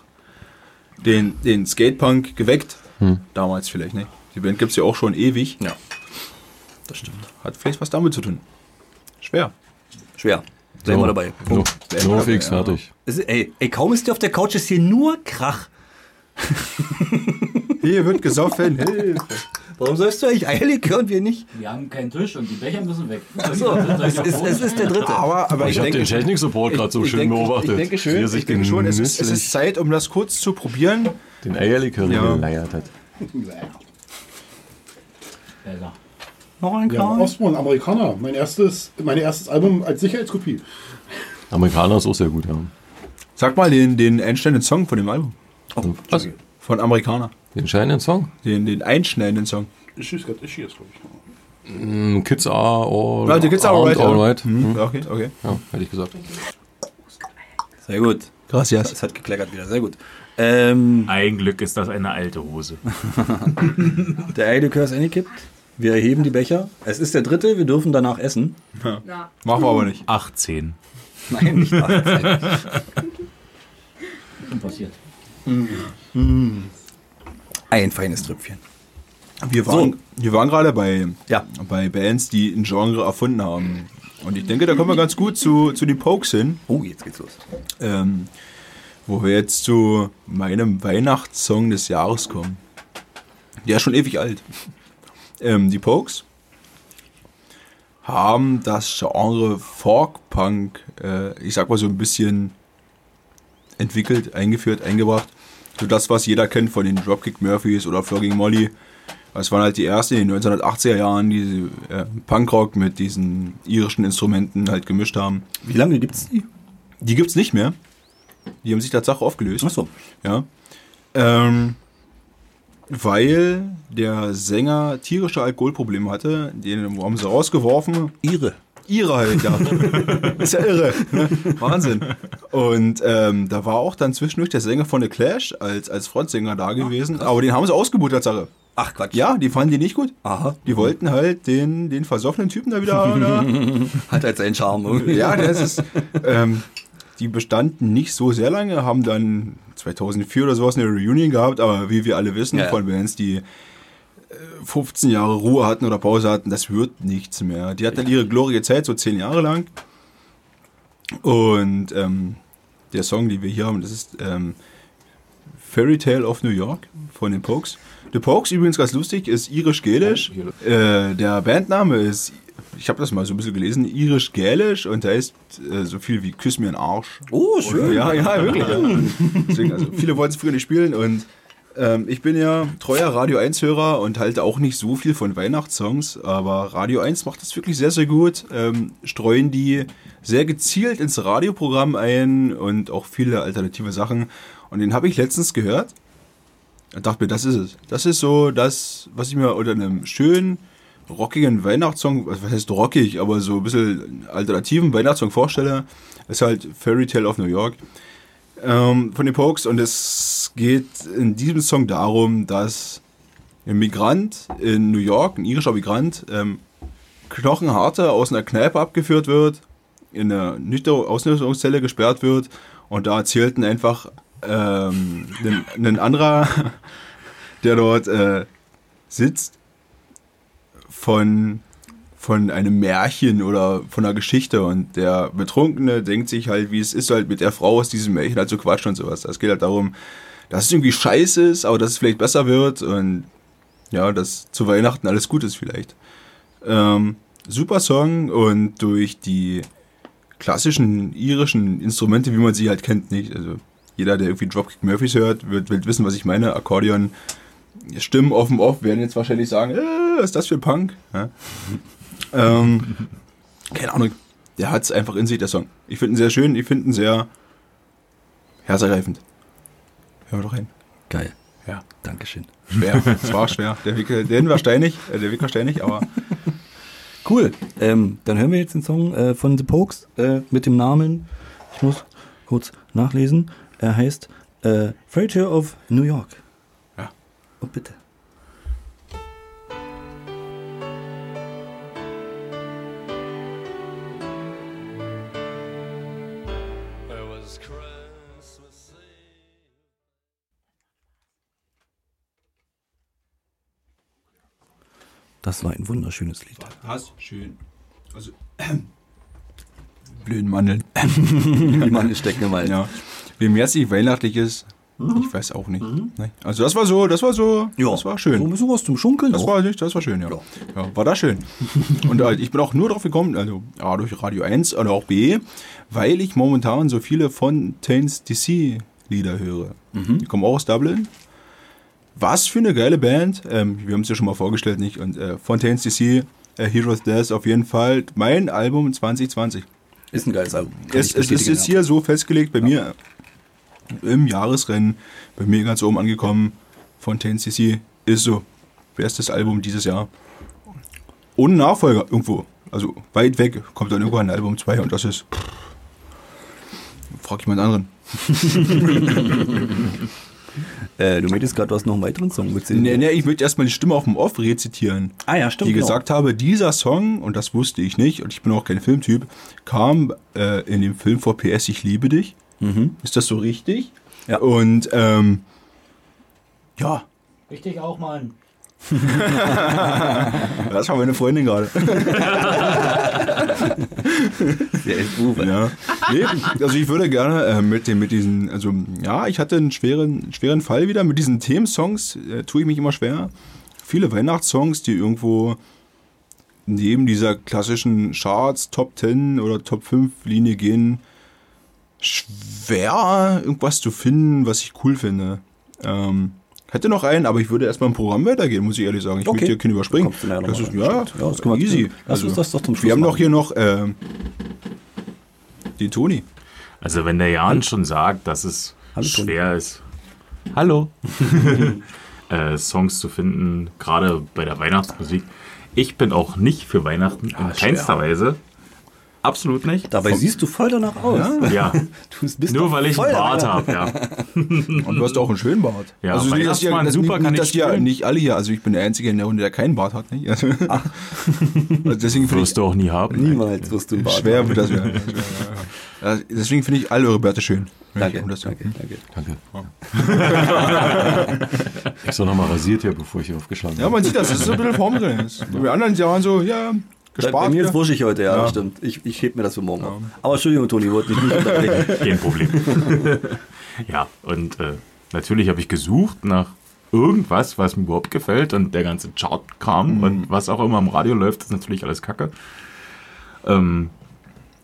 [SPEAKER 1] den, den Skatepunk geweckt.
[SPEAKER 4] Hm.
[SPEAKER 1] Damals vielleicht, ne? Die Band gibt es ja auch schon ewig.
[SPEAKER 2] Ja. Das stimmt.
[SPEAKER 1] Hat vielleicht was damit zu tun. Schwer.
[SPEAKER 2] Schwer. Sind wir dabei.
[SPEAKER 4] No,
[SPEAKER 1] Bleiben wir
[SPEAKER 4] no
[SPEAKER 1] dabei,
[SPEAKER 4] fix,
[SPEAKER 1] ja.
[SPEAKER 4] fertig.
[SPEAKER 2] Es ist- Ey, ey, kaum ist die auf der Couch, ist hier nur Krach.
[SPEAKER 1] Hier wird gesoffen. Hilfe.
[SPEAKER 2] Warum sollst du eigentlich Eierlikör und wir nicht?
[SPEAKER 3] Wir haben keinen Tisch und die Becher müssen weg.
[SPEAKER 2] So, es ist, es ist der dritte.
[SPEAKER 1] Aber, aber
[SPEAKER 4] Ich, habe den Technik-Support gerade so
[SPEAKER 1] ich
[SPEAKER 4] schön
[SPEAKER 1] denke-
[SPEAKER 4] beobachtet.
[SPEAKER 1] Ich denke schön,
[SPEAKER 4] wie er
[SPEAKER 1] ich
[SPEAKER 4] sich
[SPEAKER 1] denke schon es, ist, es
[SPEAKER 4] genüsslich
[SPEAKER 1] ist Zeit, um das kurz zu probieren.
[SPEAKER 4] den Eierlikör
[SPEAKER 1] Ja.
[SPEAKER 4] geleiert hat.
[SPEAKER 2] Noch ein
[SPEAKER 8] Ja,
[SPEAKER 2] Kram.
[SPEAKER 8] Osborne, Amerikaner. Mein erstes, mein erstes Album als Sicherheitskopie.
[SPEAKER 4] Amerikaner ist auch sehr gut, ja.
[SPEAKER 1] Sag mal den, den einschneidenden Song von dem Album.
[SPEAKER 4] Was?
[SPEAKER 1] Von Amerikaner.
[SPEAKER 4] Den scheinenden Song?
[SPEAKER 1] Den, den einschneidenden Song.
[SPEAKER 8] Ich schieß grad, ich schieß, glaube ich. noch.
[SPEAKER 4] Hm, Kids are all, Mhm.
[SPEAKER 1] Ah, die Kids Are Alright, ja.
[SPEAKER 4] alright.
[SPEAKER 1] Hm, Okay, okay.
[SPEAKER 4] Ja, hätte ich gesagt.
[SPEAKER 2] Sehr gut.
[SPEAKER 1] Gracias.
[SPEAKER 2] Es hat gekleckert wieder, sehr gut. Ähm,
[SPEAKER 9] Ein Glück ist das eine alte Hose.
[SPEAKER 2] der Eierlikör ist eingekippt. Wir erheben die Becher. Es ist der dritte, wir dürfen danach essen.
[SPEAKER 1] Machen wir aber nicht.
[SPEAKER 9] 18.
[SPEAKER 2] Nein, nicht nach.
[SPEAKER 3] passiert.
[SPEAKER 2] Ein feines Tröpfchen.
[SPEAKER 1] Wir waren, wir waren gerade bei,
[SPEAKER 2] Ja.
[SPEAKER 1] bei Bands, die ein Genre erfunden haben. Und ich denke, da kommen wir ganz gut zu, zu den Pokes hin,
[SPEAKER 2] Oh, jetzt geht's los.
[SPEAKER 1] ähm, wo wir jetzt zu meinem Weihnachtssong des Jahres kommen. Der ist schon ewig alt. Ähm, die Pokes haben das Genre Folk-Punk, äh, ich sag mal so ein bisschen entwickelt, eingeführt, eingebracht. So das, was jeder kennt von den Dropkick Murphys oder Flogging Molly. Das waren halt die ersten in den 1980er Jahren, die äh, Punkrock mit diesen irischen Instrumenten halt gemischt haben.
[SPEAKER 2] Wie lange gibt's die?
[SPEAKER 1] Die gibt's nicht mehr. Die haben sich tatsächlich aufgelöst.
[SPEAKER 2] Achso.
[SPEAKER 1] Ja. Ähm, weil der Sänger tierische Alkoholprobleme hatte, den haben sie rausgeworfen.
[SPEAKER 2] Ihre.
[SPEAKER 1] Ihre halt, ja. Ist ja irre. Ne? Wahnsinn. Und ähm, da war auch dann zwischendurch der Sänger von The Clash als, als Frontsänger da gewesen, aber den haben sie ausgebucht als Sache.
[SPEAKER 2] Ach Quatsch.
[SPEAKER 1] Ja, die fanden die nicht gut.
[SPEAKER 2] Aha.
[SPEAKER 1] Die wollten halt den, den versoffenen Typen da wieder haben. da.
[SPEAKER 2] Hat halt seinen Charme. irgendwie.
[SPEAKER 1] Ja, das ist. Ähm, die bestanden nicht so sehr lange, haben dann 2004 oder sowas eine Reunion gehabt, aber wie wir alle wissen
[SPEAKER 2] Ja, ja.
[SPEAKER 1] von Bands, die äh, 15 Jahre Ruhe hatten oder Pause hatten, das wird nichts mehr. Die hatten dann ihre glorige Zeit, so 10 Jahre lang. Und ähm, der Song, den wir hier haben, das ist ähm, Fairy Tale of New York von den Pokes. The Pokes übrigens ganz lustig, ist irisch-gälisch. Äh, der Bandname ist, ich habe das mal so ein bisschen gelesen, irisch-gälisch und heißt äh, so viel wie Küss mir den Arsch.
[SPEAKER 2] Oh, schön.
[SPEAKER 1] Ja, ja, wirklich. Ja. Deswegen, also, viele wollten es früher nicht spielen und ähm, ich bin ja treuer Radio 1-Hörer und halte auch nicht so viel von Weihnachtssongs, aber Radio 1 macht das wirklich sehr, sehr gut. Ähm, streuen die sehr gezielt ins Radioprogramm ein und auch viele alternative Sachen. Und den habe ich letztens gehört und dachte mir, das ist es. Das ist so das, was ich mir unter einem schönen, rockigen Weihnachtssong, was heißt rockig, aber so ein bisschen alternativen Weihnachtssong vorstelle. Ist halt Fairy Tale of New York ähm, von den Pokes und es geht in diesem Song darum, dass ein Migrant in New York, ein irischer Migrant, ähm, knochenharter aus einer Kneipe abgeführt wird, in eine Nüchter- Ausnüchterungszelle gesperrt wird und da erzählten einfach ähm, ein, ein anderer, der dort äh, sitzt, von von einem Märchen oder von einer Geschichte und der Betrunkene denkt sich halt, wie es ist, halt mit der Frau aus diesem Märchen halt zu quatschen und sowas. Es geht halt darum, dass es irgendwie scheiße ist, aber dass es vielleicht besser wird und ja, dass zu Weihnachten alles gut ist vielleicht. Ähm, super Song und durch die klassischen irischen Instrumente, wie man sie halt kennt, nicht. Also jeder, der irgendwie Dropkick Murphys hört, wird, wird wissen, was ich meine. Akkordeon, Stimmen offen off, werden jetzt wahrscheinlich sagen, äh, was ist das für Punk? Ja. Ähm, keine Ahnung. Der hat es einfach in sich, der Song. Ich finde ihn sehr schön, ich finde ihn sehr herzergreifend. Hör mal doch rein.
[SPEAKER 2] Geil.
[SPEAKER 9] Ja.
[SPEAKER 2] Dankeschön.
[SPEAKER 1] Schwer, es war schwer. Der Weg, der Hin war steinig, äh, der Weg war steinig, aber
[SPEAKER 2] Cool. Ähm, dann hören wir jetzt den Song äh, von The Pokes äh, mit dem Namen. Ich muss kurz nachlesen. Er heißt äh, Fairy Tale of New York.
[SPEAKER 1] Ja.
[SPEAKER 2] Und bitte.
[SPEAKER 5] It was Christmas Eve.
[SPEAKER 2] Das war ein wunderschönes Lied.
[SPEAKER 1] hast schön. Also blöden Mandeln.
[SPEAKER 2] Die Mann stecken im Wald.
[SPEAKER 1] Ja. Wem jetzt nicht weihnachtlich ist, ich weiß auch nicht. Nein. Also das war so, das war so, das war schön.
[SPEAKER 2] So ein bisschen was zum Schunkeln.
[SPEAKER 1] Das
[SPEAKER 2] auch.
[SPEAKER 1] war, nicht, das war schön, ja. ja. war das schön. Und äh, ich bin auch nur drauf gekommen, also A, durch Radio 1 oder auch B, weil ich momentan so viele Fontaines DC Lieder höre. Die kommen auch aus Dublin. Was für eine geile Band. Ähm, wir haben es ja schon mal vorgestellt, nicht? Und äh, Fontaines DC, äh, Heroes Death auf jeden Fall mein Album 2020.
[SPEAKER 2] Oh, ist ein geiles Album. Kann
[SPEAKER 1] Es, es
[SPEAKER 2] ich
[SPEAKER 1] ist
[SPEAKER 2] bestätigen,
[SPEAKER 1] jetzt hier so festgelegt bei mir im Jahresrennen, bei mir ganz oben angekommen. Fontaines CC ist so bestes Album dieses Jahr. Ohne Nachfolger irgendwo. Also weit weg kommt dann irgendwo ein Album 2 und das ist. Pff, frag jemand anderen.
[SPEAKER 2] ja. Äh, du meintest gerade, du hast noch einen weiteren Song mit
[SPEAKER 1] Nee, nee, ich möchte erstmal die Stimme auf dem Off rezitieren.
[SPEAKER 2] Ah ja, stimmt.
[SPEAKER 1] die gesagt habe, dieser Song, und das wusste ich nicht, und ich bin auch kein Filmtyp, kam äh, in dem Film vor PS Ich liebe dich.
[SPEAKER 2] Mhm.
[SPEAKER 1] Ist das so richtig?
[SPEAKER 2] Ja.
[SPEAKER 1] Und ähm, ja,
[SPEAKER 3] Ich dich auch, Mann.
[SPEAKER 1] Das war meine Freundin gerade.
[SPEAKER 2] Der ist Uwe.
[SPEAKER 1] Ja. Nee, also ich würde gerne äh, mit dem, mit diesen, also ja, ich hatte einen schweren, schweren Fall wieder. Mit diesen Themensongs äh, tue ich mich immer schwer. Viele Weihnachtssongs, die irgendwo neben dieser klassischen Charts, Top 10 oder Top 5 Linie gehen, schwer irgendwas zu finden, was ich cool finde. Ähm, hätte noch einen, aber ich würde erstmal im Programm weitergehen, muss ich ehrlich sagen. Ich
[SPEAKER 2] Okay.
[SPEAKER 1] möchte hier keinen überspringen.
[SPEAKER 2] Kommst du nachher
[SPEAKER 1] Das
[SPEAKER 2] noch
[SPEAKER 1] ist,
[SPEAKER 2] mal
[SPEAKER 1] ja,
[SPEAKER 2] rein. Stimmt. Ja, das können wir-
[SPEAKER 1] easy. Also,
[SPEAKER 2] Lass uns das doch zum Schluss
[SPEAKER 1] Wir haben doch
[SPEAKER 2] machen.
[SPEAKER 1] hier noch ähm, die Toni.
[SPEAKER 9] Also wenn der Jan schon sagt, dass es
[SPEAKER 2] Hallo, Toni.
[SPEAKER 9] schwer ist, hallo, äh, Songs zu finden, gerade bei der Weihnachtsmusik. Ich bin auch nicht für Weihnachten in keinster Weise. Ah, Absolut nicht.
[SPEAKER 2] Dabei siehst du voll danach aus.
[SPEAKER 9] Ja,
[SPEAKER 2] Du bist
[SPEAKER 9] nur
[SPEAKER 2] doch
[SPEAKER 9] weil ich
[SPEAKER 2] voll
[SPEAKER 9] einen Bart
[SPEAKER 2] danach-
[SPEAKER 9] habe, ja.
[SPEAKER 1] Und du hast auch einen schönen Bart.
[SPEAKER 9] Ja,
[SPEAKER 1] also nicht, dass hier,
[SPEAKER 9] Weihnachtsmann,
[SPEAKER 1] dass,
[SPEAKER 9] super,
[SPEAKER 1] nicht,
[SPEAKER 9] kann ich
[SPEAKER 1] dass hier
[SPEAKER 9] spielen.
[SPEAKER 1] nicht alle hier, also ich bin der Einzige in der Runde, der keinen Bart hat. Nicht? Also, also deswegen finde ich
[SPEAKER 9] Wirst du auch nie haben.
[SPEAKER 2] Niemals wirst du einen Bart
[SPEAKER 1] schwer, wird das werden. Ja, Deswegen finde ich alle eure Bärte schön.
[SPEAKER 2] Danke,
[SPEAKER 1] Um das-
[SPEAKER 2] danke, danke.
[SPEAKER 4] Danke. Extra nochmal rasiert hier, bevor ich hier aufgeschlagen
[SPEAKER 1] Ja, man sieht das, das ist so ein bisschen Form drin. Ist. Die anderen die waren so, ja,
[SPEAKER 2] Bei
[SPEAKER 1] gespart.
[SPEAKER 2] mir ist wuschig heute, ja,
[SPEAKER 1] Ja.
[SPEAKER 2] das stimmt. Ich, ich heb mir das für morgen auf. Aber Entschuldigung, Toni, wollte dich nicht unterbrechen.
[SPEAKER 9] Kein Problem. ja, und äh, natürlich habe ich gesucht nach irgendwas, was mir überhaupt gefällt und der ganze Chart kam und was auch immer im Radio läuft, ist natürlich alles Kacke. Ähm,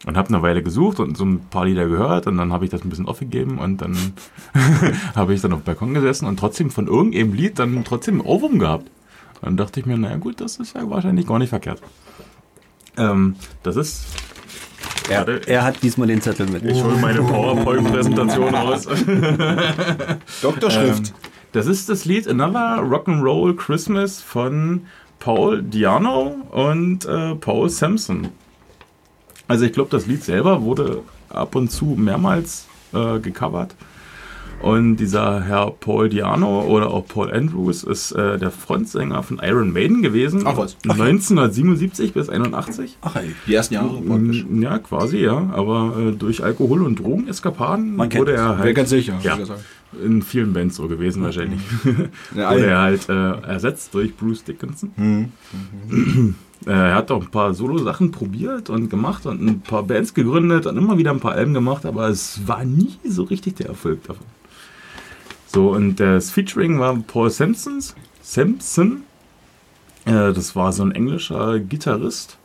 [SPEAKER 9] und habe eine Weile gesucht und so ein paar Lieder gehört und dann habe ich das ein bisschen aufgegeben und dann habe ich dann auf dem Balkon gesessen und trotzdem von irgendeinem Lied dann trotzdem einen Ohrwurm gehabt. Dann dachte ich mir, naja gut, das ist ja wahrscheinlich gar nicht verkehrt. Ähm, das ist... Warte,
[SPEAKER 2] Er, er hat diesmal den Zettel mit.
[SPEAKER 9] ich hole meine PowerPoint-Präsentation raus. Ähm,
[SPEAKER 1] Doktorschrift.
[SPEAKER 9] Das ist das Lied Another Rock'n'Roll Christmas von Paul Diano und äh, Paul Sampson. Also ich glaube, das Lied selber wurde ab und zu mehrmals äh, gecovert. Und dieser Herr Paul Diano oder auch Paul Andrews ist äh, der Frontsänger von Iron Maiden gewesen.
[SPEAKER 1] Ach was.
[SPEAKER 9] 1977 bis 81.
[SPEAKER 1] Ach, oh ey, die ersten Jahre praktisch.
[SPEAKER 9] Mm, Ja, quasi, ja. Aber äh, durch Alkohol- und Drogeneskapaden
[SPEAKER 2] Man kennt
[SPEAKER 9] wurde
[SPEAKER 2] es.
[SPEAKER 9] er
[SPEAKER 1] Wäre
[SPEAKER 9] halt
[SPEAKER 1] ganz sicher.
[SPEAKER 9] Ja. in vielen Bands so gewesen wahrscheinlich.
[SPEAKER 1] Mhm. Ja, Mhm.
[SPEAKER 9] Wurde
[SPEAKER 1] alle.
[SPEAKER 9] er halt äh, ersetzt durch Bruce Dickinson.
[SPEAKER 1] Mhm.
[SPEAKER 9] Äh, Er hat auch ein paar Solo-Sachen probiert und gemacht und ein paar Bands gegründet und immer wieder ein paar Alben gemacht, aber es war nie so richtig der Erfolg davon. So, und das Featuring war Paul Sampsons, Sampson. Äh, das war so ein englischer Gitarrist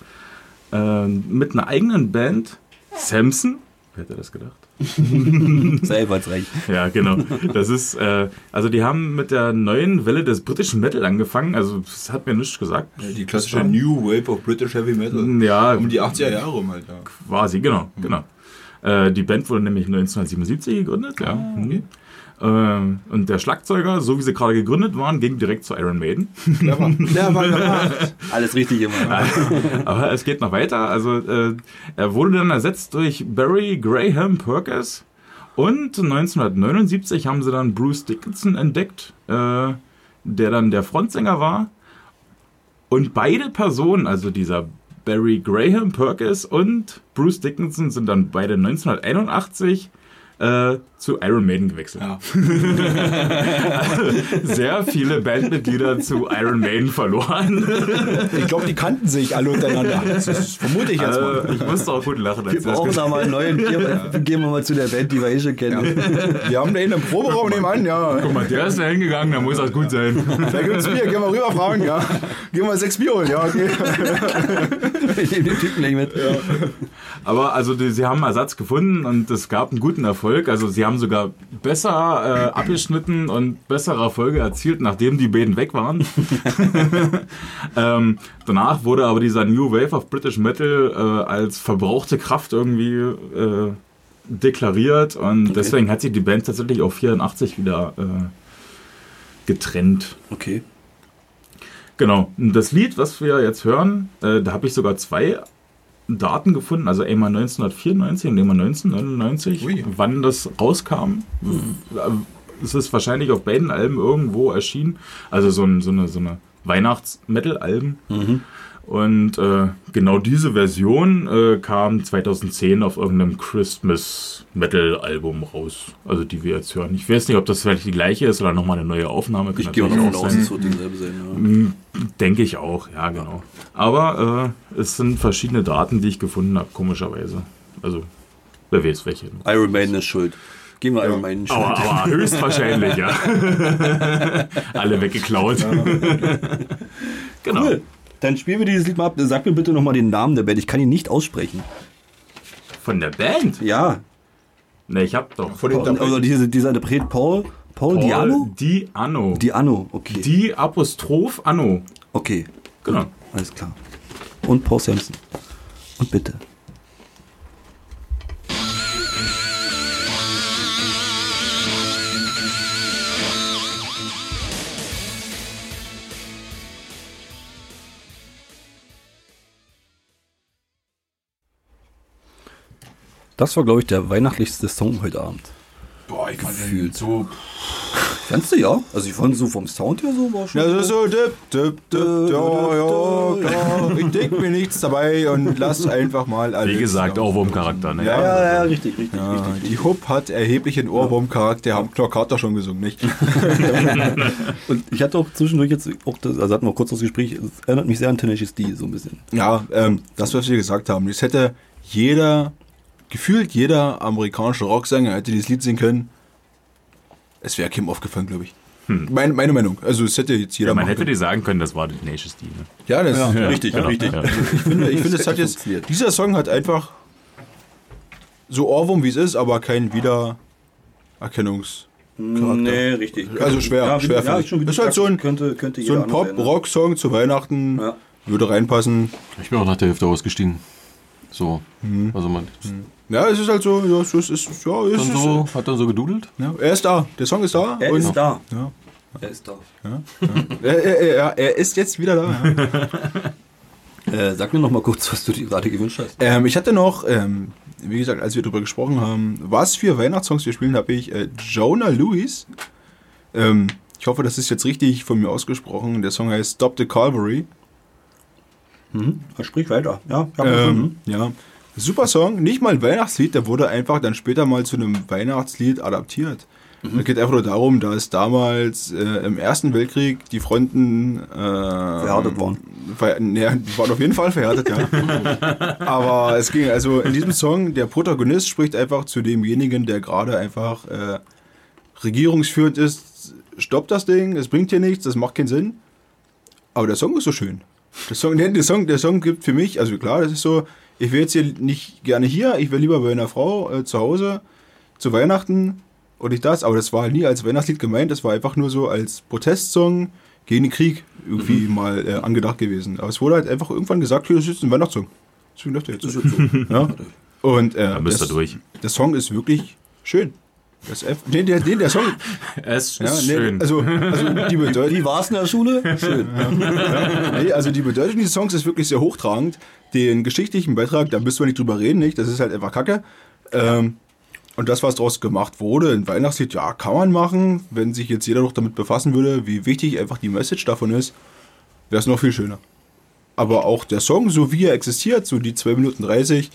[SPEAKER 9] äh, mit einer eigenen Band. Samson? Wer hätte das gedacht?
[SPEAKER 2] Selber als recht.
[SPEAKER 9] Ja, genau. Das ist, äh, also die haben mit der neuen Welle des britischen Metal angefangen. Also das hat mir nichts gesagt.
[SPEAKER 1] Die klassische New Wave of British Heavy Metal.
[SPEAKER 9] Ja,
[SPEAKER 1] Um die 80er Jahre rum halt, ja.
[SPEAKER 9] quasi, genau, genau. Äh, die Band wurde nämlich 1977 gegründet,
[SPEAKER 1] Ah,
[SPEAKER 9] ja. Mhm. Ähm, und der Schlagzeuger, so wie sie gerade gegründet waren, ging direkt zu Iron Maiden.
[SPEAKER 1] Clever. Clever gemacht.
[SPEAKER 2] Alles richtig immer.
[SPEAKER 9] Aber es geht noch weiter. Also äh, er wurde dann ersetzt durch Barry Graham Perkins. Und 1979 haben sie dann Bruce Dickinson entdeckt, äh, der dann der Frontsänger war. Und beide Personen, also dieser Barry Graham Perkins und Bruce Dickinson, sind dann beide 1981 äh, zu Iron Maiden gewechselt. Also,
[SPEAKER 1] Ja.
[SPEAKER 9] Sehr viele Bandmitglieder zu Iron Maiden verloren.
[SPEAKER 1] Ich glaube, die kannten sich alle untereinander. Das ist- vermute ich jetzt mal.
[SPEAKER 9] Äh, ich musste auch gut lachen. als
[SPEAKER 2] Wir
[SPEAKER 9] ich das
[SPEAKER 2] brauchen da mal einen neuen. Gehen, gehen wir mal zu der Band, die wir eh schon kennen.
[SPEAKER 1] Wir haben da hinten einen Proberaum nebenan, ja.
[SPEAKER 9] Guck mal, der ist da hingegangen, da muss das gut sein.
[SPEAKER 1] Da gibt's Bier, gehen wir rüber fragen, ja. Gehen wir sechs Bier holen, ja, okay.
[SPEAKER 2] Ich nehme den Typen gleich mit.
[SPEAKER 9] Aber also die, sie haben Ersatz gefunden und es gab einen guten Erfolg. Also sie haben sogar besser äh, abgeschnitten und bessere Erfolge erzielt, nachdem die beiden weg waren. ähm, danach wurde aber dieser New Wave of British Metal äh, als verbrauchte Kraft irgendwie äh, deklariert und deswegen hat sich die Band tatsächlich auf 84 wieder äh, getrennt.
[SPEAKER 2] Okay.
[SPEAKER 9] Genau. Und Das Lied, was wir jetzt hören, äh, da habe ich sogar zwei Daten gefunden, also einmal 1994 und einmal 1999,
[SPEAKER 1] Ui.
[SPEAKER 9] wann das rauskam. äh, Es ist wahrscheinlich auf beiden
[SPEAKER 2] Mhm.
[SPEAKER 9] Alben irgendwo erschienen, also so, ein, so eine, so eine Weihnachts-Metal-Alben. Und äh, genau diese Version äh, kam 2010 auf irgendeinem Christmas Metal Album raus. Also die wir jetzt hören. Ich weiß nicht, ob das vielleicht die gleiche ist oder nochmal eine neue Aufnahme. Kann
[SPEAKER 2] Ich gehe mal
[SPEAKER 9] natürlich
[SPEAKER 2] davon
[SPEAKER 9] auch
[SPEAKER 2] aus,
[SPEAKER 9] sein.
[SPEAKER 2] es wird dieselbe sein.
[SPEAKER 9] Mm, Denke ich auch, ja, genau. Aber äh, es sind verschiedene Daten, die ich gefunden habe, komischerweise. Also, wer weiß welche.
[SPEAKER 2] Ja. Iron Maiden ist schuld. Gehen wir Iron Maiden schuld.
[SPEAKER 9] Aber, aber höchstwahrscheinlich, ja. Alle weggeklaut. genau.
[SPEAKER 2] Cool. Dann spielen wir dieses Lied mal ab. Sag mir bitte nochmal den Namen der Band. Ich kann ihn nicht aussprechen.
[SPEAKER 9] Von der Band?
[SPEAKER 2] Ja.
[SPEAKER 9] Ne, ich hab doch.
[SPEAKER 1] Von den
[SPEAKER 2] Oder also diese, dieser Interpret Paul. Paul, Diano?
[SPEAKER 9] Di Anno.
[SPEAKER 2] Di Diano, okay.
[SPEAKER 9] Die Apostroph Anno.
[SPEAKER 2] okay,
[SPEAKER 9] Genau.
[SPEAKER 2] alles klar. Und Paul Samson. Und bitte. Das war, glaube ich, der weihnachtlichste Song heute Abend.
[SPEAKER 1] Boah, ich kann den
[SPEAKER 2] Gefühlt.
[SPEAKER 1] so.
[SPEAKER 2] Fandst du ja? Also ich fand so vom Sound her so war schon.
[SPEAKER 1] Ja, also, so, so, dip, dip, dip, ja, ja, klar. Ich denke mir nichts dabei und lass einfach mal alles.
[SPEAKER 9] Wie gesagt, auch Wurmcharakter, ne?
[SPEAKER 1] Ja, ja,
[SPEAKER 2] ja, ja, richtig, richtig,
[SPEAKER 1] Ja, die Hub hat erheblichen Ohrwurmcharakter, haben Clark Carter schon gesungen, nicht?
[SPEAKER 2] Und ich hatte auch zwischendurch jetzt auch das, also hatten wir kurz das Gespräch, es erinnert mich sehr an Tenacious D so ein bisschen.
[SPEAKER 1] Ja, ähm, das, was wir gesagt haben, das hätte jeder, gefühlt jeder amerikanische Rocksänger hätte dieses Lied singen können. Es wäre Kim aufgefallen, glaube ich. Meine, meine Meinung. Also es hätte jetzt jeder
[SPEAKER 9] Hm. Man
[SPEAKER 1] machen
[SPEAKER 9] hätte
[SPEAKER 1] können.
[SPEAKER 9] dir sagen können, das war Tenacious D. Ne?
[SPEAKER 1] Ja, das ist
[SPEAKER 9] Ja,
[SPEAKER 1] richtig,
[SPEAKER 9] genau,
[SPEAKER 1] richtig. Also
[SPEAKER 9] ja.
[SPEAKER 1] Ich finde, ich finde es hat
[SPEAKER 2] hätte
[SPEAKER 1] jetzt,
[SPEAKER 2] funktioniert.
[SPEAKER 1] dieser Song hat einfach so Ohrwurm, wie es ist, aber keinen Wiedererkennungs... Nee,
[SPEAKER 2] richtig.
[SPEAKER 1] Also schwer,
[SPEAKER 2] ja,
[SPEAKER 1] schwer
[SPEAKER 2] Ja,
[SPEAKER 1] finde ich.
[SPEAKER 2] ist schon wieder
[SPEAKER 1] Ist halt so ein-
[SPEAKER 2] könnte, könnte
[SPEAKER 1] So ein
[SPEAKER 2] jeder anders erinnern.
[SPEAKER 1] Pop-Rock-Song zu Weihnachten
[SPEAKER 2] Ja.
[SPEAKER 1] würde reinpassen.
[SPEAKER 4] Ich bin auch nach der Hälfte ausgestiegen. So. Also man
[SPEAKER 1] Ja, es Mhm. ist halt so, ja, es ist, es ist, ja, es
[SPEAKER 4] dann
[SPEAKER 1] ist,
[SPEAKER 4] so, hat dann so gedudelt.
[SPEAKER 1] ja, er ist da, der Song ist da.
[SPEAKER 2] Er
[SPEAKER 1] und-
[SPEAKER 2] ist da.
[SPEAKER 1] Ja.
[SPEAKER 2] Er ist da.
[SPEAKER 1] Er, er, er, er ist jetzt wieder da. ja.
[SPEAKER 2] Äh, sag mir noch mal kurz, was du dir gerade gewünscht hast.
[SPEAKER 1] ähm, ich hatte noch, ähm, wie gesagt, als wir darüber gesprochen haben, was für Weihnachtssongs wir spielen, habe ich äh, Jonah Lewis. Ähm, ich hoffe, das ist jetzt richtig von mir ausgesprochen. Der Song heißt Stop the Calvary.
[SPEAKER 2] Sprich weiter. Ja,
[SPEAKER 1] Ähm, ja. Super Song, nicht mal ein Weihnachtslied, der wurde einfach dann später mal zu einem Weihnachtslied adaptiert. Es geht einfach nur darum, dass damals äh, im Ersten Weltkrieg die Fronten äh, verhärtet
[SPEAKER 2] Verhärtet worden.
[SPEAKER 1] Ver naja, die waren auf jeden Fall verhärtet, ja. Aber es ging, also in diesem Song, der Protagonist spricht einfach zu demjenigen, der gerade einfach äh, regierungsführend ist, stoppt das Ding, es bringt hier nichts, das macht keinen Sinn. Aber der Song ist so schön. Der Song, der, der Song, der Song gibt für mich, also klar, das ist so, ich wäre jetzt hier nicht gerne hier, ich wäre lieber bei einer Frau äh, zu Hause, zu Weihnachten und ich das, aber das war nie als Weihnachtslied gemeint, das war einfach nur so als Protestsong gegen den Krieg irgendwie mal äh, angedacht gewesen. Aber es wurde halt einfach irgendwann gesagt, hier, das ist ein Weihnachtssong. Deswegen läuft der jetzt. Ja? Und äh,
[SPEAKER 9] müsst
[SPEAKER 1] das-
[SPEAKER 9] ihr durch.
[SPEAKER 1] der Song ist wirklich schön. Das F, nee, der, nee, der Song,
[SPEAKER 9] Es ist
[SPEAKER 1] ja, nee,
[SPEAKER 9] schön.
[SPEAKER 1] Also, also die Bedeutung,
[SPEAKER 2] Wie war es in der Schule? Schön.
[SPEAKER 1] Nee, also die Bedeutung dieses Songs ist wirklich sehr hochtragend. Den geschichtlichen Beitrag, da müssen wir nicht drüber reden, nicht? Das ist halt einfach Kacke. Ähm, und das, was daraus gemacht wurde, ein Weihnachtslied, ja, kann man machen. Wenn sich jetzt jeder noch damit befassen würde, wie wichtig einfach die Message davon ist, wäre es noch viel schöner. Aber auch der Song, so wie er existiert, so die 2 Minuten 30,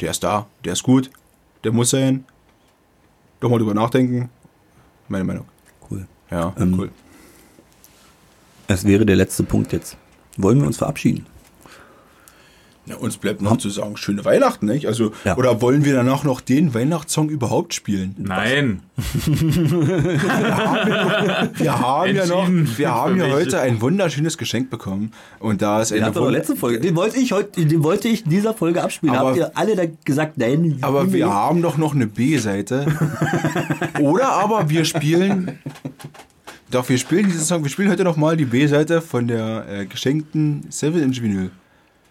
[SPEAKER 1] der ist da, der ist gut, der muss sein. Doch mal drüber nachdenken. Meine Meinung.
[SPEAKER 2] Cool.
[SPEAKER 1] Ja,
[SPEAKER 2] Ähm,
[SPEAKER 1] cool.
[SPEAKER 2] Es wäre der letzte Punkt jetzt. Wollen wir uns verabschieden?
[SPEAKER 1] Ja, uns bleibt noch zu sagen, schöne Weihnachten, nicht? Also,
[SPEAKER 2] Hm. Ja.
[SPEAKER 1] oder wollen wir danach noch den Weihnachtssong überhaupt spielen?
[SPEAKER 9] Nein.
[SPEAKER 1] Wir haben ja noch,
[SPEAKER 9] Entschieden.
[SPEAKER 1] wir haben ja
[SPEAKER 9] Für mich.
[SPEAKER 1] heute ein wunderschönes Geschenk bekommen. Und da ist
[SPEAKER 2] Den
[SPEAKER 1] eine
[SPEAKER 2] hatten wir doch
[SPEAKER 1] wund-
[SPEAKER 2] letzte Folge. Den wollte ich heute, den wollte ich in dieser Folge abspielen.
[SPEAKER 1] Aber-
[SPEAKER 2] Habt ihr alle da gesagt, nein.
[SPEAKER 1] aber wir
[SPEAKER 2] nee.
[SPEAKER 1] haben doch noch eine B-Seite. Oder aber wir spielen. Doch, wir spielen diesen Song. Wir spielen heute nochmal die B-Seite von der äh, geschenkten Seven Inch Vinyl.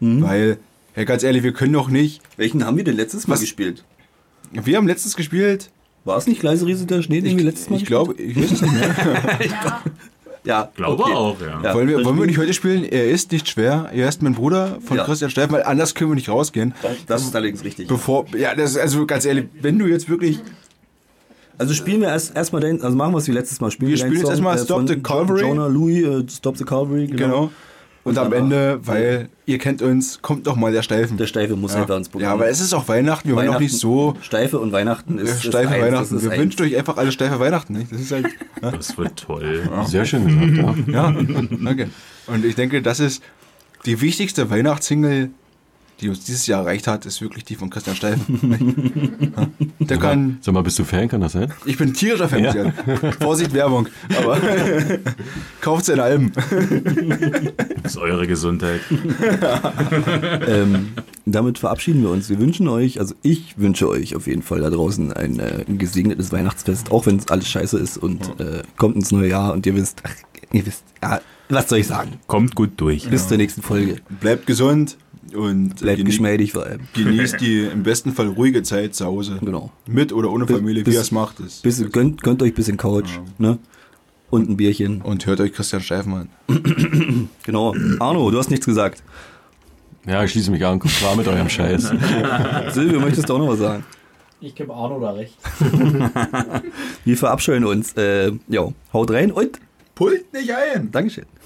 [SPEAKER 2] Mhm.
[SPEAKER 1] Weil, ja, ganz ehrlich, wir können doch nicht.
[SPEAKER 2] Welchen haben wir denn letztes Mal
[SPEAKER 1] Was-
[SPEAKER 2] gespielt?
[SPEAKER 1] Wir haben letztens gespielt.
[SPEAKER 2] War es nicht Leise Riese der Schnee, den wir letztes Mal
[SPEAKER 1] Ich glaube, ich weiß es nicht mehr.
[SPEAKER 2] Ja,
[SPEAKER 9] Glaube
[SPEAKER 2] okay.
[SPEAKER 9] auch, ja.
[SPEAKER 2] Ja.
[SPEAKER 1] Wollen wir, wollen wir nicht heute spielen? Er ist nicht schwer. Er ist mein Bruder von
[SPEAKER 2] Ja.
[SPEAKER 1] Christian Steffen, weil anders können wir nicht rausgehen.
[SPEAKER 2] Das ist allerdings richtig.
[SPEAKER 1] Bevor, ja, das ist also ganz ehrlich, wenn du jetzt wirklich,
[SPEAKER 2] Also spielen wir erst erstmal den, also machen wir es wie letztes Mal. Spielen
[SPEAKER 1] Wir spielen
[SPEAKER 2] den
[SPEAKER 1] jetzt erstmal
[SPEAKER 2] von
[SPEAKER 1] Stop the
[SPEAKER 2] Jo-
[SPEAKER 1] Calvary.
[SPEAKER 2] Jonah Louis, äh, Stop the Calvary,
[SPEAKER 1] genau, Und am Ende, weil ihr kennt uns, kommt noch mal der Steifen.
[SPEAKER 2] Der Steife muss einfach ins Programm.
[SPEAKER 1] Ja, aber es ist auch Weihnachten, wir wollen auch nicht so
[SPEAKER 2] Steife und Weihnachten
[SPEAKER 1] äh,
[SPEAKER 2] ist.
[SPEAKER 1] steife
[SPEAKER 2] ist eins, das
[SPEAKER 1] Weihnachten.
[SPEAKER 2] ist
[SPEAKER 1] Wir
[SPEAKER 2] eins.
[SPEAKER 1] wünschen euch einfach alle steife Weihnachten. Nicht? Das ist halt,
[SPEAKER 9] Das wird toll.
[SPEAKER 4] Sehr schön gesagt, ja.
[SPEAKER 1] ja, danke. Und ich denke, das ist die wichtigste Weihnachtssingle, die uns dieses Jahr erreicht hat, ist wirklich die von Christian Steifen. Ja, der kann,
[SPEAKER 4] Sag mal, bist du Fan, kann das sein?
[SPEAKER 1] ich bin tierischer Fan. Ja. Vorsicht, Werbung. Aber kauft seine Alben.
[SPEAKER 9] Das ist eure Gesundheit.
[SPEAKER 2] Ähm, damit verabschieden wir uns. Wir wünschen euch, also ich wünsche euch auf jeden Fall da draußen ein, äh, ein gesegnetes Weihnachtsfest, auch wenn es alles scheiße ist und äh, kommt ins neue Jahr und ihr wisst, ach, ihr wisst, ja, was soll ich sagen?
[SPEAKER 9] Kommt gut durch.
[SPEAKER 1] Genau.
[SPEAKER 2] Bis zur nächsten Folge.
[SPEAKER 1] Bleibt gesund und
[SPEAKER 2] Bleibt
[SPEAKER 1] genie-
[SPEAKER 2] geschmeidig vor allem.
[SPEAKER 1] genießt die im besten Fall ruhige Zeit zu Hause.
[SPEAKER 2] Genau.
[SPEAKER 1] Mit oder ohne Familie, wie
[SPEAKER 2] bis-
[SPEAKER 1] ihr es macht. Ist.
[SPEAKER 2] Bisschen, gönnt, gönnt euch ein bisschen Couch,
[SPEAKER 1] Genau.
[SPEAKER 2] ne? Und ein Bierchen.
[SPEAKER 1] Und hört euch Christian Steifen an.
[SPEAKER 2] Genau. Arno, du hast nichts gesagt.
[SPEAKER 4] Ja, ich schließe mich an, kommt klar mit eurem Scheiß.
[SPEAKER 2] Silvio, möchtest du auch noch was sagen?
[SPEAKER 3] Ich gebe Arno da recht.
[SPEAKER 2] Wir verabscheuen uns. Äh, jo, haut rein und
[SPEAKER 1] Pult nicht ein!
[SPEAKER 2] Dankeschön.